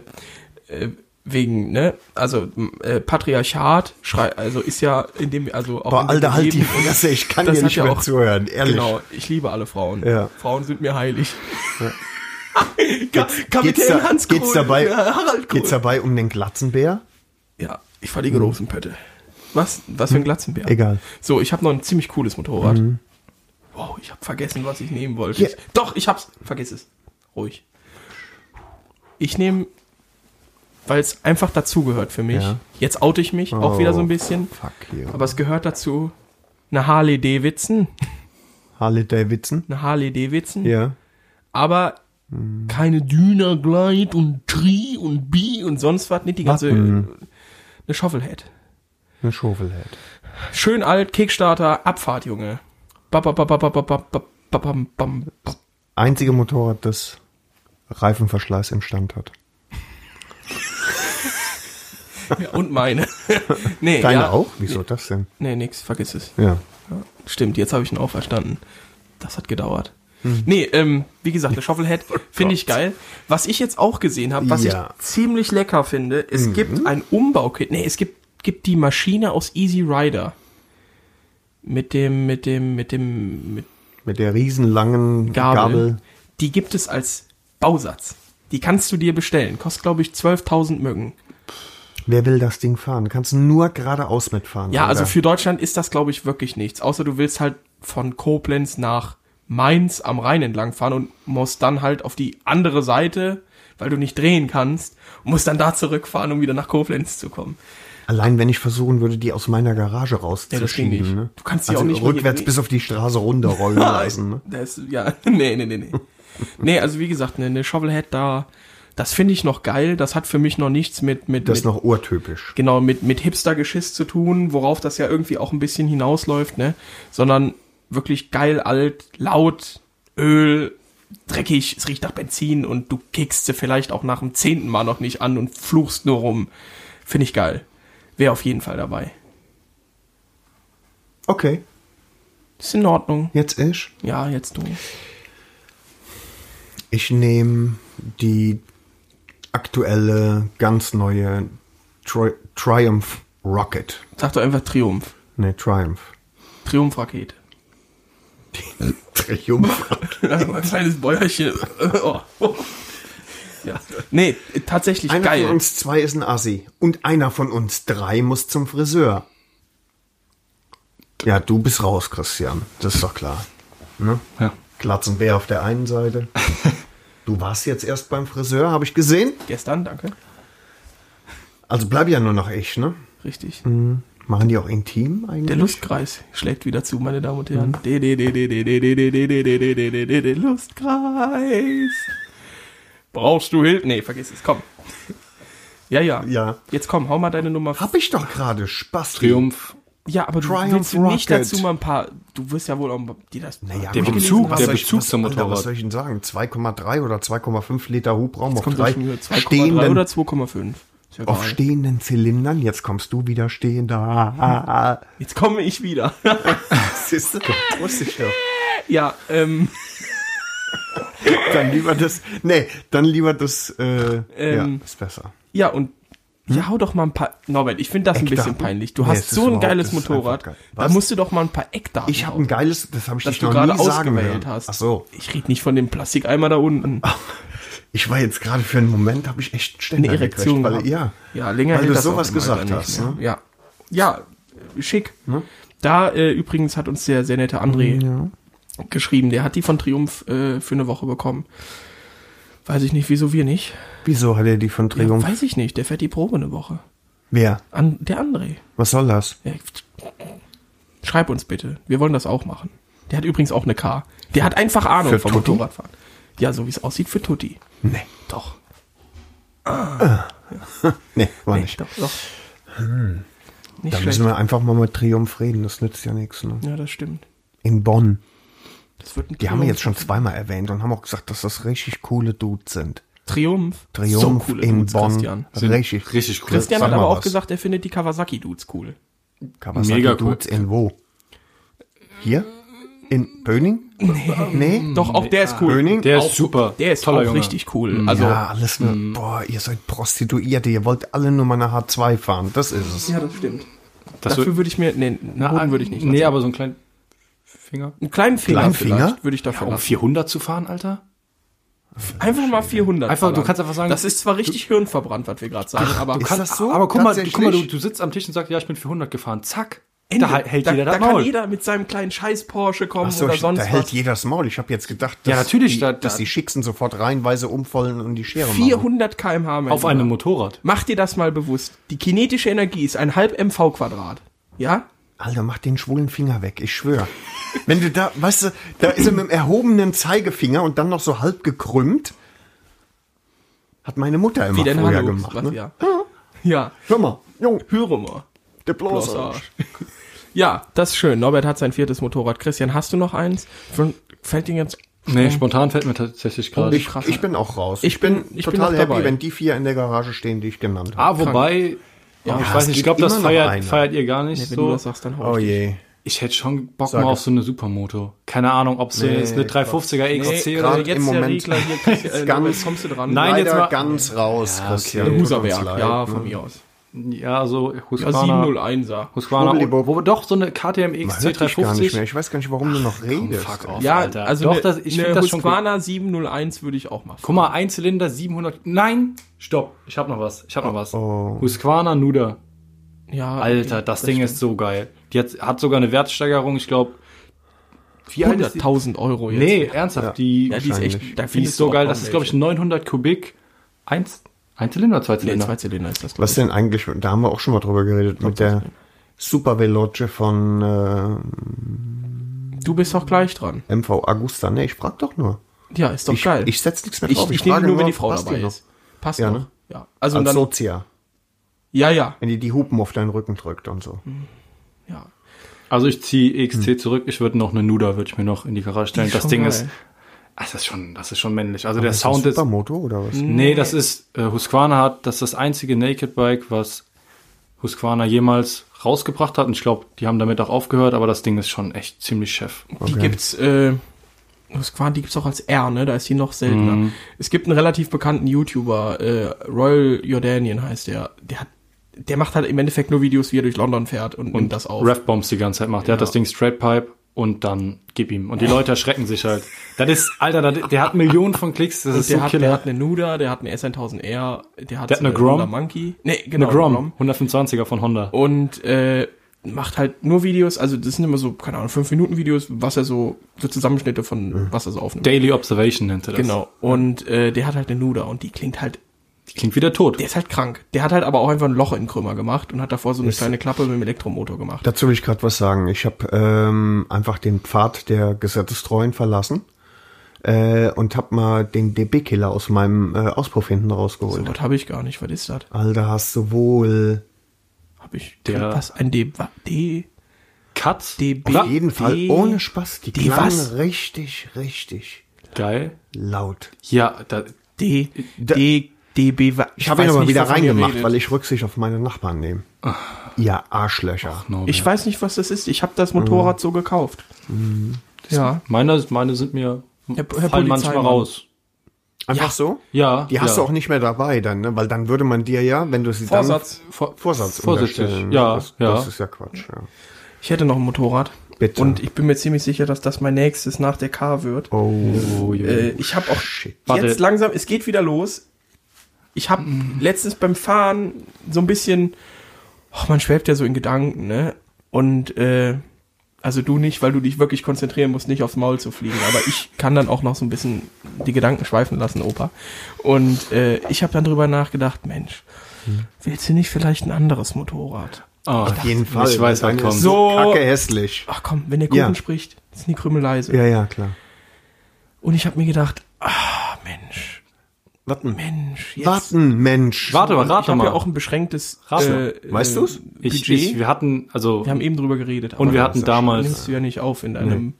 S2: äh, wegen, ne, also äh, Patriarchat, schrei, also ist ja in dem, also auch. in
S3: Boah,
S2: dem
S3: Alter, halt die
S2: Leben-
S3: Fresse. Ich kann
S2: Das hat
S3: dir nicht
S2: ja
S3: mehr
S2: auch-
S3: zuhören. Ehrlich.
S2: Genau, ich liebe alle Frauen.
S3: Ja.
S2: Frauen sind mir heilig. (laughs) Ka Kapitän
S3: geht's da-
S2: Hans
S3: geht's dabei-
S2: äh, Harald Kohl.
S3: Geht's dabei um den Glatzenbär?
S2: Ja, ich fahre die Rosenpötte. Was? Was für ein Glatzenbär?
S3: Mhm. Hm. Egal. Mhm.
S2: So, ich habe noch ein ziemlich cooles Motorrad. Wow, ich habe vergessen, was ich nehmen wollte.
S3: Ja.
S2: Ich, doch, ich hab's. Vergiss es. Ruhig. Ich nehme, weil es einfach dazugehört für mich.
S3: Ja.
S2: Jetzt oute ich mich auch
S3: Oh,
S2: wieder so ein bisschen.
S3: Fuck you.
S2: Aber es gehört dazu eine Harley Davidson.
S3: Harley Davidson?
S2: Eine Harley Davidson.
S3: Ja. Mhm.
S2: aber keine Dynaglide und Tri und Bi und sonst was, nicht die ganze
S3: Wappen.
S2: eine Shovelhead.
S3: Eine Shovelhead.
S2: Schön alt, Kickstarter, Abfahrt, Junge. Bap, bap, bap, bap, bap, bap, bap, bap, bam, bam.
S3: Einzige Motorrad, das Reifenverschleiß im Stand hat.
S2: Ja, Und meine. (laughs) nee,
S3: Deine
S2: ja.
S3: auch? Wieso das denn?
S2: Nee, nix, vergiss es.
S3: Ja.
S2: Stimmt, jetzt habe ich ihn auch verstanden. Das hat gedauert. Nee, ähm, wie gesagt, der Shovelhead finde ich geil. Was ich jetzt auch gesehen habe, was
S3: Ja.
S2: ich ziemlich lecker finde, es gibt ein Umbaukit. Nee, es gibt, gibt die Maschine aus Easy Rider. Mit dem, mit dem, mit dem, mit
S3: Mit der riesenlangen
S2: Gabel.
S3: Gabel.
S2: Die gibt es als Bausatz. Die kannst du dir bestellen. Kostet, glaube ich, 12.000 Mücken.
S3: Wer will das Ding fahren? Kannst nur geradeaus mitfahren.
S2: Ja, also
S3: Alter.
S2: für Deutschland ist das, glaube ich, wirklich nichts. Außer du willst halt von Koblenz nach Mainz am Rhein entlang fahren und musst dann halt auf die andere Seite, weil du nicht drehen kannst, und musst dann da zurückfahren, um wieder nach Koblenz zu kommen.
S3: Allein wenn ich versuchen würde, die aus meiner Garage rauszuschieben.
S2: ging nicht.
S3: Ne?
S2: Du kannst die auch nicht mal
S3: rückwärts
S2: hier-
S3: bis auf die
S2: (laughs)
S3: Straße runterrollen lassen. Ne?
S2: Das, ja, (laughs) nee, nee, nee, nee. nee, also wie gesagt, eine ne Shovelhead da, das finde ich noch geil. Das hat für mich noch nichts mit, mit,
S3: Das
S2: mit
S3: ist noch urtypisch.
S2: genau mit, mit Hipster-Geschiss zu tun, worauf das ja irgendwie auch ein bisschen hinausläuft, ne? Sondern wirklich geil, alt, laut, Öl, dreckig, es riecht nach Benzin und du kickst sie vielleicht auch nach dem zehnten Mal noch nicht an und fluchst nur rum. Finde ich geil. Wäre auf jeden Fall dabei.
S3: Okay,
S2: Ist in Ordnung.
S3: jetzt ich.
S2: Ja, jetzt du.
S3: Ich nehme die aktuelle, ganz neue Tri Triumph Rocket.
S2: Sag doch einfach Triumph.
S3: Ne, Triumph. (laughs)
S2: (laughs) Triumph-Rakete.
S3: Triumph.
S2: Also Ein kleines Bäuerchen. oh. (laughs) ja. Nee, tatsächlich
S3: Einer
S2: geil.
S3: von uns zwei ist ein Assi. Und einer von uns drei muss zum Friseur. Ja, du bist raus, Christian. Das ist doch klar. Ne?
S4: Ja.
S3: Glatzenbär auf der einen Seite. Du warst jetzt erst beim Friseur, habe ich gesehen.
S2: Gestern, danke.
S3: Also bleib ja nur noch ich, ne?
S2: Richtig.
S3: Machen die auch intim eigentlich?
S2: Der Lustkreis schlägt wieder zu, meine Damen und
S3: Mhm.
S2: Herren. De- de- de- de- de- de- de- de- de- de- de- de- de- de- de- Lustkreis. Brauchst du Hilfe? Nee, vergiss es. Komm. Ja, ja.
S3: Ja.
S2: Jetzt komm, hau mal deine Nummer.
S3: Hab ich doch gerade Spaß.
S4: Triumph.
S2: Ja, aber du
S3: Triumph
S2: willst du nicht
S3: Rocket.
S2: dazu mal ein paar. Du wirst ja wohl auch die das.
S3: Naja,
S4: Der
S3: gut,
S4: Bezug-
S3: was
S4: der
S3: soll ich-
S4: Bezug
S3: was-
S4: zum
S3: Alter, Was
S4: Motorrad.
S3: soll ich denn sagen? 2,3 oder 2,5 Liter Hubraum auf
S2: kommt
S3: drei
S2: da schon wieder 2,3
S3: stehenden,
S2: oder 2,5. Ist ja
S3: auf
S2: egal.
S3: stehenden Zylindern. Jetzt kommst du wieder stehender.
S2: Jetzt komme ich wieder. (laughs)
S3: Siehst du? Wusste ich ja.
S2: ja, ähm,
S3: Dann lieber das. Nee, dann lieber das. Äh,
S2: Ähm.
S3: ja, ist besser.
S2: ja und ja, hau doch mal ein paar. Norbert, ich finde das ein
S3: Hm? Eckdaten?
S2: bisschen peinlich. Du
S3: Nee,
S2: hast
S3: es ist
S2: so ein
S3: überhaupt-
S2: geiles
S3: es ist
S2: Motorrad.
S3: einfach geil.
S2: Da
S3: Was?
S2: musst du doch mal ein paar Eckdaten.
S3: Ich habe ein geiles, das habe ich
S2: das
S3: dich
S2: du
S3: noch
S2: gerade
S3: nie sagen
S2: ausgewählt
S3: hören.
S2: hast.
S3: Ach so,
S2: Ich rede nicht von dem Plastikeimer da unten.
S3: ich war jetzt gerade für einen Moment, habe ich echt einen Ständer
S2: Eine Erektion.
S3: gekriegt, weil, ja,
S2: gehabt. ja, länger
S3: weil
S2: hält
S3: du
S2: das
S3: sowas
S2: auf dem Alter
S3: gesagt
S2: nicht
S3: hast.
S2: mehr.
S3: Ne?
S2: Ja. Ja, äh, schick. Da äh, übrigens hat uns der sehr nette André geschrieben. Der hat die von Triumph äh, für eine Woche bekommen. Weiß ich nicht, wieso wir nicht.
S3: Wieso hat er die von
S2: Ja,
S3: Triumph?
S2: weiß ich nicht. Der fährt die Probe eine Woche.
S3: Wer?
S2: An, der André.
S3: Was soll das?
S2: Ja, Schreib uns bitte. Wir wollen das auch machen. Der hat übrigens auch eine K. Der hat einfach Ahnung
S3: Für
S2: vom
S3: Tutti?
S2: Motorradfahren. Ja, so wie es aussieht für Tutti.
S3: Nee,
S2: Doch.
S3: nee, war
S2: Nee,
S3: nicht.
S2: Doch, doch. Nicht
S3: Da
S2: schlecht.
S3: müssen wir einfach mal mit Triumph reden, das nützt ja nichts. Ne?
S2: ja, das stimmt.
S3: In Bonn.
S2: Das wird ein
S3: Die haben wir jetzt schon zweimal erwähnt und haben auch gesagt, dass das richtig coole Dudes sind.
S2: Triumph.
S3: Triumph
S2: So coole
S3: in
S2: Dudes,
S3: Bonn.
S2: Christian.
S4: Sind
S3: Richtig.
S4: richtig cool.
S2: Christian
S3: Sag
S2: hat
S3: mal
S2: aber auch
S3: was.
S2: gesagt, er findet die Kawasaki-Dudes cool.
S3: Kawasaki
S4: Mega cool.
S3: Dudes in wo? Hier? In Böning? Nee. nee?
S2: Doch, auch der ist cool.
S3: Böning?
S4: Der
S2: Auch-
S4: ist super.
S2: Der ist
S4: toller
S2: auch
S4: Junge.
S2: richtig cool. Also,
S3: ja, alles nur,
S4: mm.
S3: boah, ihr seid Prostituierte, ihr wollt alle nur mal eine H2 fahren, das ist es.
S2: ja, das stimmt.
S4: Das
S2: Dafür
S4: wird-
S2: würde ich mir, nee, einen Boden würde ich nicht.
S4: Nee,
S2: lassen.
S4: aber so einen kleinen Finger.
S2: einen kleinen Finger,
S3: Kleinen oh,
S2: vielleicht
S3: Finger?
S2: würde ich dafür
S4: Aber 400 zu fahren, Alter?
S2: Einfach mal 400.
S4: Einfach, du
S2: ballern.
S4: kannst einfach sagen-
S2: Das ist zwar richtig hirnverbrannt, was wir gerade sagen, aber
S3: ist das so?
S4: Aber guck mal, du, guck mal du,
S3: Tatsächlich?
S4: du sitzt am Tisch und sagst, ja, ich bin 400 gefahren. Zack.
S2: Ende.
S4: Da hält
S2: da,
S4: jeder
S2: da
S4: das
S2: kann
S4: Maul.
S2: jeder mit seinem kleinen Scheiß Porsche kommen
S3: Ach so,
S2: oder
S3: ich, da
S2: sonst
S3: hält
S2: was.
S3: jeder das Maul. Ich habe jetzt gedacht, dass,
S4: Ja, natürlich,
S3: die,
S4: da-
S3: dass
S4: da-
S3: die Schicksen sofort reinweise umfallen und die Schere machen.
S2: 400 km/h. mein
S4: Auf
S2: Lieber.
S4: einem Motorrad.
S2: Mach dir das mal bewusst. Die kinetische Energie ist ein halb mv Quadrat. Ja?
S3: Alter, mach den schwulen Finger weg, ich schwöre. Wenn du da, weißt du, da ist er mit dem erhobenen Zeigefinger und dann noch so halb gekrümmt. Hat meine Mutter immer
S2: Wie denn
S3: früher
S2: Hallo?
S3: gemacht.
S2: was,
S3: Ne?
S2: ja. ja.
S3: Hör mal, Jung,
S2: Höre mal.
S3: der Blauser.
S2: Bloßarsch. Ja, das ist schön. Norbert hat sein viertes Motorrad. Christian, hast du noch eins? Von- Fällt dir jetzt.
S4: Nee, spontan fällt mir tatsächlich gerade.
S3: Ich, ich bin auch raus.
S2: Ich bin- ich bin
S3: total
S2: auch
S3: happy,
S2: dabei.
S3: wenn die vier in der Garage stehen, die ich genannt habe.
S4: Ah, wobei, ja, ich
S3: es
S4: weiß nicht, ich
S3: gibt
S4: glaube, das
S3: immer noch
S4: feiert,
S3: einen.
S4: feiert ihr gar nicht
S2: Wenn
S4: so.
S2: du das sagst, dann hau
S3: oh
S2: ich.
S3: je.
S4: Ich hätte schon Bock
S3: Sag
S4: mal auf
S3: es.
S4: so eine Supermoto. Keine Ahnung, ob es so
S3: Nee,
S4: jetzt eine
S3: Gott.
S4: 350er
S2: Nee,
S4: XC oder
S2: also
S3: gerade
S2: jetzt
S3: im
S2: der
S3: Moment.
S2: Regler hier,
S4: (laughs)
S2: Christian, äh,
S3: Ganz-
S2: Norbert, kommst du dran? Äh,
S4: Nein,
S3: Leider
S4: jetzt mal-
S3: ganz raus, Christian. Tut uns
S2: Huserwerk,
S3: leid,
S2: ja,
S3: ne?
S2: von mir aus.
S4: ja, so
S2: Ja,
S4: Husqvarna.
S2: 701er.
S4: Husqvarna.
S3: Schwubbelibob.
S4: Wo, doch, so eine KTM
S3: Man hört dich gar nicht mehr.
S4: XC350.
S3: Ich weiß gar nicht, warum du noch redest.
S4: fuck off.
S2: Ja,
S4: Alter.
S2: also
S4: Doch,
S2: ne-
S4: das- ich
S2: ne
S4: find das schon
S2: Husqvarna 701 würde ich auch mal.
S4: Guck mal, ein Zylinder, 700. Nein, stopp. Ich hab noch was. Ich hab
S3: Oh,
S4: noch was. Husqvarna Nuda.
S2: Ja,
S4: Alter, das, Ding ist so geil. Die hat, hat sogar eine Wertsteigerung, ich glaube.
S2: 100.000 Euro jetzt.
S4: Nee, ernsthaft. Die,
S2: ja, die ist echt, da
S4: die
S2: findest
S4: ist so
S2: du auch
S4: geil.
S2: kaum
S4: Das ist, glaube ich,
S2: welche.
S4: 900 Kubik. Eins, ein Zylinder, zwei
S2: Nee,
S4: Zylinder.
S2: zwei Zylinder ist das. glaub
S3: Was denn eigentlich, da haben wir auch schon mal drüber geredet, mit der Super Veloce von
S2: ich. Du bist doch gleich dran.
S3: äh, MV Augusta. Ne, ich frag doch nur.
S2: Ja, ist doch
S3: ich,
S2: geil.
S3: Ich setz nichts mehr
S2: ich,
S3: drauf.
S2: ich, nehme die nur, wenn die
S3: ob
S2: Frau
S3: passt
S2: dabei
S3: die noch.
S2: ist. Passt
S3: Ja,
S2: ja,
S3: ne?
S2: ne? Ja, also und
S3: Als
S2: dann,
S3: Sozia.
S2: ja, ja,
S3: Wenn die die Hupen auf deinen Rücken drückt und so.
S2: ja.
S4: Also ich ziehe XC zurück, ich würde noch eine Nuda, würde ich mir noch in die Garage stellen.
S2: Hm. ist
S4: das
S2: schon
S4: Ding
S2: geil.
S4: ist, ach, das ist schon, das ist schon männlich. Also der
S3: Ist das
S4: Sound ist,
S3: Supermoto oder
S2: Mhm.
S3: was?
S4: nee, das ist, äh, Husqvarna hat, das ist das einzige Naked Bike, was Husqvarna jemals rausgebracht hat. Und ich glaube, die haben damit auch aufgehört, aber das Ding ist schon echt ziemlich Chef.
S2: Die gibt's, äh, Husqvarna, die gibt's auch als R, ne? Da ist die noch seltener. Es gibt einen relativ bekannten YouTuber, äh, Royal Jordanian heißt der. Der hat, der macht halt im Endeffekt nur Videos, wie er durch London fährt und, nimmt das auf.
S4: Rev Bombs die ganze Zeit macht. Der hat das Ding Straight Pipe und dann gib ihm. Und die Leute erschrecken sich halt. Das ist, Alter, das, der hat Millionen von Klicks, das ist
S2: Der,
S4: so
S2: hat, der
S4: Killer.
S2: hat eine Nuda, der hat eine S1000R, der hat,
S4: Der hat eine
S2: Honda
S4: Grom.
S2: Monkey. Nee, genau.
S4: Eine Grom, 125er von Honda.
S2: Und äh, macht halt nur Videos, also das sind immer so, keine Ahnung, 5-Minuten-Videos, was er so, so Zusammenschnitte
S3: Mhm.
S2: von was er so aufnimmt.
S4: Daily Observation nennt er das.
S2: genau. Und äh, der hat halt eine Nuda und die klingt halt,
S4: Die klingt wieder tot.
S2: der ist halt krank. Der hat halt aber auch einfach ein Loch in den Krümmer gemacht und hat davor so eine kleine Klappe mit dem Elektromotor gemacht.
S3: Dazu will ich gerade was sagen. Ich habe ähm, einfach den Pfad der Gesetzestreuen verlassen äh, und habe mal den DB-Killer aus meinem äh, Auspuff hinten
S2: So
S3: rausgeholt.
S2: was habe ich gar nicht. Was ist das?
S3: Alter, hast du wohl.
S2: Hab ich
S4: Der-
S2: was ein D wa- D
S4: Cut.
S2: DB
S3: Auf jeden Fall
S2: die-
S3: ohne Spaß. Die,
S2: die
S3: klangen
S2: was?
S3: richtig, richtig
S4: Geil.
S3: laut.
S4: Ja, da,
S2: D D DB wa-
S3: Ich habe ihn
S2: weiß
S3: aber
S2: nicht,
S3: wieder
S2: wovon ihr
S3: reingemacht,
S2: redet.
S3: weil ich Rücksicht auf meine Nachbarn nehme. Ihr Arschlöcher.
S4: Norbert.
S2: ich weiß nicht, was das ist. Ich habe das
S3: Mhm.
S2: Motorrad so gekauft. Ja.
S4: meine, meine sind mir
S2: Herr- Herr
S4: fallen manchmal
S2: Polizeimann.
S4: raus.
S3: Einfach so?
S4: Ja.
S3: Die hast
S4: ja.
S3: du auch nicht mehr dabei dann, ne? Weil dann würde man dir ja, wenn du sie
S2: Vorsatz.
S3: dann... Vor, Vorsatz.
S4: Vorsichtig,
S3: unterstellen, ne?
S4: ja,
S3: Das,
S4: ja.
S3: das ist ja Quatsch, ja.
S2: Ich hätte noch ein Motorrad.
S3: Bitte.
S2: Und ich bin mir ziemlich sicher, dass das mein nächstes nach der K wird.
S4: Oh, Junge.
S2: Äh, ich habe auch
S4: Warte.
S2: jetzt langsam, es geht wieder los. Ich habe letztens beim Fahren so ein bisschen, ach, man schwebt ja so in Gedanken, ne? Und äh, also du nicht, weil du dich wirklich konzentrieren musst, nicht aufs Maul zu fliegen. Aber ich kann dann auch noch so ein bisschen die Gedanken schweifen lassen, Opa. Und äh, ich habe dann drüber nachgedacht, Mensch,
S3: Hm.
S2: willst du nicht vielleicht ein anderes Motorrad?
S4: Ah,
S3: Auf jeden Fall.
S4: Ich weiß, wann
S3: Deine
S4: kommt.
S3: ist So
S2: So-
S3: kacke hässlich.
S2: Ach komm, wenn der Kuchen
S3: Ja.
S2: spricht, sind die Krümel leise.
S3: Ja, ja, klar.
S2: Und ich habe mir gedacht, ah Mensch,
S3: Warten.
S2: Mensch, jetzt.
S3: Warten, Mensch.
S4: Warte mal,
S2: ich
S4: rate
S2: habe
S4: mal.
S2: ja auch ein beschränktes
S4: Rate.
S2: äh,
S3: Weißt
S2: äh,
S3: du's?
S4: ich,
S2: Budget.
S4: ich, wir hatten, also,
S2: wir haben eben drüber geredet.
S4: und
S2: aber
S4: wir hatten
S2: das
S4: damals
S2: nimmst du ja nicht auf in deinem.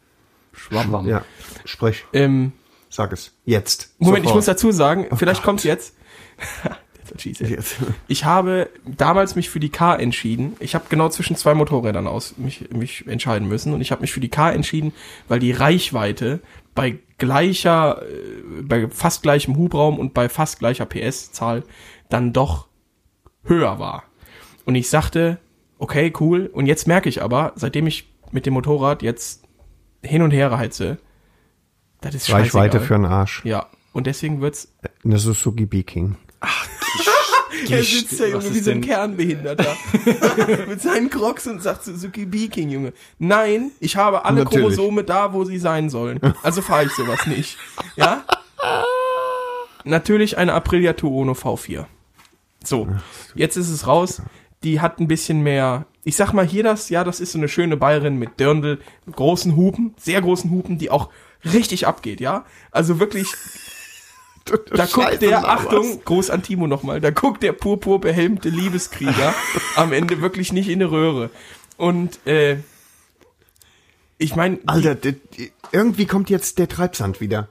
S4: Schwamm.
S3: Ja, sprich.
S2: Ähm,
S3: Sag es. Jetzt.
S2: Moment, ich muss
S3: Sofort.
S2: dazu
S4: Oh
S2: sagen, vielleicht kommt's jetzt. (laughs) That's what she said.
S3: Jetzt.
S2: Ich habe damals mich für die K entschieden. Ich habe genau zwischen zwei Motorrädern aus mich, mich entscheiden müssen und ich habe mich für die K entschieden, weil die Reichweite bei gleicher, äh, bei fast gleichem Hubraum und bei fast gleicher PS-Zahl dann doch höher war. Und ich sagte, okay, cool. Und jetzt merke ich aber, seitdem ich mit dem Motorrad jetzt hin und her heize, das ist
S3: Reichweite
S2: scheißegal.
S3: für einen Arsch.
S2: Ja, und deswegen wird's.
S3: Eine Suzuki Beaking.
S2: Er sitzt ja
S4: was
S2: Junge
S4: ist
S2: wie so ein
S4: denn?
S2: Kernbehinderter.
S4: (laughs)
S2: Mit seinen Crocs und sagt Suzuki Beaking, Junge. Nein, ich habe alle
S3: Natürlich.
S2: Chromosome da, wo sie sein sollen. Also fahre ich sowas nicht. Ja? Natürlich eine Aprilia Tuono V4. So, jetzt ist es raus. Die hat ein bisschen mehr. Ich sag mal hier das, ja, das ist so eine schöne Bayerin mit Dirndl, großen Hupen, sehr großen Hupen, die auch richtig abgeht, ja? Also wirklich Da guckt der, Achtung, groß an Timo nochmal, da guckt der purpurbehelmte
S3: (laughs)
S2: Liebeskrieger am Ende wirklich nicht in die Röhre. Und äh, ich meine,
S3: Alter, d- d- irgendwie kommt jetzt der Treibsand wieder.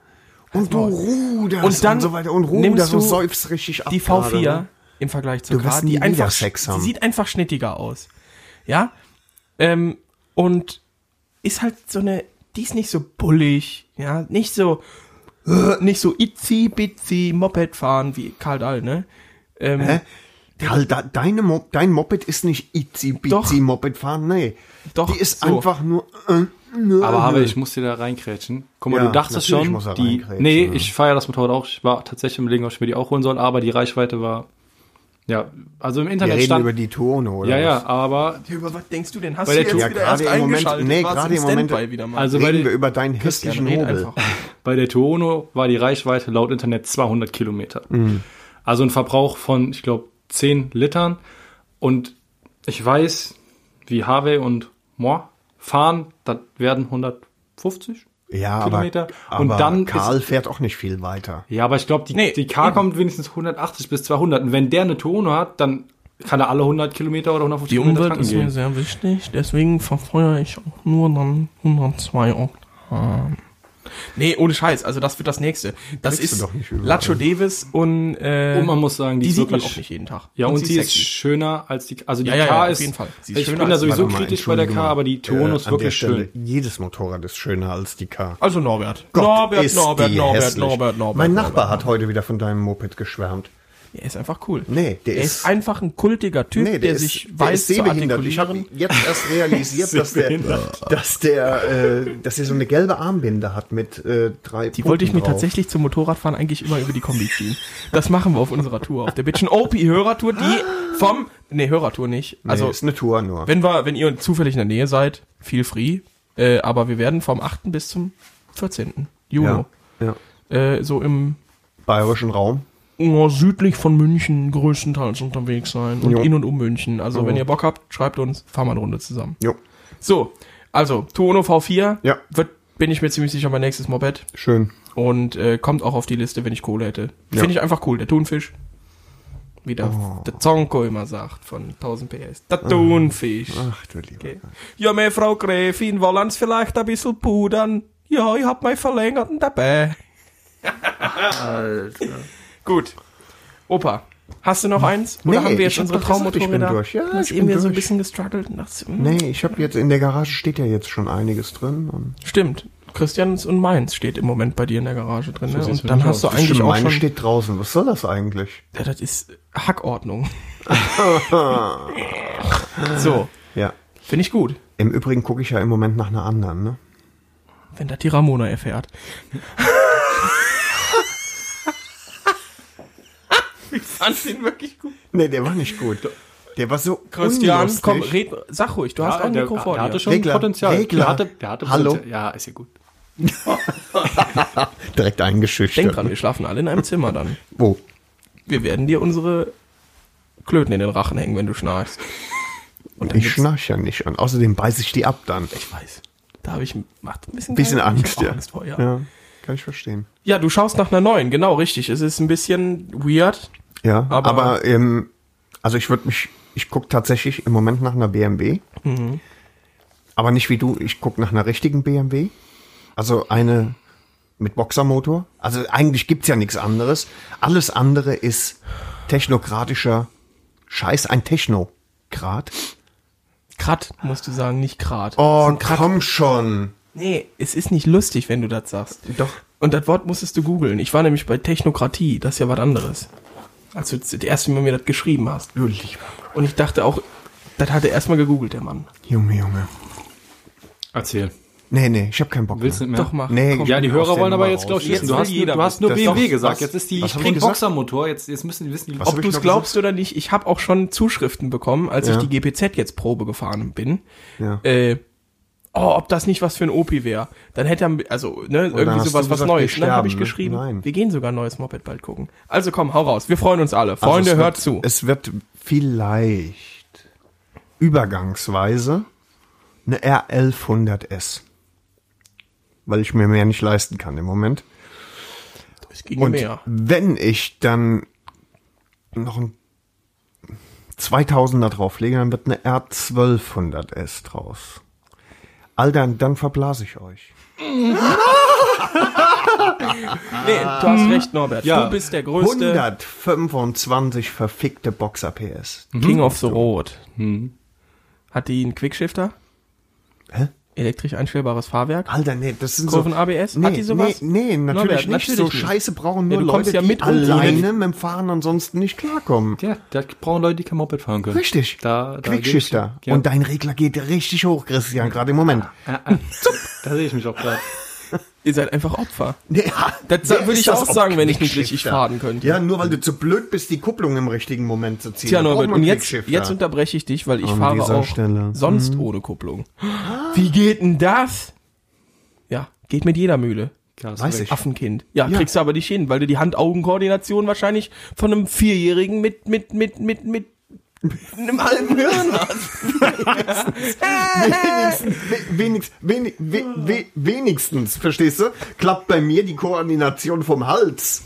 S3: Und du
S2: Maul.
S3: ruderst
S2: Und dann
S3: so weiter und
S2: nimmst
S3: ruderst
S2: du
S3: und säufst richtig ab.
S2: die V4
S3: gerade, ne?
S2: im Vergleich zur
S3: Du
S2: K,
S3: wirst nie
S2: die
S3: wieder
S2: einfach,
S3: Sex haben.
S2: sie sieht einfach schnittiger aus. Ja? Ähm, und ist halt so eine, die ist nicht so bullig, ja, nicht so, äh, nicht so itzi bitzi Moped fahren wie Karl Dahl, ne? Ähm,
S3: Hä? Karl, da, deine Mo dein Moped ist nicht itzi
S2: Doch.
S3: bitzi Moped fahren, nee.
S2: Doch,
S3: Die ist
S2: so.
S3: einfach nur. Äh, nö,
S4: Aber habe
S3: nö.
S4: ich muss dir da reinkrätschen. Guck mal,
S3: Ja,
S4: du dachtest
S3: natürlich
S4: schon,
S3: muss er
S4: die,
S3: reinkrätschen,
S4: nee,
S3: ja.
S4: ich feiere das Motorrad auch. Ich war tatsächlich überlegen, ob ich mir die auch holen soll, aber die Reichweite war, ja, also im
S3: Wir
S4: Internet
S3: reden
S4: stand,
S3: über die Tone, oder?
S4: ja,
S3: was?
S4: ja, aber,
S2: Ja, über was denkst du denn? Hast du
S4: Weil der
S2: jetzt
S4: Typ-
S2: wieder
S3: Ja,
S2: erst
S3: gerade im Moment-
S2: eingeschaltet?
S3: nee,
S2: Warst
S3: gerade
S2: im
S3: im Moment-
S2: Standby wieder mal.
S4: also bei,
S3: Reden wir
S4: der-
S3: über deinen
S2: Ja,
S3: hässlichen
S2: dann red
S3: Hobel.
S2: einfach.
S4: bei der Tuono war die Reichweite laut Internet 200 Kilometer.
S3: Mhm.
S4: Also ein Verbrauch von, ich glaube, 10 Litern. Und ich weiß, wie Harvey und Moi fahren, das werden 150
S3: Ja, aber,
S4: Kilometer.
S3: aber
S4: Und dann ist-
S3: Karl fährt auch nicht viel weiter.
S4: Ja, aber ich glaube, die,
S2: Nee,
S4: die K
S2: eben.
S4: kommt wenigstens 180 bis 200. Und wenn der eine Tono hat, dann kann er alle 100 Kilometer oder 150
S2: Die
S4: Kilometer
S2: Umwelt
S4: tanken
S2: ist mir
S4: gehen.
S2: sehr wichtig, deswegen verfeuere ich auch nur dann 102 Oktan. Nee, ohne Scheiß, also das wird das nächste. Das
S3: Kriegst du
S2: ist
S3: doch nicht überall.
S2: Lacho Davis und, äh,
S4: Und man muss sagen, die
S2: die
S4: ist
S2: sieht man
S4: wirklich-
S2: auch nicht jeden Tag.
S4: Ja, und sie ist
S2: sexy.
S4: schöner als die Also die
S2: Ja, ja,
S4: K
S2: ja, auf
S4: ist.
S2: jeden Fall. Sie ist
S4: Ich
S2: schöner
S4: bin da
S2: als-
S4: sowieso
S3: Warte mal,
S4: kritisch bei der K,
S3: entschuldige mal.
S4: aber die Tono
S3: Äh,
S4: ist
S3: an der
S4: wirklich
S3: Stelle,
S4: schön.
S3: Jedes Motorrad ist schöner als die K.
S2: Also Norbert.
S3: Gott,
S2: Norbert,
S3: ist
S2: Norbert,
S3: die
S2: Norbert,
S3: hässlich.
S2: Norbert, Norbert.
S3: Mein
S2: Norbert.
S3: Nachbar hat heute wieder von deinem Moped geschwärmt.
S2: Der ist einfach cool.
S3: Nee, der
S2: der
S3: ist-
S2: ist, einfach ein kultiger Typ, der,
S3: ist-
S2: sich
S3: der
S2: weiß
S3: ist sehbehindert.
S2: zu
S3: Ich habe
S2: artikulieren.
S3: jetzt
S2: (laughs)
S3: erst realisiert, dass der, dass der, äh, dass er so eine gelbe Armbinde hat mit äh, drei.
S2: Die wollte ich mir tatsächlich zum Motorradfahren eigentlich immer über die Kombi ziehen. Das machen wir auf unserer Tour, auf der Bitchen Opie Hörertour, die vom nee, Hörertour nicht. Also
S3: Also nee, ist eine Tour nur.
S2: wenn wir wenn ihr zufällig in der Nähe seid, feel free, äh, aber wir werden vom 8. bis zum 14. Juni
S3: ja. ja.
S2: äh, so im
S3: Bayerischen Raum.
S2: ja, südlich von München größtenteils unterwegs sein und
S3: Jo.
S2: in und um München. Also
S3: Jo.
S2: wenn ihr Bock habt, schreibt uns, fahren wir eine Runde zusammen.
S3: Jo,
S2: So, also Tuono V4
S3: Ja.
S2: wird bin ich mir ziemlich sicher mein nächstes Moped
S3: schön.
S2: und äh, kommt auch auf die Liste, wenn ich Kohle hätte.
S3: Ja. Oh.
S2: Finde ich einfach cool, der Thunfisch. Wie der, der Zonko immer sagt von 1000 PS. Der Thunfisch.
S3: Ach du lieber.
S2: Okay. Ja, meine Frau Gräfin, wollen's vielleicht ein bisschen pudern? Ja, ich hab meinen Verlängerten dabei. (laughs) Gut. Opa, hast du noch eins? Oder
S3: Hm. Nee,
S2: haben wir jetzt
S3: ich hab
S2: unsere
S3: doch gesagt, ich bin
S2: Traummotorräder?
S3: durch. Ja,
S2: du hast
S3: ich
S2: eben
S3: bin
S2: ja so ein
S3: durch.
S2: bisschen gestruggelt. und dachtest, hm,
S3: Nee, ich habe jetzt in der Garage steht ja jetzt schon einiges drin. Und
S2: Stimmt. Christians und meins steht im Moment bei dir in der Garage drin. Ne?
S4: sieht's
S2: Und dann
S4: nämlich
S2: hast du
S4: aus.
S2: eigentlich auch
S3: meine
S2: schon...
S3: steht draußen. Was soll das eigentlich?
S2: Ja, das ist Hackordnung. (laughs) so,
S3: Ja.
S2: finde ich gut,
S3: Im Übrigen gucke ich ja im Moment nach einer anderen. Ne?
S2: wenn das die Ramona erfährt. (laughs) ich fand den wirklich gut.
S3: Nee, der war nicht gut. Der war so
S2: Christian,
S3: unlustig.
S2: komm, red, sag ruhig, du hast auch ein
S4: der,
S2: Mikrofon.
S4: der hatte
S2: ja.
S4: schon
S3: Regler,
S4: Potenzial.
S3: Regler.
S4: Der hatte, der hatte
S3: Hallo?
S4: Potenzial. Ja, ist ja gut.
S3: direkt eingeschüchtert.
S2: Denk dran, wir schlafen alle in einem Zimmer dann.
S3: Wo?
S2: Wir werden dir unsere Klöten in den Rachen hängen, wenn du schnarchst.
S3: Ich schnarch ja nicht an. Außerdem beiße ich die ab dann.
S2: Ich weiß. Da habe ich macht ein bisschen,
S3: Bisschen
S2: Angst.
S3: Angst,
S2: ich hab auch
S3: ja.
S2: Angst vor, ja.
S3: Ja, kann ich verstehen.
S2: Ja, du schaust nach einer neuen, genau, richtig. Es ist ein bisschen weird.
S3: Ja, aber,
S2: Aber-
S3: ähm, also ich würde mich, ich gucke tatsächlich im Moment nach einer BMW. Aber nicht wie du, ich gucke nach einer richtigen BMW. Also eine mit Boxermotor. Also eigentlich gibt's ja nichts anderes. Alles andere ist technokratischer Scheiß, ein Technokrat.
S2: Krat, musst du sagen, nicht Krat.
S3: Oh, komm schon.
S2: Nee, es ist nicht lustig, wenn du das sagst.
S3: Doch.
S2: Und das Wort musstest du googeln. Ich war nämlich bei Technokratie, das ist ja was anderes. Als du das erste Mal mir das geschrieben hast.
S3: Du lieber.
S2: Und ich dachte auch, das hat er erstmal gegoogelt, der Mann.
S3: Junge, Junge.
S4: Erzähl.
S3: Nee, nee, ich habe keinen Bock
S4: Willst du
S3: mehr.
S4: nicht mehr?
S2: Doch mal.
S3: Nee,
S2: komm.
S4: Ja, die
S3: Aus
S4: Hörer
S3: der
S4: wollen aber
S3: Nummer
S4: jetzt, glaube ich,
S3: raus.
S4: wissen.
S2: Jetzt
S4: Du
S2: will
S4: hast,
S2: jeder
S4: du hast nur
S3: wissen. Das-
S4: BMW gesagt.
S3: was-
S4: Jetzt ist die,
S3: was
S4: ich
S3: hab ich
S4: krieg einen
S3: gesagt?
S4: Boxermotor. Jetzt, jetzt müssen die wissen, die
S3: Was
S2: Ob
S3: hab ich
S2: du es
S3: noch
S2: glaubst oder nicht, ich habe auch schon Zuschriften bekommen, als
S3: Ja.
S2: ich die GPZ jetzt Probe gefahren bin.
S3: Ja.
S2: Äh, oh, ob das nicht was für ein Opi wäre. Dann hätte er, also, ne,
S3: hast
S2: irgendwie
S3: du
S2: sowas, was
S3: gesagt,
S2: Neues.
S3: wir
S2: Und dann habe
S3: sterben,
S2: ich
S3: ne?
S2: geschrieben,
S3: Nein.
S2: wir gehen sogar ein neues Moped bald gucken. Also komm, hau raus. Wir freuen uns alle.
S3: Also
S2: Freunde,
S3: es
S2: hört
S3: wird,
S2: zu.
S3: Es wird vielleicht übergangsweise eine R1100S. Weil ich mir mehr nicht leisten kann im Moment.
S2: Es ging
S3: Und
S2: mehr.
S3: wenn ich dann noch ein 2000er drauflege, dann wird eine R1200S draus. Alter, dann verblase ich euch.
S2: Nee, du hast recht, Norbert.
S4: Ja.
S2: Du bist der größte
S3: 125 verfickte Boxer PS.
S2: King of the Road. Hm. Hat die einen Quickshifter?
S3: Hä?
S2: Elektrisch einstellbares Fahrwerk?
S3: Alter, nee, das sind
S2: Kurven
S3: so,
S2: ABS?
S3: Nee,
S2: Hat die sowas?
S3: Nee, nee natürlich
S2: Norbert,
S3: nicht.
S2: natürlich
S3: so
S2: nicht.
S3: Scheiße brauchen nur
S2: Ja, du kommst
S3: Leute,
S2: ja mit
S3: die
S2: ohne
S3: alleine
S2: den-
S3: mit dem Fahren ansonsten nicht klarkommen.
S4: Ja, da brauchen Leute, die kein Moped fahren können.
S3: Richtig.
S4: Da, da
S3: Quickshifter.
S4: gebe ich- Ja.
S3: Und dein Regler geht richtig hoch, Christian, gerade im Moment.
S4: Ja, ah, da sehe ich mich auch gerade.
S2: Ihr seid einfach Opfer.
S3: Ja,
S2: Das
S3: wer
S2: würde
S3: ist
S2: ich
S3: das
S2: auch
S3: auf
S2: sagen, wenn ich nicht
S3: Quickshifter?
S2: richtig fahren könnte.
S3: Ja, nur weil du zu blöd bist, die Kupplung im richtigen Moment zu ziehen.
S2: Tja,
S3: Da braucht
S2: Norbert,
S3: man
S2: und jetzt,
S3: Quickshifter.
S2: jetzt unterbreche ich dich, weil ich
S3: An
S2: fahre
S3: dieser
S2: auch
S3: Stelle.
S2: sonst ohne Kupplung.
S3: Ah.
S2: Wie geht denn das? Ja, geht mit jeder Mühle.
S4: Ja, hast du
S3: Weiß
S4: recht.
S3: ich.
S2: Affenkind. Ja, kriegst du aber nicht hin, weil du die Hand-Augen-Koordination wahrscheinlich von einem Vierjährigen mit, mit, mit, mit, mit einem halben Hirn hast.
S3: wenigstens, wenig, we, we, wenigstens, verstehst du? Klappt bei mir die Koordination vom Hals.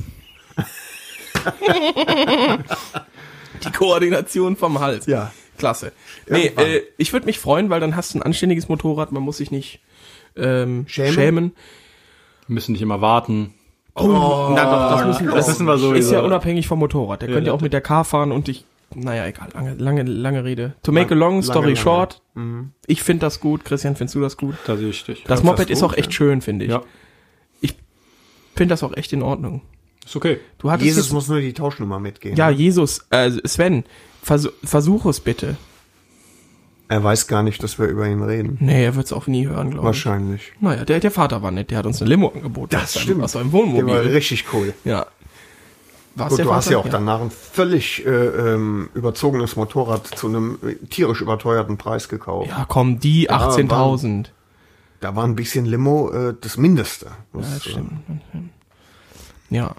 S2: Die Koordination vom Hals.
S3: Ja.
S2: Klasse. Nee,
S3: Irgendwann.
S2: äh, ich würde mich freuen, weil dann hast du ein anständiges Motorrad, man muss sich nicht ähm,
S3: Schämen?
S2: schämen. Oh,
S4: Wir müssen nicht immer warten.
S3: Oh.
S2: Na doch, das, müssen, das
S4: wissen wir sowieso.
S2: Ist ja unabhängig vom Motorrad. Der könnte ja
S4: das-
S2: auch mit der Car fahren und ich. Naja, egal. Lange, lange, lange Rede. To make a long story
S3: lange. Mhm.
S2: short. Ich finde das gut. Christian, findest du das gut?
S4: Da sehe ich dich.
S2: Das
S3: das
S2: Moped ist
S3: gut,
S2: auch echt schön, finde ich.
S4: Ja.
S2: Ich finde Ah, das auch echt in Ordnung.
S4: Ist okay.
S2: Du hattest
S3: Jesus ne?
S2: jetzt-
S3: muss nur die Tauschnummer mitgehen.
S2: ja, Jesus, äh, Sven, versuch, versuch es bitte.
S3: Er weiß gar nicht, dass wir über ihn reden.
S2: Nee, er wird es auch nie hören, glaube ich.
S3: Wahrscheinlich.
S2: Naja, der, der Vater war nett, der hat uns eine Limo angeboten. Das aus seinem-
S3: stimmt.
S2: Aus seinem
S3: Der war
S2: Wohnmobil.
S3: richtig cool.
S2: Ja. War's
S3: Gut,
S2: der
S3: du hast
S2: Vater?
S3: ja auch danach ein völlig äh, ähm, überzogenes Motorrad zu einem äh, tierisch überteuerten Preis gekauft.
S2: Ja, komm, die 18.000.
S3: Da war ein bisschen Limo äh, das Mindeste. äh, Das,
S2: Das stimmt. Ja.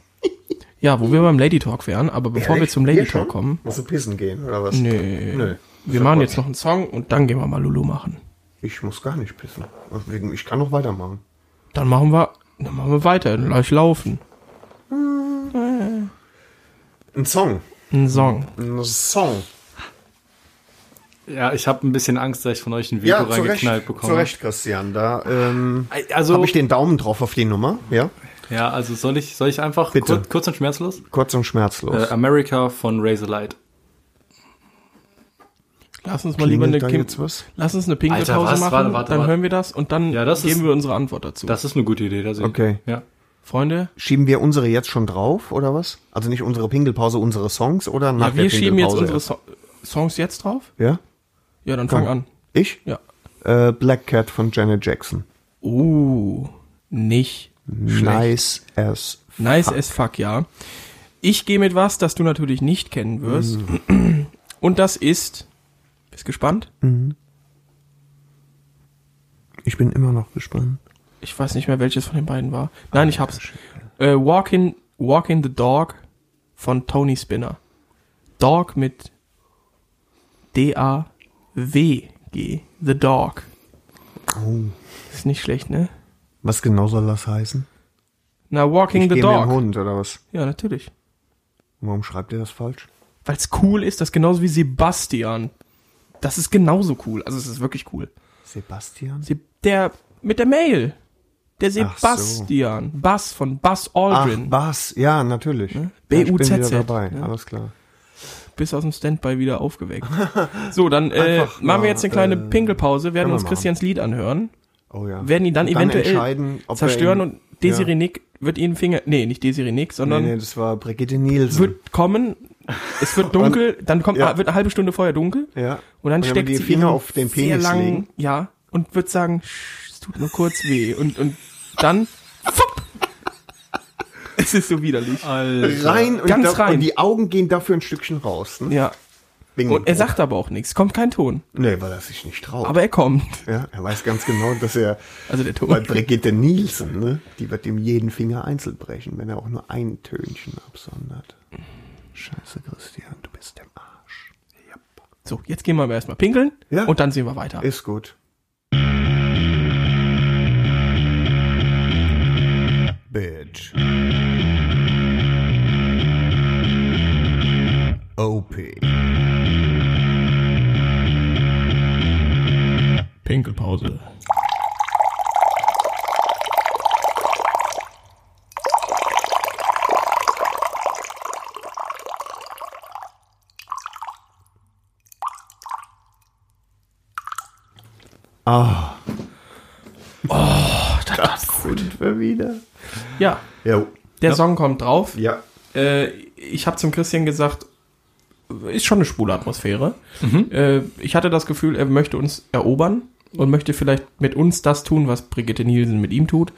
S2: Ja, wo wir beim Lady Talk wären, aber bevor wir zum Lady Talk kommen,
S3: Musst du pissen gehen, oder was?
S2: Nee.
S3: Nö.
S2: wir machen jetzt noch einen Song und dann gehen wir mal Lulu machen.
S3: Ich muss gar nicht pissen. Deswegen, ich kann noch weitermachen.
S2: Dann machen wir, dann machen wir weiter, dann lass ich laufen.
S3: Ein Song.
S2: Ein Song.
S3: Ein Song.
S4: Ja, ich habe ein bisschen Angst, dass ich von euch ein Veto
S3: Ja, zu
S4: reingeknallt
S3: Recht,
S4: bekomme.
S3: zu Recht, Christian. Da ähm,
S4: Also-
S3: habe ich den Daumen drauf auf die Nummer. Ja,
S4: Ja, also soll ich, soll ich einfach
S3: Bitte.
S4: Kurz, kurz und schmerzlos?
S3: kurz und
S4: Äh,
S3: schmerzlos.
S4: America von Razor Light.
S2: Lass uns mal lieber eine
S3: Klingelt da
S2: Kim
S3: jetzt was?
S2: Lass uns eine
S4: Alter,
S2: Pinkelpause
S4: was?
S2: machen,
S4: Warte, warte,
S2: dann
S4: warte.
S2: hören wir das und dann
S4: Ja, das
S2: geben
S4: ist-
S2: wir unsere Antwort dazu.
S4: Das ist eine gute Idee, da sehe ich.
S3: Okay.
S4: Ja.
S2: Freunde,
S3: Schieben wir unsere jetzt schon drauf oder was? Also nicht unsere Pinkelpause, unsere Songs oder nach
S2: ja, wir
S3: der
S2: schieben jetzt
S3: Pinkelpause
S2: unsere so Songs jetzt drauf?
S3: erst? Ja.
S2: Ja, dann
S3: Komm.
S2: fang an.
S3: Ich?
S2: Ja.
S3: Äh, Black Cat von Janet Jackson.
S2: Uh, nicht schlecht.
S3: Nice as
S2: Nice as fuck, ja. Ich gehe mit was, das du natürlich nicht kennen wirst.
S3: Mm.
S2: Und das ist. Bist gespannt?
S3: Ich bin immer noch gespannt.
S2: Ich weiß nicht mehr, welches von den beiden war. Nein, ich hab's. Äh, Walk, in, Walk in the Dog von Tony Spinner. Dog mit D-A-W-G. The Dog.
S3: Oh.
S2: Ist nicht schlecht, ne?
S3: Was genau soll das heißen?
S2: Na, Walking the
S3: geh mit dem
S2: Dog.
S3: Hund oder was?
S2: Ja, natürlich.
S3: Warum schreibt ihr das falsch?
S2: Weil's cool ist, das genauso wie Sebastian. Das ist genauso cool. Also es ist wirklich cool.
S3: Sebastian?
S2: Se der mit der Mail. Der
S3: Ach so.
S2: Sebastian. Bass von Bass
S3: Ach,
S2: Aldrin.
S3: Bass. Ja, natürlich.
S2: B.U.Z.Z.,
S3: Ich bin wieder dabei.
S2: ne?
S3: Alles klar.
S2: Bis aus dem Standby wieder
S3: (laughs)
S2: aufgeweckt. So, dann äh,
S3: Einfach
S2: machen wir
S3: mal,
S2: jetzt eine kleine
S3: äh,
S2: Pinkelpause, werden
S3: wir
S2: uns
S3: machen.
S2: Christians Lied anhören,
S3: Oh ja.
S2: werden ihn dann,
S3: Und
S2: eventuell
S3: entscheiden, ob wir
S2: zerstören
S3: ihn-
S2: und Desiree
S3: ja.
S2: Nick wird ihnen Finger. Nee, nicht Desiree Nick, sondern
S3: Nee, nee, das war Brigitte Nielsen.
S2: wird kommen. Es
S3: (laughs)
S2: wird dunkel, dann kommt
S3: ja.
S2: wird eine halbe Stunde vorher dunkel.
S3: Ja.
S2: Und dann
S3: Und dann
S2: steckt
S3: die
S2: sie
S3: Finger
S2: ihren
S3: auf den
S2: sehr
S3: Penis
S2: langen,
S3: legen.
S2: Ja, und wird sagen, "Sch, es tut nur kurz weh. Und, und dann. fupp. (laughs) es ist so widerlich.
S4: Alter.
S3: rein, und,
S2: Ganz
S3: da,
S2: rein.
S3: und die Augen gehen dafür ein Stückchen raus. Ne?
S2: Ja.
S3: Wegen
S2: Und er
S3: dem-
S2: sagt aber auch nichts, kommt kein Ton.
S3: Nee, weil er sich nicht traut.
S2: Aber er kommt.
S3: ja, er weiß ganz genau, dass er
S2: Also der (laughs)
S3: bei
S2: Ton.
S3: Brigitte Nielsen, ne, die wird ihm jeden Finger einzeln brechen, wenn er auch nur ein Tönchen absondert. Scheiße, Christian, du bist im Arsch.
S2: So, jetzt gehen wir aber erstmal pinkeln
S3: Ja.
S2: und dann sehen wir weiter.
S3: Ist gut.
S1: Bitch. OP.
S2: Pinkelpause.
S3: Ah,
S2: Ach, Oh, das, das.
S3: sind wir wieder.
S2: Ja,
S3: Ja,
S2: der Song kommt drauf.
S3: ja.
S2: Äh, ich habe zum Christian gesagt, ist schon eine schwule Atmosphäre.
S3: Mhm.
S2: Äh, ich hatte das Gefühl, er möchte uns erobern und möchte vielleicht mit uns das tun, was Brigitte Nielsen mit ihm tut.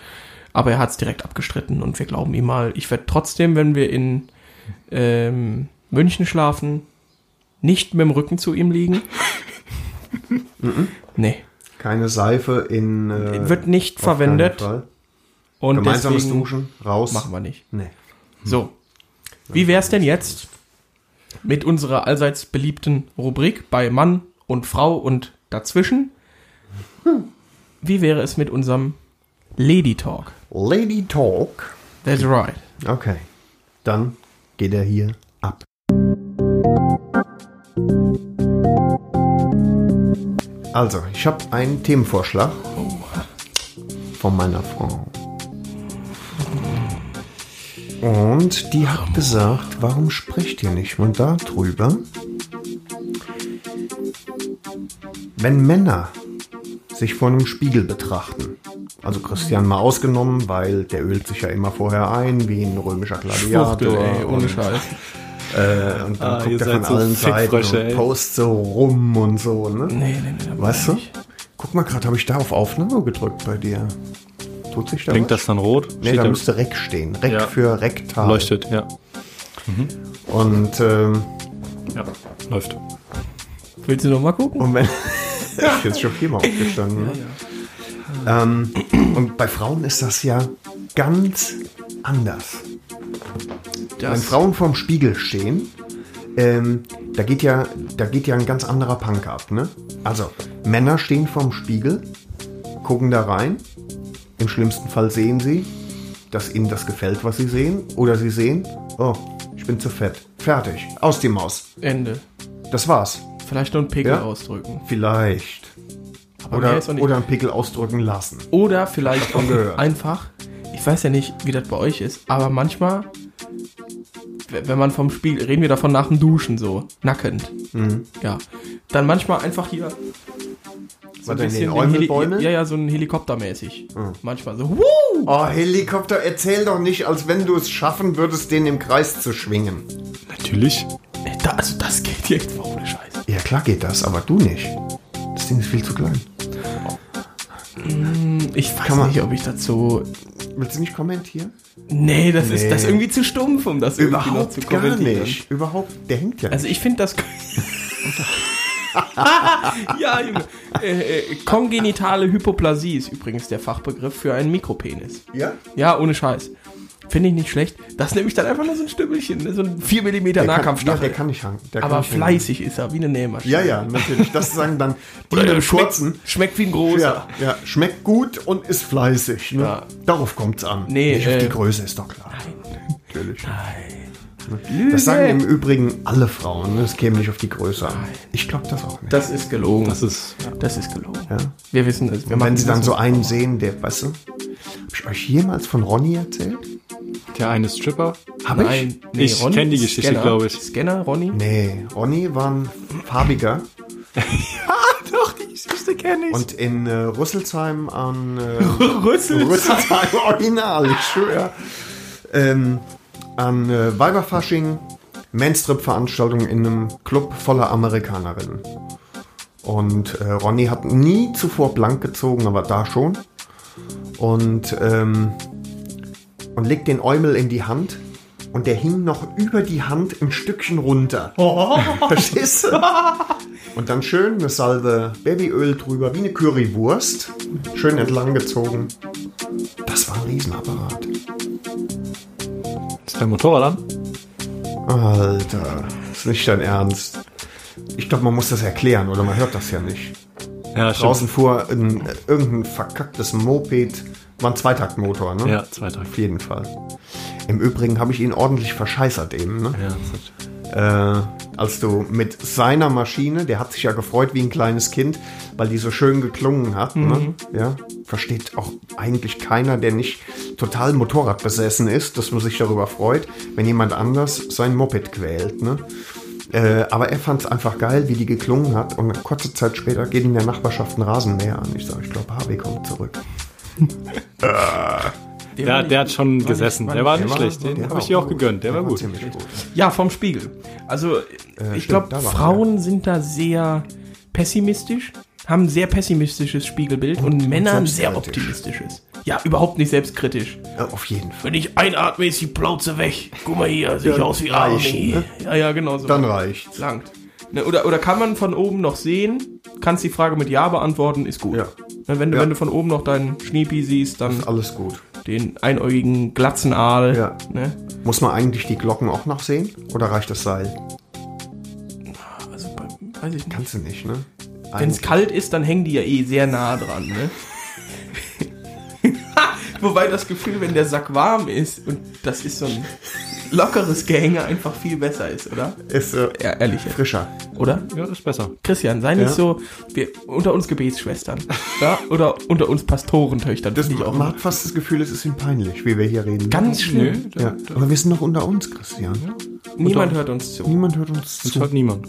S2: Aber er hat es direkt abgestritten und wir glauben ihm mal. Ich werde trotzdem, wenn wir in ähm, München schlafen, nicht mit dem Rücken zu ihm
S3: (laughs)
S2: liegen.
S3: Mhm.
S2: nee,
S3: Keine Seife in. Äh,
S2: wird nicht
S3: auf keinen
S2: verwendet.
S3: Fall.
S2: Und
S3: Gemeinsames
S2: deswegen
S3: Duschen, raus.
S2: machen wir nicht.
S3: Nee.
S2: So. Wie wär's denn jetzt mit unserer allseits beliebten Rubrik bei Mann und Frau und dazwischen? Hm. Wie wäre es mit unserem Lady Talk?
S3: Lady Talk.
S2: That's right.
S3: Okay. Dann geht er hier ab. Also, ich habe einen Themenvorschlag von meiner Frau. Und die hat gesagt, warum spricht ihr nicht mal darüber, wenn Männer sich vor einem Spiegel betrachten Also Christian mal ausgenommen, weil der ölt sich ja immer vorher ein, wie ein römischer Gladiator.
S2: Fuchtel, ey, ohne
S3: und,
S2: Scheiß.
S3: äh, und dann
S4: Ah, ihr
S3: guckt er
S4: seid
S3: von
S4: so
S3: allen Seiten
S4: Fickfrösche,
S3: und
S4: ey.
S3: postet so rum und so, ne?
S2: Nee, nee, nee.
S3: Weißt du? Guck mal gerade, habe ich da auf Aufnahme gedrückt bei dir? Tut sich da
S4: Blinkt
S3: was?
S4: das dann rot?
S3: Nee,
S4: Steht
S3: da
S4: da-
S3: müsste Reck stehen. Reck
S4: Ja.
S3: für rektal.
S4: leuchtet, ja.
S3: Und, ähm,
S4: Ja, läuft.
S2: Willst du noch mal gucken?
S3: und wenn... (laughs) ich bin jetzt schon viermal aufgestanden. ne? Ähm, und bei Frauen ist das ja ganz anders. Wenn Frauen vorm Spiegel stehen, ähm, da, geht ja, da geht ja ein ganz anderer Punk ab. Ne? Also, Männer stehen vorm Spiegel, gucken da rein. Im schlimmsten Fall sehen sie, dass ihnen das gefällt, was sie sehen. Oder sie sehen, oh, ich bin zu fett. Fertig. Aus die Maus.
S2: Ende.
S3: Das war's.
S2: Vielleicht noch einen Pickel
S3: Ja.
S2: ausdrücken.
S3: Vielleicht.
S2: Aber mehr
S3: Oder,
S2: ist auch nicht.
S3: oder einen Pickel ausdrücken lassen.
S2: Oder vielleicht auch
S3: gehört.
S2: einfach, ich weiß ja nicht, wie das bei euch ist, aber manchmal, w- wenn man vom Spiegel, reden wir davon nach dem Duschen so, nackend.
S3: Mhm.
S2: Ja. Dann manchmal einfach hier. So
S3: Warte, in Also den Mhm.
S2: den Heli-
S3: Äumelbäume?
S2: Ja, ja, so ein Helikoptermäßig. Manchmal so, wuh!
S3: Oh, Helikopter, erzähl doch nicht, als wenn du es schaffen würdest, den im Kreis zu schwingen.
S4: Natürlich.
S2: Ey, Da, also das geht jetzt mal ohne Scheiß.
S3: Ja, klar geht das, aber du nicht. Das Ding ist viel zu klein.
S2: Ich weiß
S3: Kann man-
S2: nicht, ob ich dazu.
S3: Willst du nicht kommentieren?
S2: Nee, das
S3: Nee.
S2: ist das ist irgendwie zu stumpf, um das irgendwie noch zu kommentieren.
S3: Überhaupt, der hängt ja
S2: Also ich finde
S3: (laughs)
S2: das. ja, Junge. Äh, äh, kongenitale Hypoplasie ist übrigens der Fachbegriff für einen Mikropenis.
S3: nicht. Ja?
S2: Ja, ohne Scheiß. Finde ich nicht schlecht. Das nehme ich dann einfach nur so ein Stümmelchen, ne? so ein 4 mm
S3: Der kann, ja, der
S2: Nahkampfstachel.
S3: kann nicht hangen. Der kann
S2: Aber
S3: nicht hängen.
S2: fleißig ist er, wie eine Nähmaschine.
S3: Ja, ja, natürlich. Das sagen dann die
S2: Oder
S3: mit
S2: der
S3: dem
S2: schmeckt,
S3: kurzen.
S2: schmeckt wie ein großer.
S3: Ja, ja, schmeckt gut und ist fleißig. Ne?
S2: Ja.
S3: Darauf kommt's an.
S2: Nee,
S3: nicht auf
S2: äh,
S3: die Größe ist doch klar. Natürlich. Das sagen im Übrigen alle Frauen. ne? Es käme nicht auf die Größe an. Ich glaube das auch nicht.
S2: Das ist gelogen.
S4: Das ist.
S2: Das ist gelogen.
S3: Ja.
S2: Wir wissen es. Wir
S3: Wenn
S2: machen
S3: sie dann
S2: das
S3: so
S2: nicht.
S3: einen sehen, der, weißt du, hab ich euch jemals von Ronny erzählt?
S4: Der eine Stripper.
S3: Hab
S2: Nein, nee,
S4: Ich
S2: Ronny,
S4: kenn die Geschichte,
S2: Scanner.
S4: glaub ich.
S2: Scanner,
S3: (laughs)
S2: Ronny?
S3: Nee, Ronny war ein
S2: (laughs)
S3: farbiger
S2: Doch, die Geschichte kenne ich.
S3: und in äh, Rüsselsheim an äh,
S2: Rüssel.
S3: (laughs) Rüsselsheim Original, ich schwöre. Ähm, an äh, Weiberfasching, Manstrip-Veranstaltung in einem Club voller Amerikanerinnen. Und äh, Ronny hat nie zuvor blank gezogen, aber da schon. Und, ähm, und legt den Eumel in die Hand. Und der hing noch über die Hand ein Stückchen runter. (laughs) Verstehst du? Und dann schön eine Salve Babyöl drüber, wie eine Currywurst. Schön entlang gezogen. Das war ein Riesenapparat.
S4: Ist dein Motorrad an?
S3: Alter, ist nicht dein Ernst. Ich glaube, man muss das erklären, oder man hört das ja nicht.
S4: Ja,
S3: Draußen fuhr ein, äh, irgendein verkacktes Moped, war ein Zweitaktmotor, ne?
S4: Ja, zwei, drei,
S3: Auf
S4: vier.
S3: jeden Fall. Im Übrigen habe ich ihn ordentlich verscheißert eben, ne?
S4: Ja, das hat-
S3: äh, als du mit seiner Maschine, der hat sich ja gefreut wie ein kleines Kind, weil die so schön geklungen hat.
S4: Mhm.
S3: Ne? Ja, versteht auch eigentlich keiner, der nicht total Motorradbesessen ist, dass man sich darüber freut, wenn jemand anders sein Moped quält. Ne? Äh, aber er fand es einfach geil, wie die geklungen hat. Und kurze Zeit später geht in der Nachbarschaft ein Rasenmäher an. Ich sage, ich glaube, Harvey kommt zurück.
S4: der, der hat schon gesessen. der war
S2: nicht-
S4: nicht
S3: der war-
S4: schlecht. Den
S3: der
S4: habe
S3: war
S4: ich dir auch
S3: gut.
S4: gegönnt. Der,
S3: Der
S4: war
S3: war
S4: gut.
S3: ziemlich gut.
S2: Ja, vom Spiegel. Also, ich
S3: Äh, stimmt,
S2: glaube,
S3: da war
S2: Frauen sind da sehr pessimistisch, haben ein sehr pessimistisches Spiegelbild und, Männer ein sehr
S3: selbstkritisch.
S2: optimistisches. Ja, überhaupt nicht selbstkritisch.
S3: Äh, auf jeden Fall.
S2: Wenn ich einatme, ist die Plauze weg. Guck mal hier, sieht aus wie
S3: reicht,
S2: Arnie.
S3: ne?
S2: Ja, ja, genau so.
S3: Dann reicht's.
S2: Langt. Ne, oder, oder kann man von oben noch sehen? Kannst die Frage mit Ja beantworten, ist gut.
S3: Ja.
S2: Ne, wenn, du,
S3: Ja.
S2: wenn du von oben noch deinen Schniepi siehst, dann
S3: Alles gut.
S2: den einäugigen glatzen Aal.
S3: Ja.
S2: Ne?
S3: Muss man eigentlich die Glocken auch noch sehen? Oder reicht das Seil?
S2: Also, bei- weiß ich nicht.
S3: Kannst du nicht, ne?
S2: Wenn es kalt ist, dann hängen die ja eh sehr nah dran,
S3: (laughs)
S2: ne? Wobei das Gefühl, wenn der Sack warm ist und das ist so ein lockeres Gehänge einfach viel besser ist, oder?
S3: ist äh,
S2: Ja, ehrlich, jetzt,
S3: frischer.
S2: oder?
S4: Ja, ist besser.
S2: Christian, sei nicht
S3: Ja.
S2: so wir, unter uns Gebetsschwestern,
S3: (laughs)
S2: ja? Oder unter uns Pastorentöchtern.
S3: Das,
S2: finde ich auch
S3: man hat fast das Gefühl, es ist ihm peinlich, wie wir hier reden.
S2: ganz schlimm.
S4: Nö,
S3: ja. Aber wir sind noch unter uns, Christian.
S2: Niemand hört uns zu.
S3: Niemand hört uns
S4: das
S3: zu.
S4: hört niemand.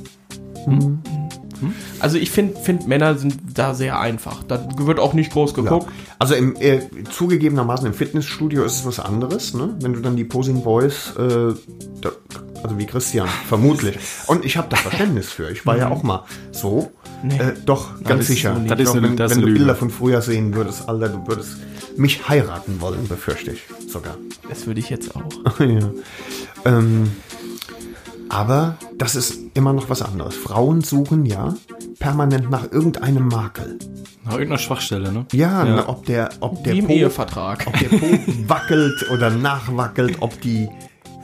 S2: Also ich finde, find Männer sind da sehr einfach. Da wird auch nicht groß geguckt.
S3: Also im, äh, zugegebenermaßen im Fitnessstudio ist es was anderes, ne? wenn du dann die Posing Boys, äh, da, also wie
S4: (laughs)
S3: Christian, vermutlich. Und ich habe da Verständnis für. Ich war ja auch mal so. Äh, doch, ganz
S4: ist
S3: sicher.
S4: so nicht. Mhm. Das ist
S3: Doch,
S4: eine-
S3: wenn
S4: das ist
S3: wenn du
S4: eine Lüge.
S3: Bilder von früher sehen würdest, Alter, du würdest mich heiraten wollen, befürchte ich sogar. (laughs)
S2: Das würde ich jetzt auch.
S3: ja. ähm, aber das ist immer noch was anderes. Frauen suchen ja permanent nach irgendeinem Makel.
S4: Nach irgendeiner Schwachstelle, ne?
S3: Ja, Ne, ob der, ob der
S2: Wie im
S3: Po-
S2: Ehevertrag.
S3: ob der Po
S2: (laughs)
S3: wackelt oder nachwackelt, ob die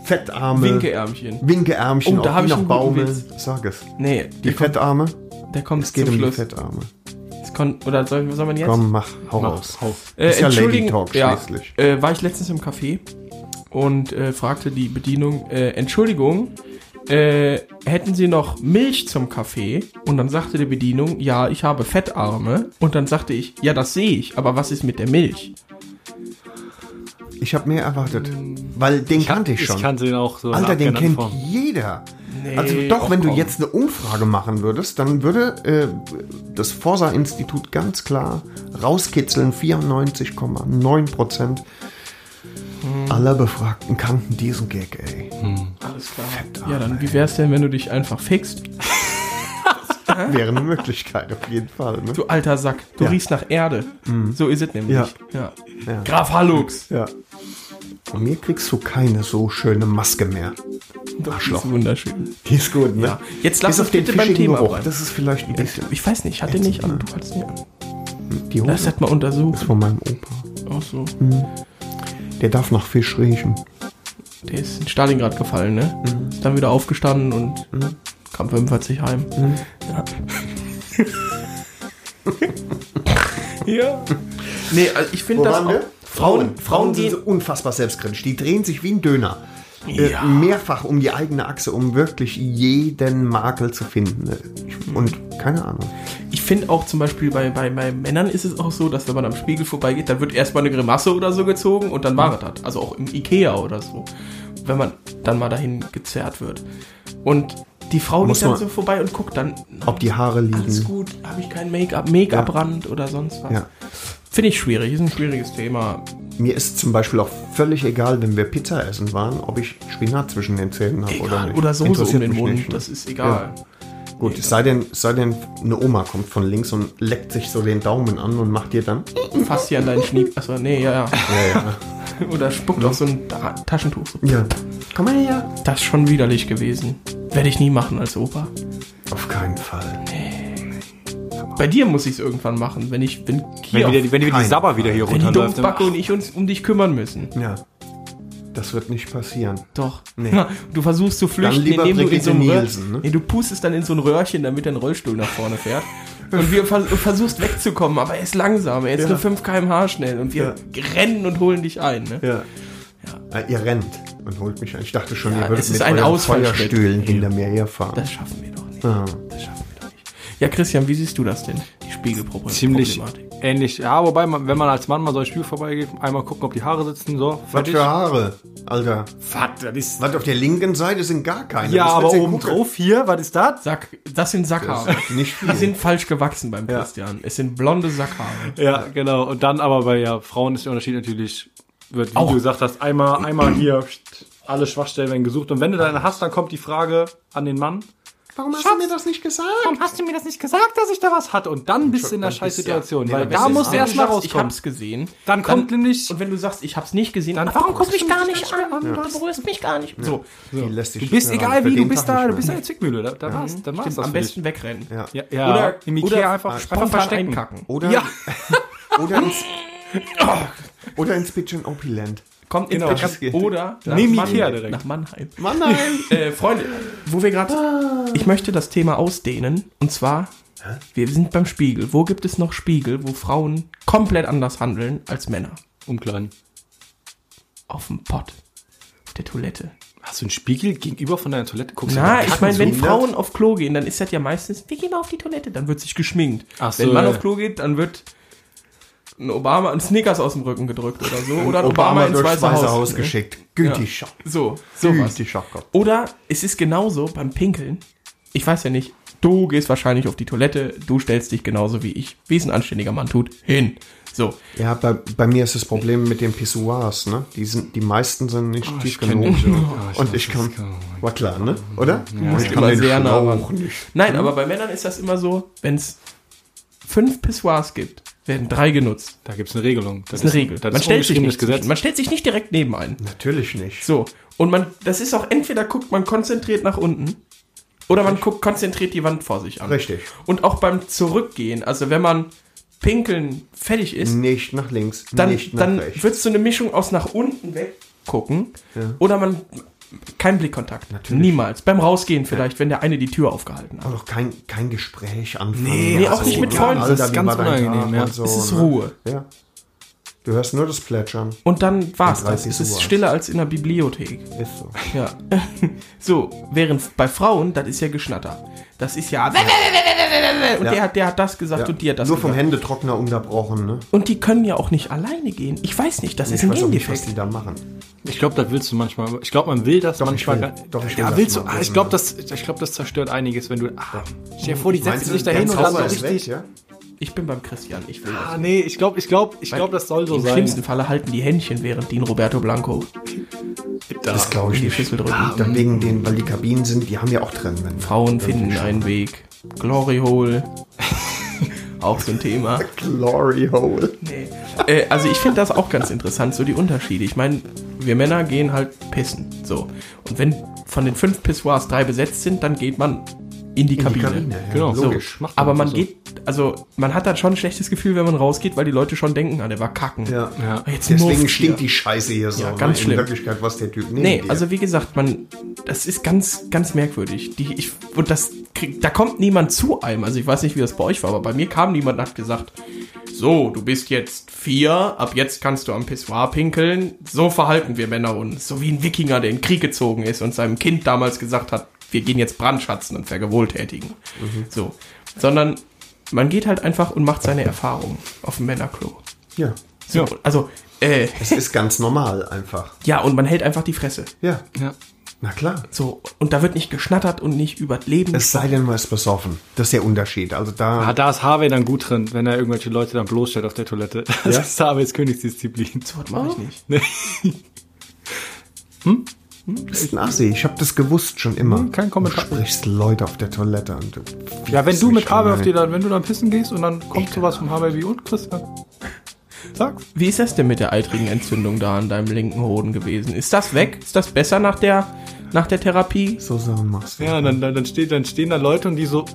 S3: Fettarme,
S2: Winkeärmchen.
S3: Winkeärmchen,
S2: Oh, da hab
S3: ob die
S2: ich
S3: noch
S2: einen guten
S3: baumeln.
S2: Witz.
S3: Sag es.
S2: Nee,
S3: Die
S2: die kommt,
S3: Fettarme?
S2: der kommt
S3: Es geht
S2: zum
S3: um die
S2: Schluss.
S3: Fettarme.
S2: Es kon- oder soll, soll man jetzt?
S3: Komm, mach, hau
S4: Mach,
S3: raus.
S4: hau.
S2: Äh,
S3: Ist ja
S2: entschuldigen,
S3: Lady Talk
S2: ja,
S3: schließlich.
S2: Äh, war ich letztens im Café und äh, fragte die Bedienung, äh, Entschuldigung, äh, hätten Sie noch Milch zum Kaffee? Und dann sagte die Bedienung, ja, ich habe Fettarme. Und dann sagte ich, ja, das sehe ich, aber was ist mit der Milch?
S3: Ich habe mehr erwartet,
S2: Ähm,
S3: weil den kannte ich schon.
S4: Ich kannte den auch so. in
S3: Alter, den kennt
S4: abgeänderten Form.
S3: jeder.
S2: Nee, oh
S3: also doch,
S2: ach
S3: wenn du
S2: komm.
S3: jetzt eine Umfrage machen würdest, dann würde äh, das Forsa-Institut ganz klar rauskitzeln, 94,9%
S2: Hm.
S3: aller Befragten kannten diesen Gag, ey.
S2: Alles klar. ja, dann wie wär's denn, wenn du dich einfach fixst?
S3: Wäre eine Möglichkeit, auf jeden Fall. Ne?
S2: Du alter Sack, du
S3: Ja. Mhm.
S2: riechst nach Erde. So ist es nämlich.
S3: Ja.
S2: Ja.
S3: Ja.
S2: Graf Hallux.
S3: Ja. Von mir kriegst du keine so schöne Maske mehr.
S2: Das
S3: Arschloch.
S2: ist wunderschön.
S3: Die ist gut, ne?
S2: Ja. Jetzt lass
S3: Bis
S2: uns
S3: auf den
S2: bitte beim
S3: fischigen
S2: Thema
S3: Geruch.
S2: bleiben.
S3: Das ist ne? vielleicht ein bisschen
S2: Ich weiß nicht, hat der
S3: Jetzt
S2: nicht an?
S3: mal.
S2: Du hattest nicht an.
S3: die
S2: Das
S3: Hose
S2: hat man untersucht.
S3: von meinem Opa.
S2: Auch so.
S3: Der darf nach Fisch riechen.
S2: Der ist in Stalingrad gefallen, ne?
S3: Mhm.
S2: Ist dann wieder aufgestanden und kam 45 heim.
S3: Mhm. (laughs)
S2: Ja. ja. Nee, also ich finde
S3: Wo
S2: das
S3: waren wir?
S2: auch, Frauen, Frauen
S3: ne? sind
S2: gehen
S3: so unfassbar selbstkritisch. Die drehen sich wie ein Döner.
S2: Ja.
S3: Äh, mehrfach um die eigene Achse, um wirklich jeden Makel zu finden. ne? Und keine Ahnung.
S2: Ich finde auch zum Beispiel bei, bei, bei Männern ist es auch so, dass wenn man am Spiegel vorbeigeht, dann wird erstmal eine Grimasse oder so gezogen und dann
S3: Mhm.
S2: war es das. Also auch im Ikea oder so. Wenn man dann mal dahin gezerrt wird. Und die Frau
S3: Muss
S2: geht dann
S3: man-
S2: so vorbei und guckt dann,
S3: Ob die Haare liegen.
S2: alles gut, habe ich kein Make-up, Make-up-Rand oder sonst was.
S3: Ja.
S2: Finde ich schwierig, ist ein schwieriges Thema.
S3: Mir ist zum Beispiel auch völlig egal, wenn wir Pizza essen waren, ob ich Spinat zwischen den Zähnen habe oder
S2: Egal.
S3: nicht.
S2: Oder Soße um
S3: Interessiert
S2: den
S3: mich
S2: Mund,
S3: nicht, ne?
S2: das ist egal.
S3: Gut, es sei denn, es sei denn, eine Oma kommt von links und leckt sich so den Daumen an und macht dir dann.
S2: Fass hier an deinen Schnieb. Achso, nee, ja, ja. (laughs) oder spuckt auf so ein Ta- Taschentuch. So.
S3: Ja. Komm mal her.
S2: Das ist schon widerlich gewesen. Werde ich nie machen als Opa.
S3: Auf keinen Fall.
S2: Bei dir muss ich es irgendwann machen, wenn ich, wenn
S4: Wenn
S2: Kia,
S4: wieder, die- wenn wieder die
S3: keinen
S4: Sabber wieder hier
S2: wenn die
S4: runterläuft. dann-
S2: Dumpfbacke und ich uns um dich kümmern müssen.
S3: Ja. Das wird nicht passieren.
S2: Doch.
S3: Nee.
S2: Na, Du versuchst zu flüchten,
S3: Dann lieber
S2: indem du in
S3: Brigitte
S2: so einem Röhr-
S3: Nielsen, ne?
S2: nee, du pustest dann in so ein Röhrchen, damit dein Rollstuhl nach vorne fährt. Und wir vers und versuchst wegzukommen, aber er ist langsam, er ist
S3: Ja.
S2: nur 5 km/h schnell und wir rennen und holen dich ein. Ne?
S3: Ja. Äh, ihr rennt und holt mich ein. Ich dachte schon,
S2: Ja,
S3: ihr würdet
S2: es ist ein
S3: euren
S2: Ausfallschritt.
S3: Feuerstühlen hinter mir herfahren. Ah.
S2: Das schaffen wir doch nicht.
S3: Ja.
S2: Das schaffen wir doch nicht. Ja, Christian, wie siehst du das denn? Die Spiegelproblematik.
S4: Ziemlich ähnlich. Ja, wobei, man, wenn man als Mann mal so ein Spiel vorbeigeht, einmal gucken, ob die Haare sitzen, so.
S3: Was
S4: fertig.
S3: für Haare, Alter.
S4: Was, das ist.
S3: Was auf der linken Seite sind gar keine.
S4: Ja,
S3: Was
S4: aber
S3: willst du
S4: oben
S3: gucken?
S4: drauf hier, was ist das?
S2: Sack, das sind Sackhaare.
S3: Nicht viel.
S2: Die sind falsch gewachsen beim Christian. Es sind blonde Sackhaare.
S4: Ja, genau. Und dann aber bei ja, Frauen ist der Unterschied natürlich, wird, wie
S2: Auch.
S4: du gesagt hast, einmal, einmal hier alle Schwachstellen werden gesucht. Und wenn du deine hast, dann kommt die Frage an den Mann.
S3: Warum hast du mir das nicht gesagt?
S4: Warum hast du mir das nicht gesagt, dass ich da was hatte? Und dann bist du in der scheiß Situation.
S3: Nee,
S4: weil
S3: dann
S4: da
S3: bist du
S4: musst du
S2: Wenn
S4: erst mal
S2: sagst, Ich
S4: rauskommen.
S2: hab's gesehen.
S4: Dann kommt nämlich.
S2: Und wenn du sagst, ich hab's nicht gesehen,
S4: Dann
S2: ach, warum
S4: warum
S2: guckst du mich
S4: guckst
S2: gar
S4: du mich
S2: nicht
S4: gar
S2: an?
S4: nicht an?
S2: Du berührst mich gar nicht. So,
S3: Die lässt dich
S4: Du bist
S3: schneller
S4: egal
S3: für
S4: wie, du
S3: den Tag
S4: bist da,
S3: nicht
S4: du bist
S3: mehr.
S4: eine Zwickmühle. Da, da war's, dann war's das
S2: am
S4: für dich.
S2: besten wegrennen.
S3: Ja.
S4: Ja, ja,
S2: Oder-
S4: im Ikea
S2: oder
S4: einfach,
S2: Spontan
S4: einfach verstecken.
S2: einkacken.
S3: Oder,
S4: Ja.
S3: (laughs) oder ins, (laughs) oder ins Pigeon Opiland.
S2: Kommt in
S4: Genau.
S2: Pick up oder nach,
S4: Nimm
S2: Mann,
S4: Ikea direkt.
S2: nach Mannheim.
S3: Mannheim.
S2: (laughs) Äh, Freunde, wo wir gerade. Ich möchte das Thema ausdehnen. Und zwar, wir sind beim Spiegel. Wo gibt es noch Spiegel, wo Frauen komplett anders handeln als Männer?
S4: Umkleiden.
S2: Auf dem Pott. Auf der Toilette.
S4: Hast du einen Spiegel gegenüber von deiner Toilette? Guckst du
S2: Na,
S4: da
S2: ich
S4: kacken
S2: meine, wenn
S4: zu?
S2: Frauen auf Klo gehen, dann ist das ja meistens, wir gehen mal auf die Toilette, dann wird sich geschminkt.
S4: Ach so,
S2: wenn ein Mann
S4: ja.
S2: auf Klo geht, dann wird ein Obama ein Snickers aus dem Rücken gedrückt oder so. Oder ein Obama, ins
S3: durchs
S2: Weiße Haus. ne?
S3: geschickt.
S2: Ja.
S3: Gütischer.
S2: So, sowas.
S3: Gütischer Gott.
S2: Oder es ist genauso beim Pinkeln. Ich weiß ja nicht, Du gehst wahrscheinlich auf die Toilette, du stellst dich genauso wie ich, wie es ein anständiger Mann tut, hin. So,
S3: Ja, bei, bei mir ist das Problem mit den Pissoirs, ne? Die, sind, die meisten sind
S2: Ah,
S3: nicht tief genug. und ich kann. War klar, ne? Oder? ich
S2: immer sehr nah
S3: Schlauch
S2: ran.
S3: nicht.
S2: Nein, aber bei Männern ist das immer so, wenn es fünf Pissoirs gibt, werden drei genutzt.
S4: Da gibt es eine Regelung. Das,
S2: Das ist eine Regel.
S4: Das
S2: man,
S4: ist
S2: stellt sich
S4: ungeschriebenes
S2: nicht,
S4: Gesetz.
S2: man stellt sich nicht direkt neben einen.
S3: Natürlich nicht.
S2: So. Und man, das ist auch entweder guckt man konzentriert nach unten oder man guckt konzentriert die Wand vor sich an.
S3: Richtig.
S2: Und auch beim Zurückgehen, also wenn man pinkeln fertig ist,
S3: Nicht nach links,
S2: dann,
S3: nicht nach
S2: dann
S3: rechts.
S2: wird es so eine Mischung aus nach unten weggucken oder man kein Blickkontakt.
S3: Natürlich.
S2: Niemals. Beim Rausgehen vielleicht, wenn der eine die Tür aufgehalten hat.
S3: Aber doch kein, kein Gespräch anfangen. ne?
S4: Nee,
S2: nee, auch nicht mit Freunden,
S3: Das
S4: das
S3: ist
S4: ist ganz unangenehm, ja.
S2: Es
S3: Oh,
S2: ist Ruhe.
S3: ne? Ja. Du hörst nur das Plätschern.
S2: Und dann war's
S3: Dann
S2: das.
S3: weiß ich,
S2: Es
S3: wo
S2: ist
S3: war's.
S2: stiller als in der Bibliothek.
S3: Ist so.
S2: Ja. (laughs) So, während bei Frauen, das ist ja Geschnatter. Das ist ja. Und der hat, der hat das gesagt und die hat das
S3: nur vom
S2: gesagt.
S3: Händetrockner unterbrochen, ne?
S2: Und die können ja auch nicht alleine gehen. Ich weiß nicht, das ist
S3: Ich
S2: ein
S3: weiß auch nicht, was
S2: Gendefekt.
S3: die da machen.
S4: Ich glaube, das willst du manchmal. Ich glaube, man will das
S3: Doch, ich
S4: manchmal.
S3: will-
S4: gar-
S3: doch, ich will
S4: ja,
S3: das
S4: willst du.
S3: mal
S4: Ich
S3: wissen,
S4: glaube,
S3: ja.
S4: das, ich glaub, das zerstört einiges, wenn du. Ah, stell dir vor, die setzen sich dahin
S3: der
S4: und dann so
S3: Zauber ist
S4: richtig.
S3: weg, ja?
S2: Ich bin beim Christian, ich will
S4: Ah,
S2: das.
S4: nee, ich glaube, ich glaube, ich glaube, das soll so
S2: Im
S4: sein.
S2: schlimmsten Falle halten die Händchen, während die in Roberto Blanco
S3: Das glaube ich
S2: in die
S3: nicht. Ah,
S2: Schüssel drücken.
S3: Dann wegen den, weil die Kabinen sind, die haben ja auch drin. Wenn
S2: Ah, mm. Frauen finden einen Weg. Glory Hole. auch so ein Thema.
S3: (laughs) Glory Hole.
S2: Äh, also ich finde das auch ganz interessant, so die Unterschiede. Ich meine, wir Männer gehen halt pissen. So. Und wenn von den fünf Pissoirs drei besetzt sind, dann geht man in die Kabine.
S3: ja,
S4: Genau.
S2: So.
S3: logisch.
S4: Macht man
S2: Aber man
S4: so.
S2: geht, also man hat dann schon ein schlechtes Gefühl, wenn man rausgeht, weil die Leute schon denken, ah, der war kacken. Ah,
S3: Ja.
S4: Ja.
S2: Jetzt
S3: Deswegen
S2: mufft
S3: stinkt
S2: ihr.
S3: die Scheiße hier so.
S2: Ja, ganz
S3: ne?
S2: schlimm.
S3: In Wirklichkeit, was der Typ neben
S2: Nee,
S3: dir-
S2: also wie gesagt, man, das ist ganz, ganz merkwürdig. Die, ich, und das krieg, da kommt niemand zu einem. Also ich weiß nicht, wie das bei euch war, aber bei mir kam niemand und hat gesagt, so, du bist jetzt vier, ab jetzt kannst du am Pissoir pinkeln. So verhalten wir Männer uns. So wie ein Wikinger, der in den Krieg gezogen ist und seinem Kind damals gesagt hat, wir gehen jetzt brandschatzen und vergewohltätigen.
S3: Mhm.
S2: So. Sondern man geht halt einfach und macht seine Erfahrungen auf dem Männerklo. (laughs)
S3: Ja.
S2: So, also, äh,
S3: Es ist ganz normal einfach.
S2: ja, und man hält einfach die Fresse.
S3: Ja.
S4: Ja.
S3: Na klar.
S2: So, und da wird nicht geschnattert und nicht über Leben.
S3: Es sei denn, man ist besoffen. Das ist der Unterschied. Also da.
S4: Ah, da ist Harvey dann gut drin, wenn er irgendwelche Leute dann bloßstellt auf der Toilette. (laughs) Das
S3: Ja.
S4: ist Harveys Königsdisziplin.
S2: das Wort mache ich nicht.
S3: Oh. ist ein Assi. Ich habe das gewusst schon immer.
S4: Hm, kein Kommentar.
S3: Du sprichst Leute auf der Toilette und du
S4: Ja, wenn
S3: fickst
S4: du
S3: mich
S4: mit Harvey
S3: an,
S4: auf
S3: ey.
S4: die, wenn du dann pissen gehst und dann kommt sowas vom Harvey wie und ne? Christian. Sag's.
S2: Wie ist das denn mit der eitrigen Entzündung da an deinem linken Hoden gewesen? Ist das weg? Ist das besser nach der, nach der Therapie?
S3: so Sachen machst. Du.
S4: Ja, und dann, dann, dann, steht, dann stehen da Leute und die so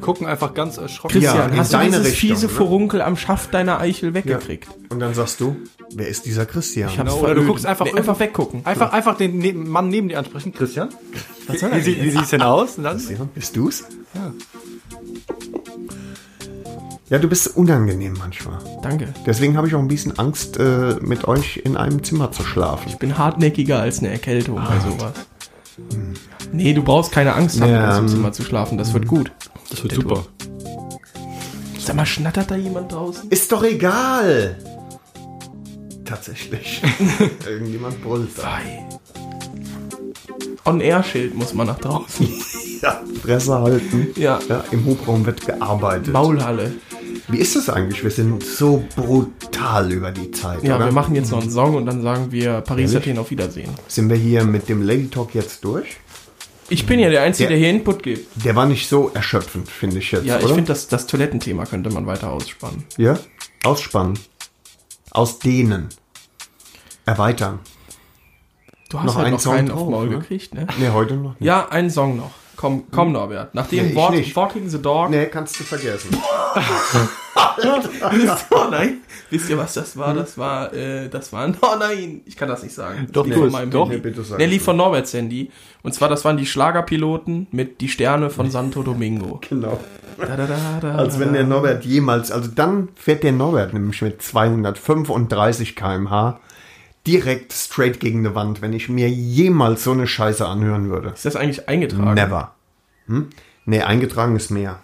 S4: gucken einfach ganz erschrocken.
S3: Ja,
S2: Christian,
S3: in
S2: hast du
S3: deine
S2: dieses
S3: Richtung,
S2: fiese
S3: ne?
S2: Furunkel am Schaft deiner Eichel
S3: Ja.
S2: weggekriegt?
S3: Und dann sagst du, wer ist dieser Christian?
S2: Ich hab's
S4: Genau,
S2: voll
S4: oder du
S2: öde.
S4: guckst einfach
S3: um.
S4: irgendwo-
S2: einfach weggucken.
S4: Einfach, einfach den ne Mann neben dir ansprechen. Christian? Wie, wie, sieht- wie sieht's denn aus? Und dann,
S3: Ja, bist du's? Ja. Ja, du bist unangenehm manchmal.
S2: Danke.
S3: Deswegen habe ich auch ein bisschen Angst, äh, mit euch in einem Zimmer zu schlafen.
S2: Ich bin hartnäckiger als eine Erkältung
S3: Ah.
S2: bei sowas. Nee, du brauchst keine Angst haben,
S3: Ja,
S2: in diesem
S3: ähm,
S2: Zimmer zu schlafen. Das wird gut.
S4: das wird super.
S2: Sag mal, schnattert da jemand draußen?
S3: Ist doch egal! Tatsächlich.
S2: (laughs)
S3: Irgendjemand brüllt da.
S2: Ei. On-Air-Schild muss man nach draußen.
S3: Ja, Fresse halten.
S2: Ja.
S3: ja. Im Hubraum wird gearbeitet.
S2: Maulhalle.
S3: Wie ist das eigentlich? Wir sind so brutal über die Zeit.
S2: Ja,
S3: oder?
S2: wir machen jetzt noch einen Song und dann sagen wir Paris,
S3: Ehrlich?
S2: Athen, auf Wiedersehen.
S3: Sind wir hier mit dem Lady Talk jetzt durch?
S2: Ich bin ja der Einzige,
S3: Ja.
S2: der hier Input gibt.
S3: Der war nicht so erschöpfend, finde ich jetzt.
S2: Ja, ich
S3: oder?
S2: finde, das, das Toilettenthema könnte man weiter ausspannen.
S3: Ja, ausspannen. Ausdehnen. Erweitern.
S2: Du hast
S3: Noch
S2: halt
S3: einen
S2: noch
S3: Song
S2: keinen
S3: drauf,
S2: auf Maul
S3: ne?
S2: gekriegt, ne?
S3: Nee, heute noch nicht.
S2: Ja, einen Song noch. Komm, komm Norbert. Nachdem
S3: Nee, ich
S2: Walk,
S3: nicht.
S2: Walking the Dog... (laughs)
S3: Nee, kannst du vergessen.
S2: Oh nein. Wisst ihr, was das
S3: Hm?
S2: war? Das war, äh, das war... Oh nein, ich kann das nicht sagen.
S4: Doch,
S2: nee,
S4: du
S2: von
S4: es-
S2: meinem
S4: doch.
S2: Handy.
S3: Nee, bitte sag
S2: Nee, lief
S3: es
S2: von Norberts Handy. Und zwar, das waren die Schlagerpiloten mit Die Sterne von Santo Domingo.
S3: (laughs) (laughs) Genau.
S2: Da, da, da, da,
S3: Als wenn der Norbert jemals, also dann fährt der Norbert nämlich mit 235 km/h direkt straight gegen eine Wand, wenn ich mir jemals so eine Scheiße anhören würde.
S2: Ist das eigentlich eingetragen?
S3: Never. Hm? Nee, eingetragen ist mehr.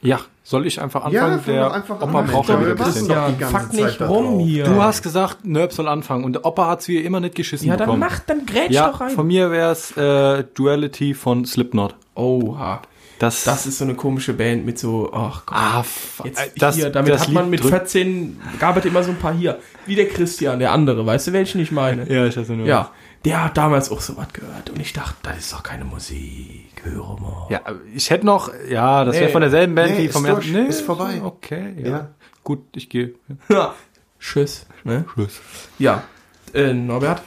S4: Ja, Soll ich einfach anfangen?
S3: fang
S4: der
S3: doch einfach
S4: Opa
S3: an.
S4: braucht ja
S3: Wir
S4: wieder ein
S3: warten
S4: bisschen.
S3: doch
S2: Ja,
S3: die ganze
S2: fuck nicht
S3: Zeit da
S2: rum
S3: drauf.
S2: hier.
S4: Du hast gesagt, Nörb soll anfangen und der Opa hat's wie immer nicht geschissen
S2: ja, dann
S4: bekommen.
S2: mach, dann grätsch
S4: ja,
S2: doch rein.
S4: von mir wär's äh, Duality von Slipknot.
S2: Oha.
S4: Das,
S2: Das ist so eine komische Band mit so, ach Gott.
S4: ah, f-
S2: Jetzt
S4: das,
S2: hier, damit
S4: das
S2: hat man
S4: Lied
S2: mit
S4: drückt-
S2: 14, gab es immer so ein paar hier. Wie der Christian, der andere, weißt du, welchen ich meine?
S4: Ja, ich weiß nur.
S2: Ja, der hat damals auch so was gehört und ich dachte, das ist doch keine Musik, höre
S4: (laughs)
S2: mal.
S4: Ja, ich hätte noch, ja, das
S2: Nee.
S4: wäre von derselben Band
S3: Nee,
S4: wie
S3: ist
S4: vom
S3: durch,
S4: ersten. Nee,
S3: ist vorbei.
S4: Okay, ja.
S3: Ja.
S4: Gut, ich gehe.
S2: Ja. Tschüss. Ne?
S4: Tschüss.
S2: Ja, äh, Norbert,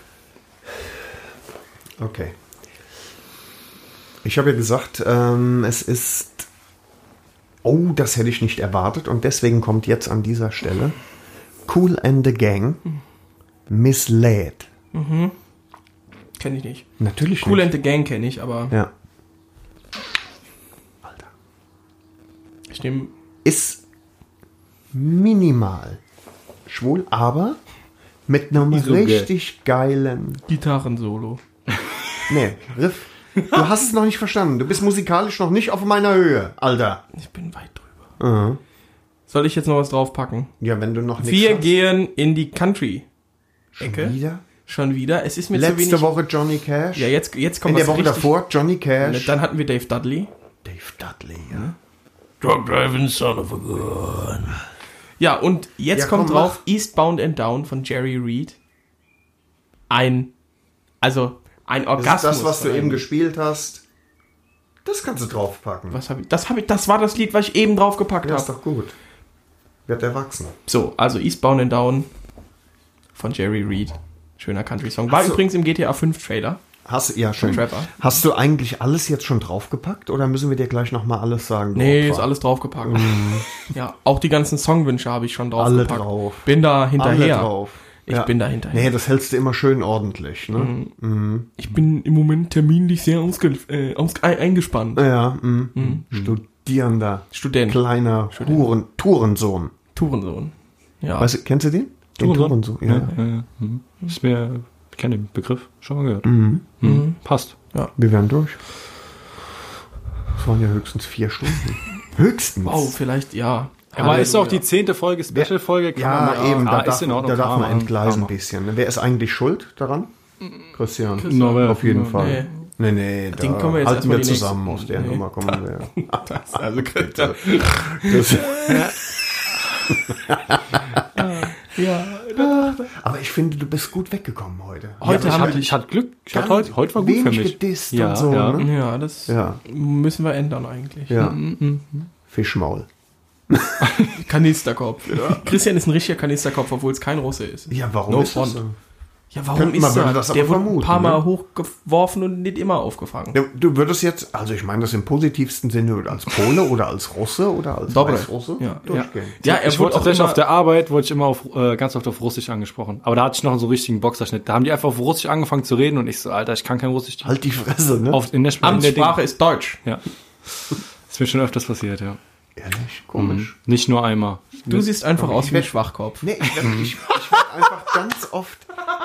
S3: Okay. Ich habe ja gesagt, ähm, es ist. Oh, das hätte ich nicht erwartet und deswegen kommt jetzt an dieser Stelle Cool and the Gang Misled.
S2: kenne ich nicht.
S3: Natürlich
S2: Cool
S3: nicht.
S2: and the Gang kenne ich, aber
S3: Ja.
S2: ich nehme
S3: Ist minimal schwul, aber mit einem
S4: Ist so geil.
S3: richtig geilen
S2: Gitarren-Solo.
S3: nee, Riff. Du hast es noch nicht verstanden. Du bist musikalisch noch nicht auf meiner Höhe, Alter.
S2: Ich bin weit drüber. Soll ich jetzt noch was draufpacken?
S3: Ja, wenn du noch nichts
S2: Wir
S3: hast.
S2: gehen in die Country-Ecke.
S3: wieder.
S2: Schon wieder. Es ist mir zu
S3: Letzte
S2: wenig.
S3: Woche Johnny Cash.
S2: Ja, jetzt, jetzt kommt
S3: In der
S2: was
S3: Woche
S2: richtig. Ne,
S3: davor Johnny Cash.
S2: Dann hatten wir Dave Dudley.
S3: Dave Dudley, ja.
S2: Drug driving son of a gun. Ja, und jetzt
S3: Ja,
S2: kommt
S3: komm,
S2: drauf Eastbound and Down von Jerry Reed. Ein, also ein
S3: Das
S2: Orgasmus.
S3: ist das, was du
S2: von
S3: eben
S2: einem-
S3: gespielt hast. Das kannst du draufpacken.
S2: was hab ich, das habe ich, das war das Lied, was ich eben draufgepackt
S3: Ja, ist
S2: habe.
S3: doch gut. Wird erwachsen.
S2: So, also Eastbound and Down von Jerry Reed. Schöner Country-Song. War
S3: Ach so.
S2: übrigens im GTA 5 Trailer.
S3: Hast, ja, schön.
S2: Trapper.
S3: Hast du eigentlich alles jetzt schon draufgepackt oder müssen wir dir gleich nochmal alles sagen? du
S2: Nee,
S3: Opfer?
S2: ist alles draufgepackt. Mhm. Ja, auch die ganzen Songwünsche habe ich schon
S3: Alle
S2: draufgepackt.
S3: drauf.
S2: Bin da hinterher.
S3: Alle drauf.
S2: Ich bin da Mhm. hinterher.
S3: Nee, das hältst du immer schön ordentlich, ne?
S2: Ich bin im Moment terminlich sehr ausge, äh, ausge, ein, eingespannt.
S3: Ja, mhm. Studierender,
S2: Student.
S3: kleiner Huren, Tourensohn.
S2: Tourensohn. Ja.
S3: Weißt du, kennst du den? Den Tourensohn, ja.
S4: Ja. Ja. Mhm. Ist mir, ich kenne den Begriff, schon mal gehört. Mhm. Passt.
S3: Wir wären durch. Das waren ja höchstens vier Stunden. (laughs) höchstens.
S2: Oh, vielleicht, ja.
S4: Aber ist
S2: Halleluja.
S4: auch die zehnte Folge, Special-Folge. kann
S3: Ja,
S4: man mal-
S3: eben,
S4: Ah,
S3: da,
S4: ist
S3: darf,
S4: in Ordnung,
S3: da darf
S4: kann
S3: man entgleisen ein
S4: machen.
S3: bisschen. ne? Wer ist eigentlich schuld daran? Christian.
S4: Norbert.
S3: Auf jeden
S4: Nee.
S3: Fall. Nee, nee, da
S2: Den können wir jetzt
S3: halten
S2: erstmal
S3: wir
S2: die nächste-
S3: zusammen aus der
S2: Nee.
S3: Nummer. Kommen wir.
S2: (laughs) Das, also, Christian.
S3: Das, (laughs)
S2: ja.
S3: aber ich finde, du bist gut weggekommen heute.
S2: Heute
S4: Ich
S2: haben
S4: hatte,
S2: wir.
S4: ich hatte Glück. Ich hatte
S3: Ganz
S4: heute, heute war gut für
S3: wenig
S4: mich.
S3: gedisst
S4: ja,
S3: und so,
S4: ja.
S3: ne?
S2: Ja, das
S3: Ja.
S2: müssen wir ändern eigentlich.
S3: Ja.
S2: mhm,
S3: Fischmaul.
S2: Kanisterkopf. Christian ist ein richtiger Kanisterkopf, obwohl es kein Russe ist.
S3: Ja, warum
S2: No
S3: ist
S2: front.
S3: das so?
S2: Ja, warum
S3: Könnte
S2: ist
S3: man- würde
S2: er?
S3: das aber
S2: Der wurde ein
S3: vermuten,
S2: paar Mal
S3: ne?
S2: hochgeworfen und nicht immer aufgefangen.
S3: Ja, Du würdest jetzt, also ich meine das im positivsten Sinne, als
S2: (laughs)
S3: Pole oder als Russe oder als
S2: Dobre.
S3: Weißrusse
S2: Ja,
S3: durchgehen.
S2: Ja, er wurde
S4: ich wurde
S2: auch
S4: tatsächlich
S2: immer,
S4: auf der Arbeit, wurde ich immer auf, äh, ganz oft auf Russisch angesprochen. Aber da hatte ich noch so einen richtigen Boxerschnitt. Da haben die einfach auf Russisch angefangen zu reden und ich so, Alter, ich kann kein Russisch.
S3: Halt die Fresse, ne?
S4: Auf, in der, Sp- in der Ding-
S2: Amtssprache ist Deutsch.
S4: Ja. Ist mir schon öfters passiert, ja.
S3: Ehrlich, komisch.
S4: Nicht nur einmal.
S2: Du siehst einfach aus wie ein
S3: werd-
S2: Schwachkopf.
S3: Nee, ich werde ich, ich werd einfach ganz oft,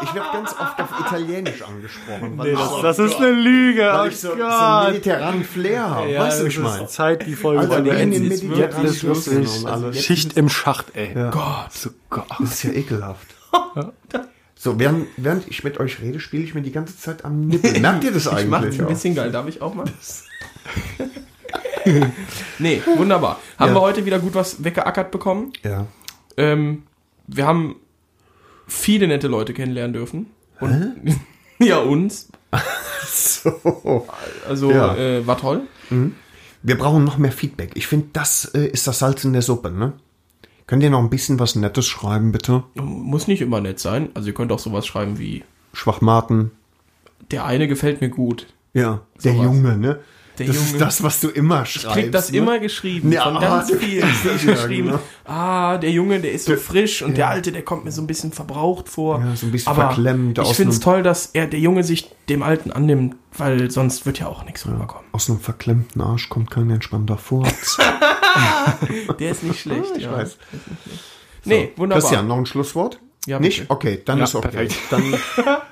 S3: ich werde ganz oft auf Italienisch angesprochen, weil, ich, so,
S4: ist eine Lüge.
S3: weil ich so,
S2: Oh
S3: so einen mediterranen Flair habe. weißt Oh du, wie ich meine?
S4: Zeit, die Folge
S3: Also,
S4: zu
S3: wir gehen
S4: beenden.
S3: in den
S4: Jetzt wird
S3: mediterranen
S4: alles
S3: Fluss
S4: lustig.
S3: hin und alles.
S4: Schicht im Schacht, ey.
S2: Gott.
S4: So, Gott.
S3: Das ist ja ekelhaft. So, während, während ich mit euch rede, spiele ich mir die ganze Zeit am Nippel. Merkt ihr das
S2: (laughs) Ich mache
S3: eigentlich?
S2: ein
S3: auch?
S2: bisschen geil. Darf ich auch mal? (laughs) nee, wunderbar. Haben
S3: Ja.
S2: wir heute wieder gut was weggeackert bekommen.
S3: Ja.
S2: Ähm, wir haben viele nette Leute kennenlernen dürfen. Und, (laughs) ja, uns.
S3: So.
S2: Also
S3: Ja.
S2: äh, war toll.
S3: Wir brauchen noch mehr Feedback. Ich finde, das äh, ist das Salz in der Suppe, ne? Könnt ihr noch ein bisschen was Nettes schreiben, bitte?
S2: Muss nicht immer nett sein. Also ihr könnt auch sowas schreiben wie
S3: Schwachmaten.
S2: der eine gefällt mir gut.
S3: Ja. Der
S2: Sowas.
S3: Junge, ne?
S2: Der
S3: das
S2: Junge.
S3: ist das, was du immer schreibst.
S2: Ich krieg das
S3: ne?
S2: immer geschrieben.
S3: Ja,
S2: von ganz
S3: ah,
S2: vielen
S3: (laughs)
S2: krieg ich
S3: ja,
S2: geschrieben.
S3: genau.
S2: Ah, der Junge, der ist so frisch und der Alte, der kommt mir so ein bisschen verbraucht vor.
S3: Ja, so ein bisschen
S2: Aber
S3: verklemmt
S2: Ich
S3: aus
S2: finde es
S3: einem-
S2: toll, dass er der Junge sich dem Alten annimmt, weil sonst wird ja auch nichts rüberkommen.
S3: Aus einem verklemmten Arsch kommt kein entspannter Furz.
S2: Der ist nicht schlecht.
S3: ich (laughs)
S2: ja.
S3: weiß.
S2: Nee, (laughs) wunderbar.
S3: Christian, noch ein Schlusswort?
S2: Ja, bitte.
S3: Nicht? Okay, dann
S4: Ja,
S3: ist okay.
S4: perfekt.
S2: (laughs)
S3: Dann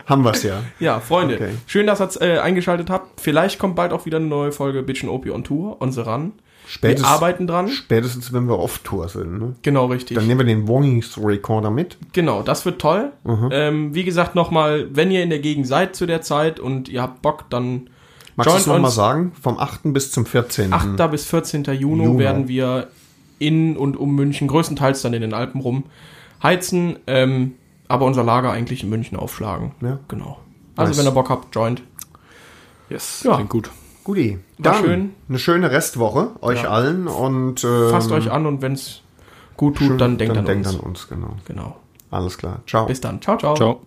S3: haben wir es ja.
S2: Ja, Freunde,
S3: Okay.
S2: schön, dass ihr äh, eingeschaltet habt. Vielleicht kommt bald auch wieder eine neue Folge Bitchen Opi on Tour, unsere ran.
S3: Spätest-
S2: wir arbeiten dran.
S3: Spätestens, wenn wir auf Tour sind. Ne?
S2: Genau, richtig.
S3: Dann nehmen wir den Warnings Recorder mit.
S2: Genau, das wird toll.
S3: Mhm.
S2: Ähm, wie gesagt, nochmal, wenn ihr in der Gegend seid zu der Zeit und ihr habt Bock, dann
S3: Magst du es
S2: joint
S3: nochmal
S2: uns.
S3: sagen? Vom 8. bis zum 14.
S2: 8. bis 14. Juni
S3: Juni.
S2: werden wir in und um München, größtenteils dann in den Alpen rum, heizen, ähm, aber unser Lager eigentlich in München aufschlagen.
S3: Ja.
S2: Genau. Also
S3: Nice.
S2: wenn ihr Bock habt, joint.
S4: Yes,
S2: Ja.
S4: klingt gut.
S3: Guti.
S2: War
S3: Dann
S2: schön.
S3: eine schöne Restwoche euch
S2: Ja.
S3: allen und ähm,
S2: Fasst euch an und wenn es gut tut, dann denkt
S3: dann
S2: an
S3: denkt
S2: uns.
S3: an uns. Genau.
S2: Genau.
S3: Alles klar. Ciao.
S2: Bis dann. Ciao, ciao.
S4: Ciao.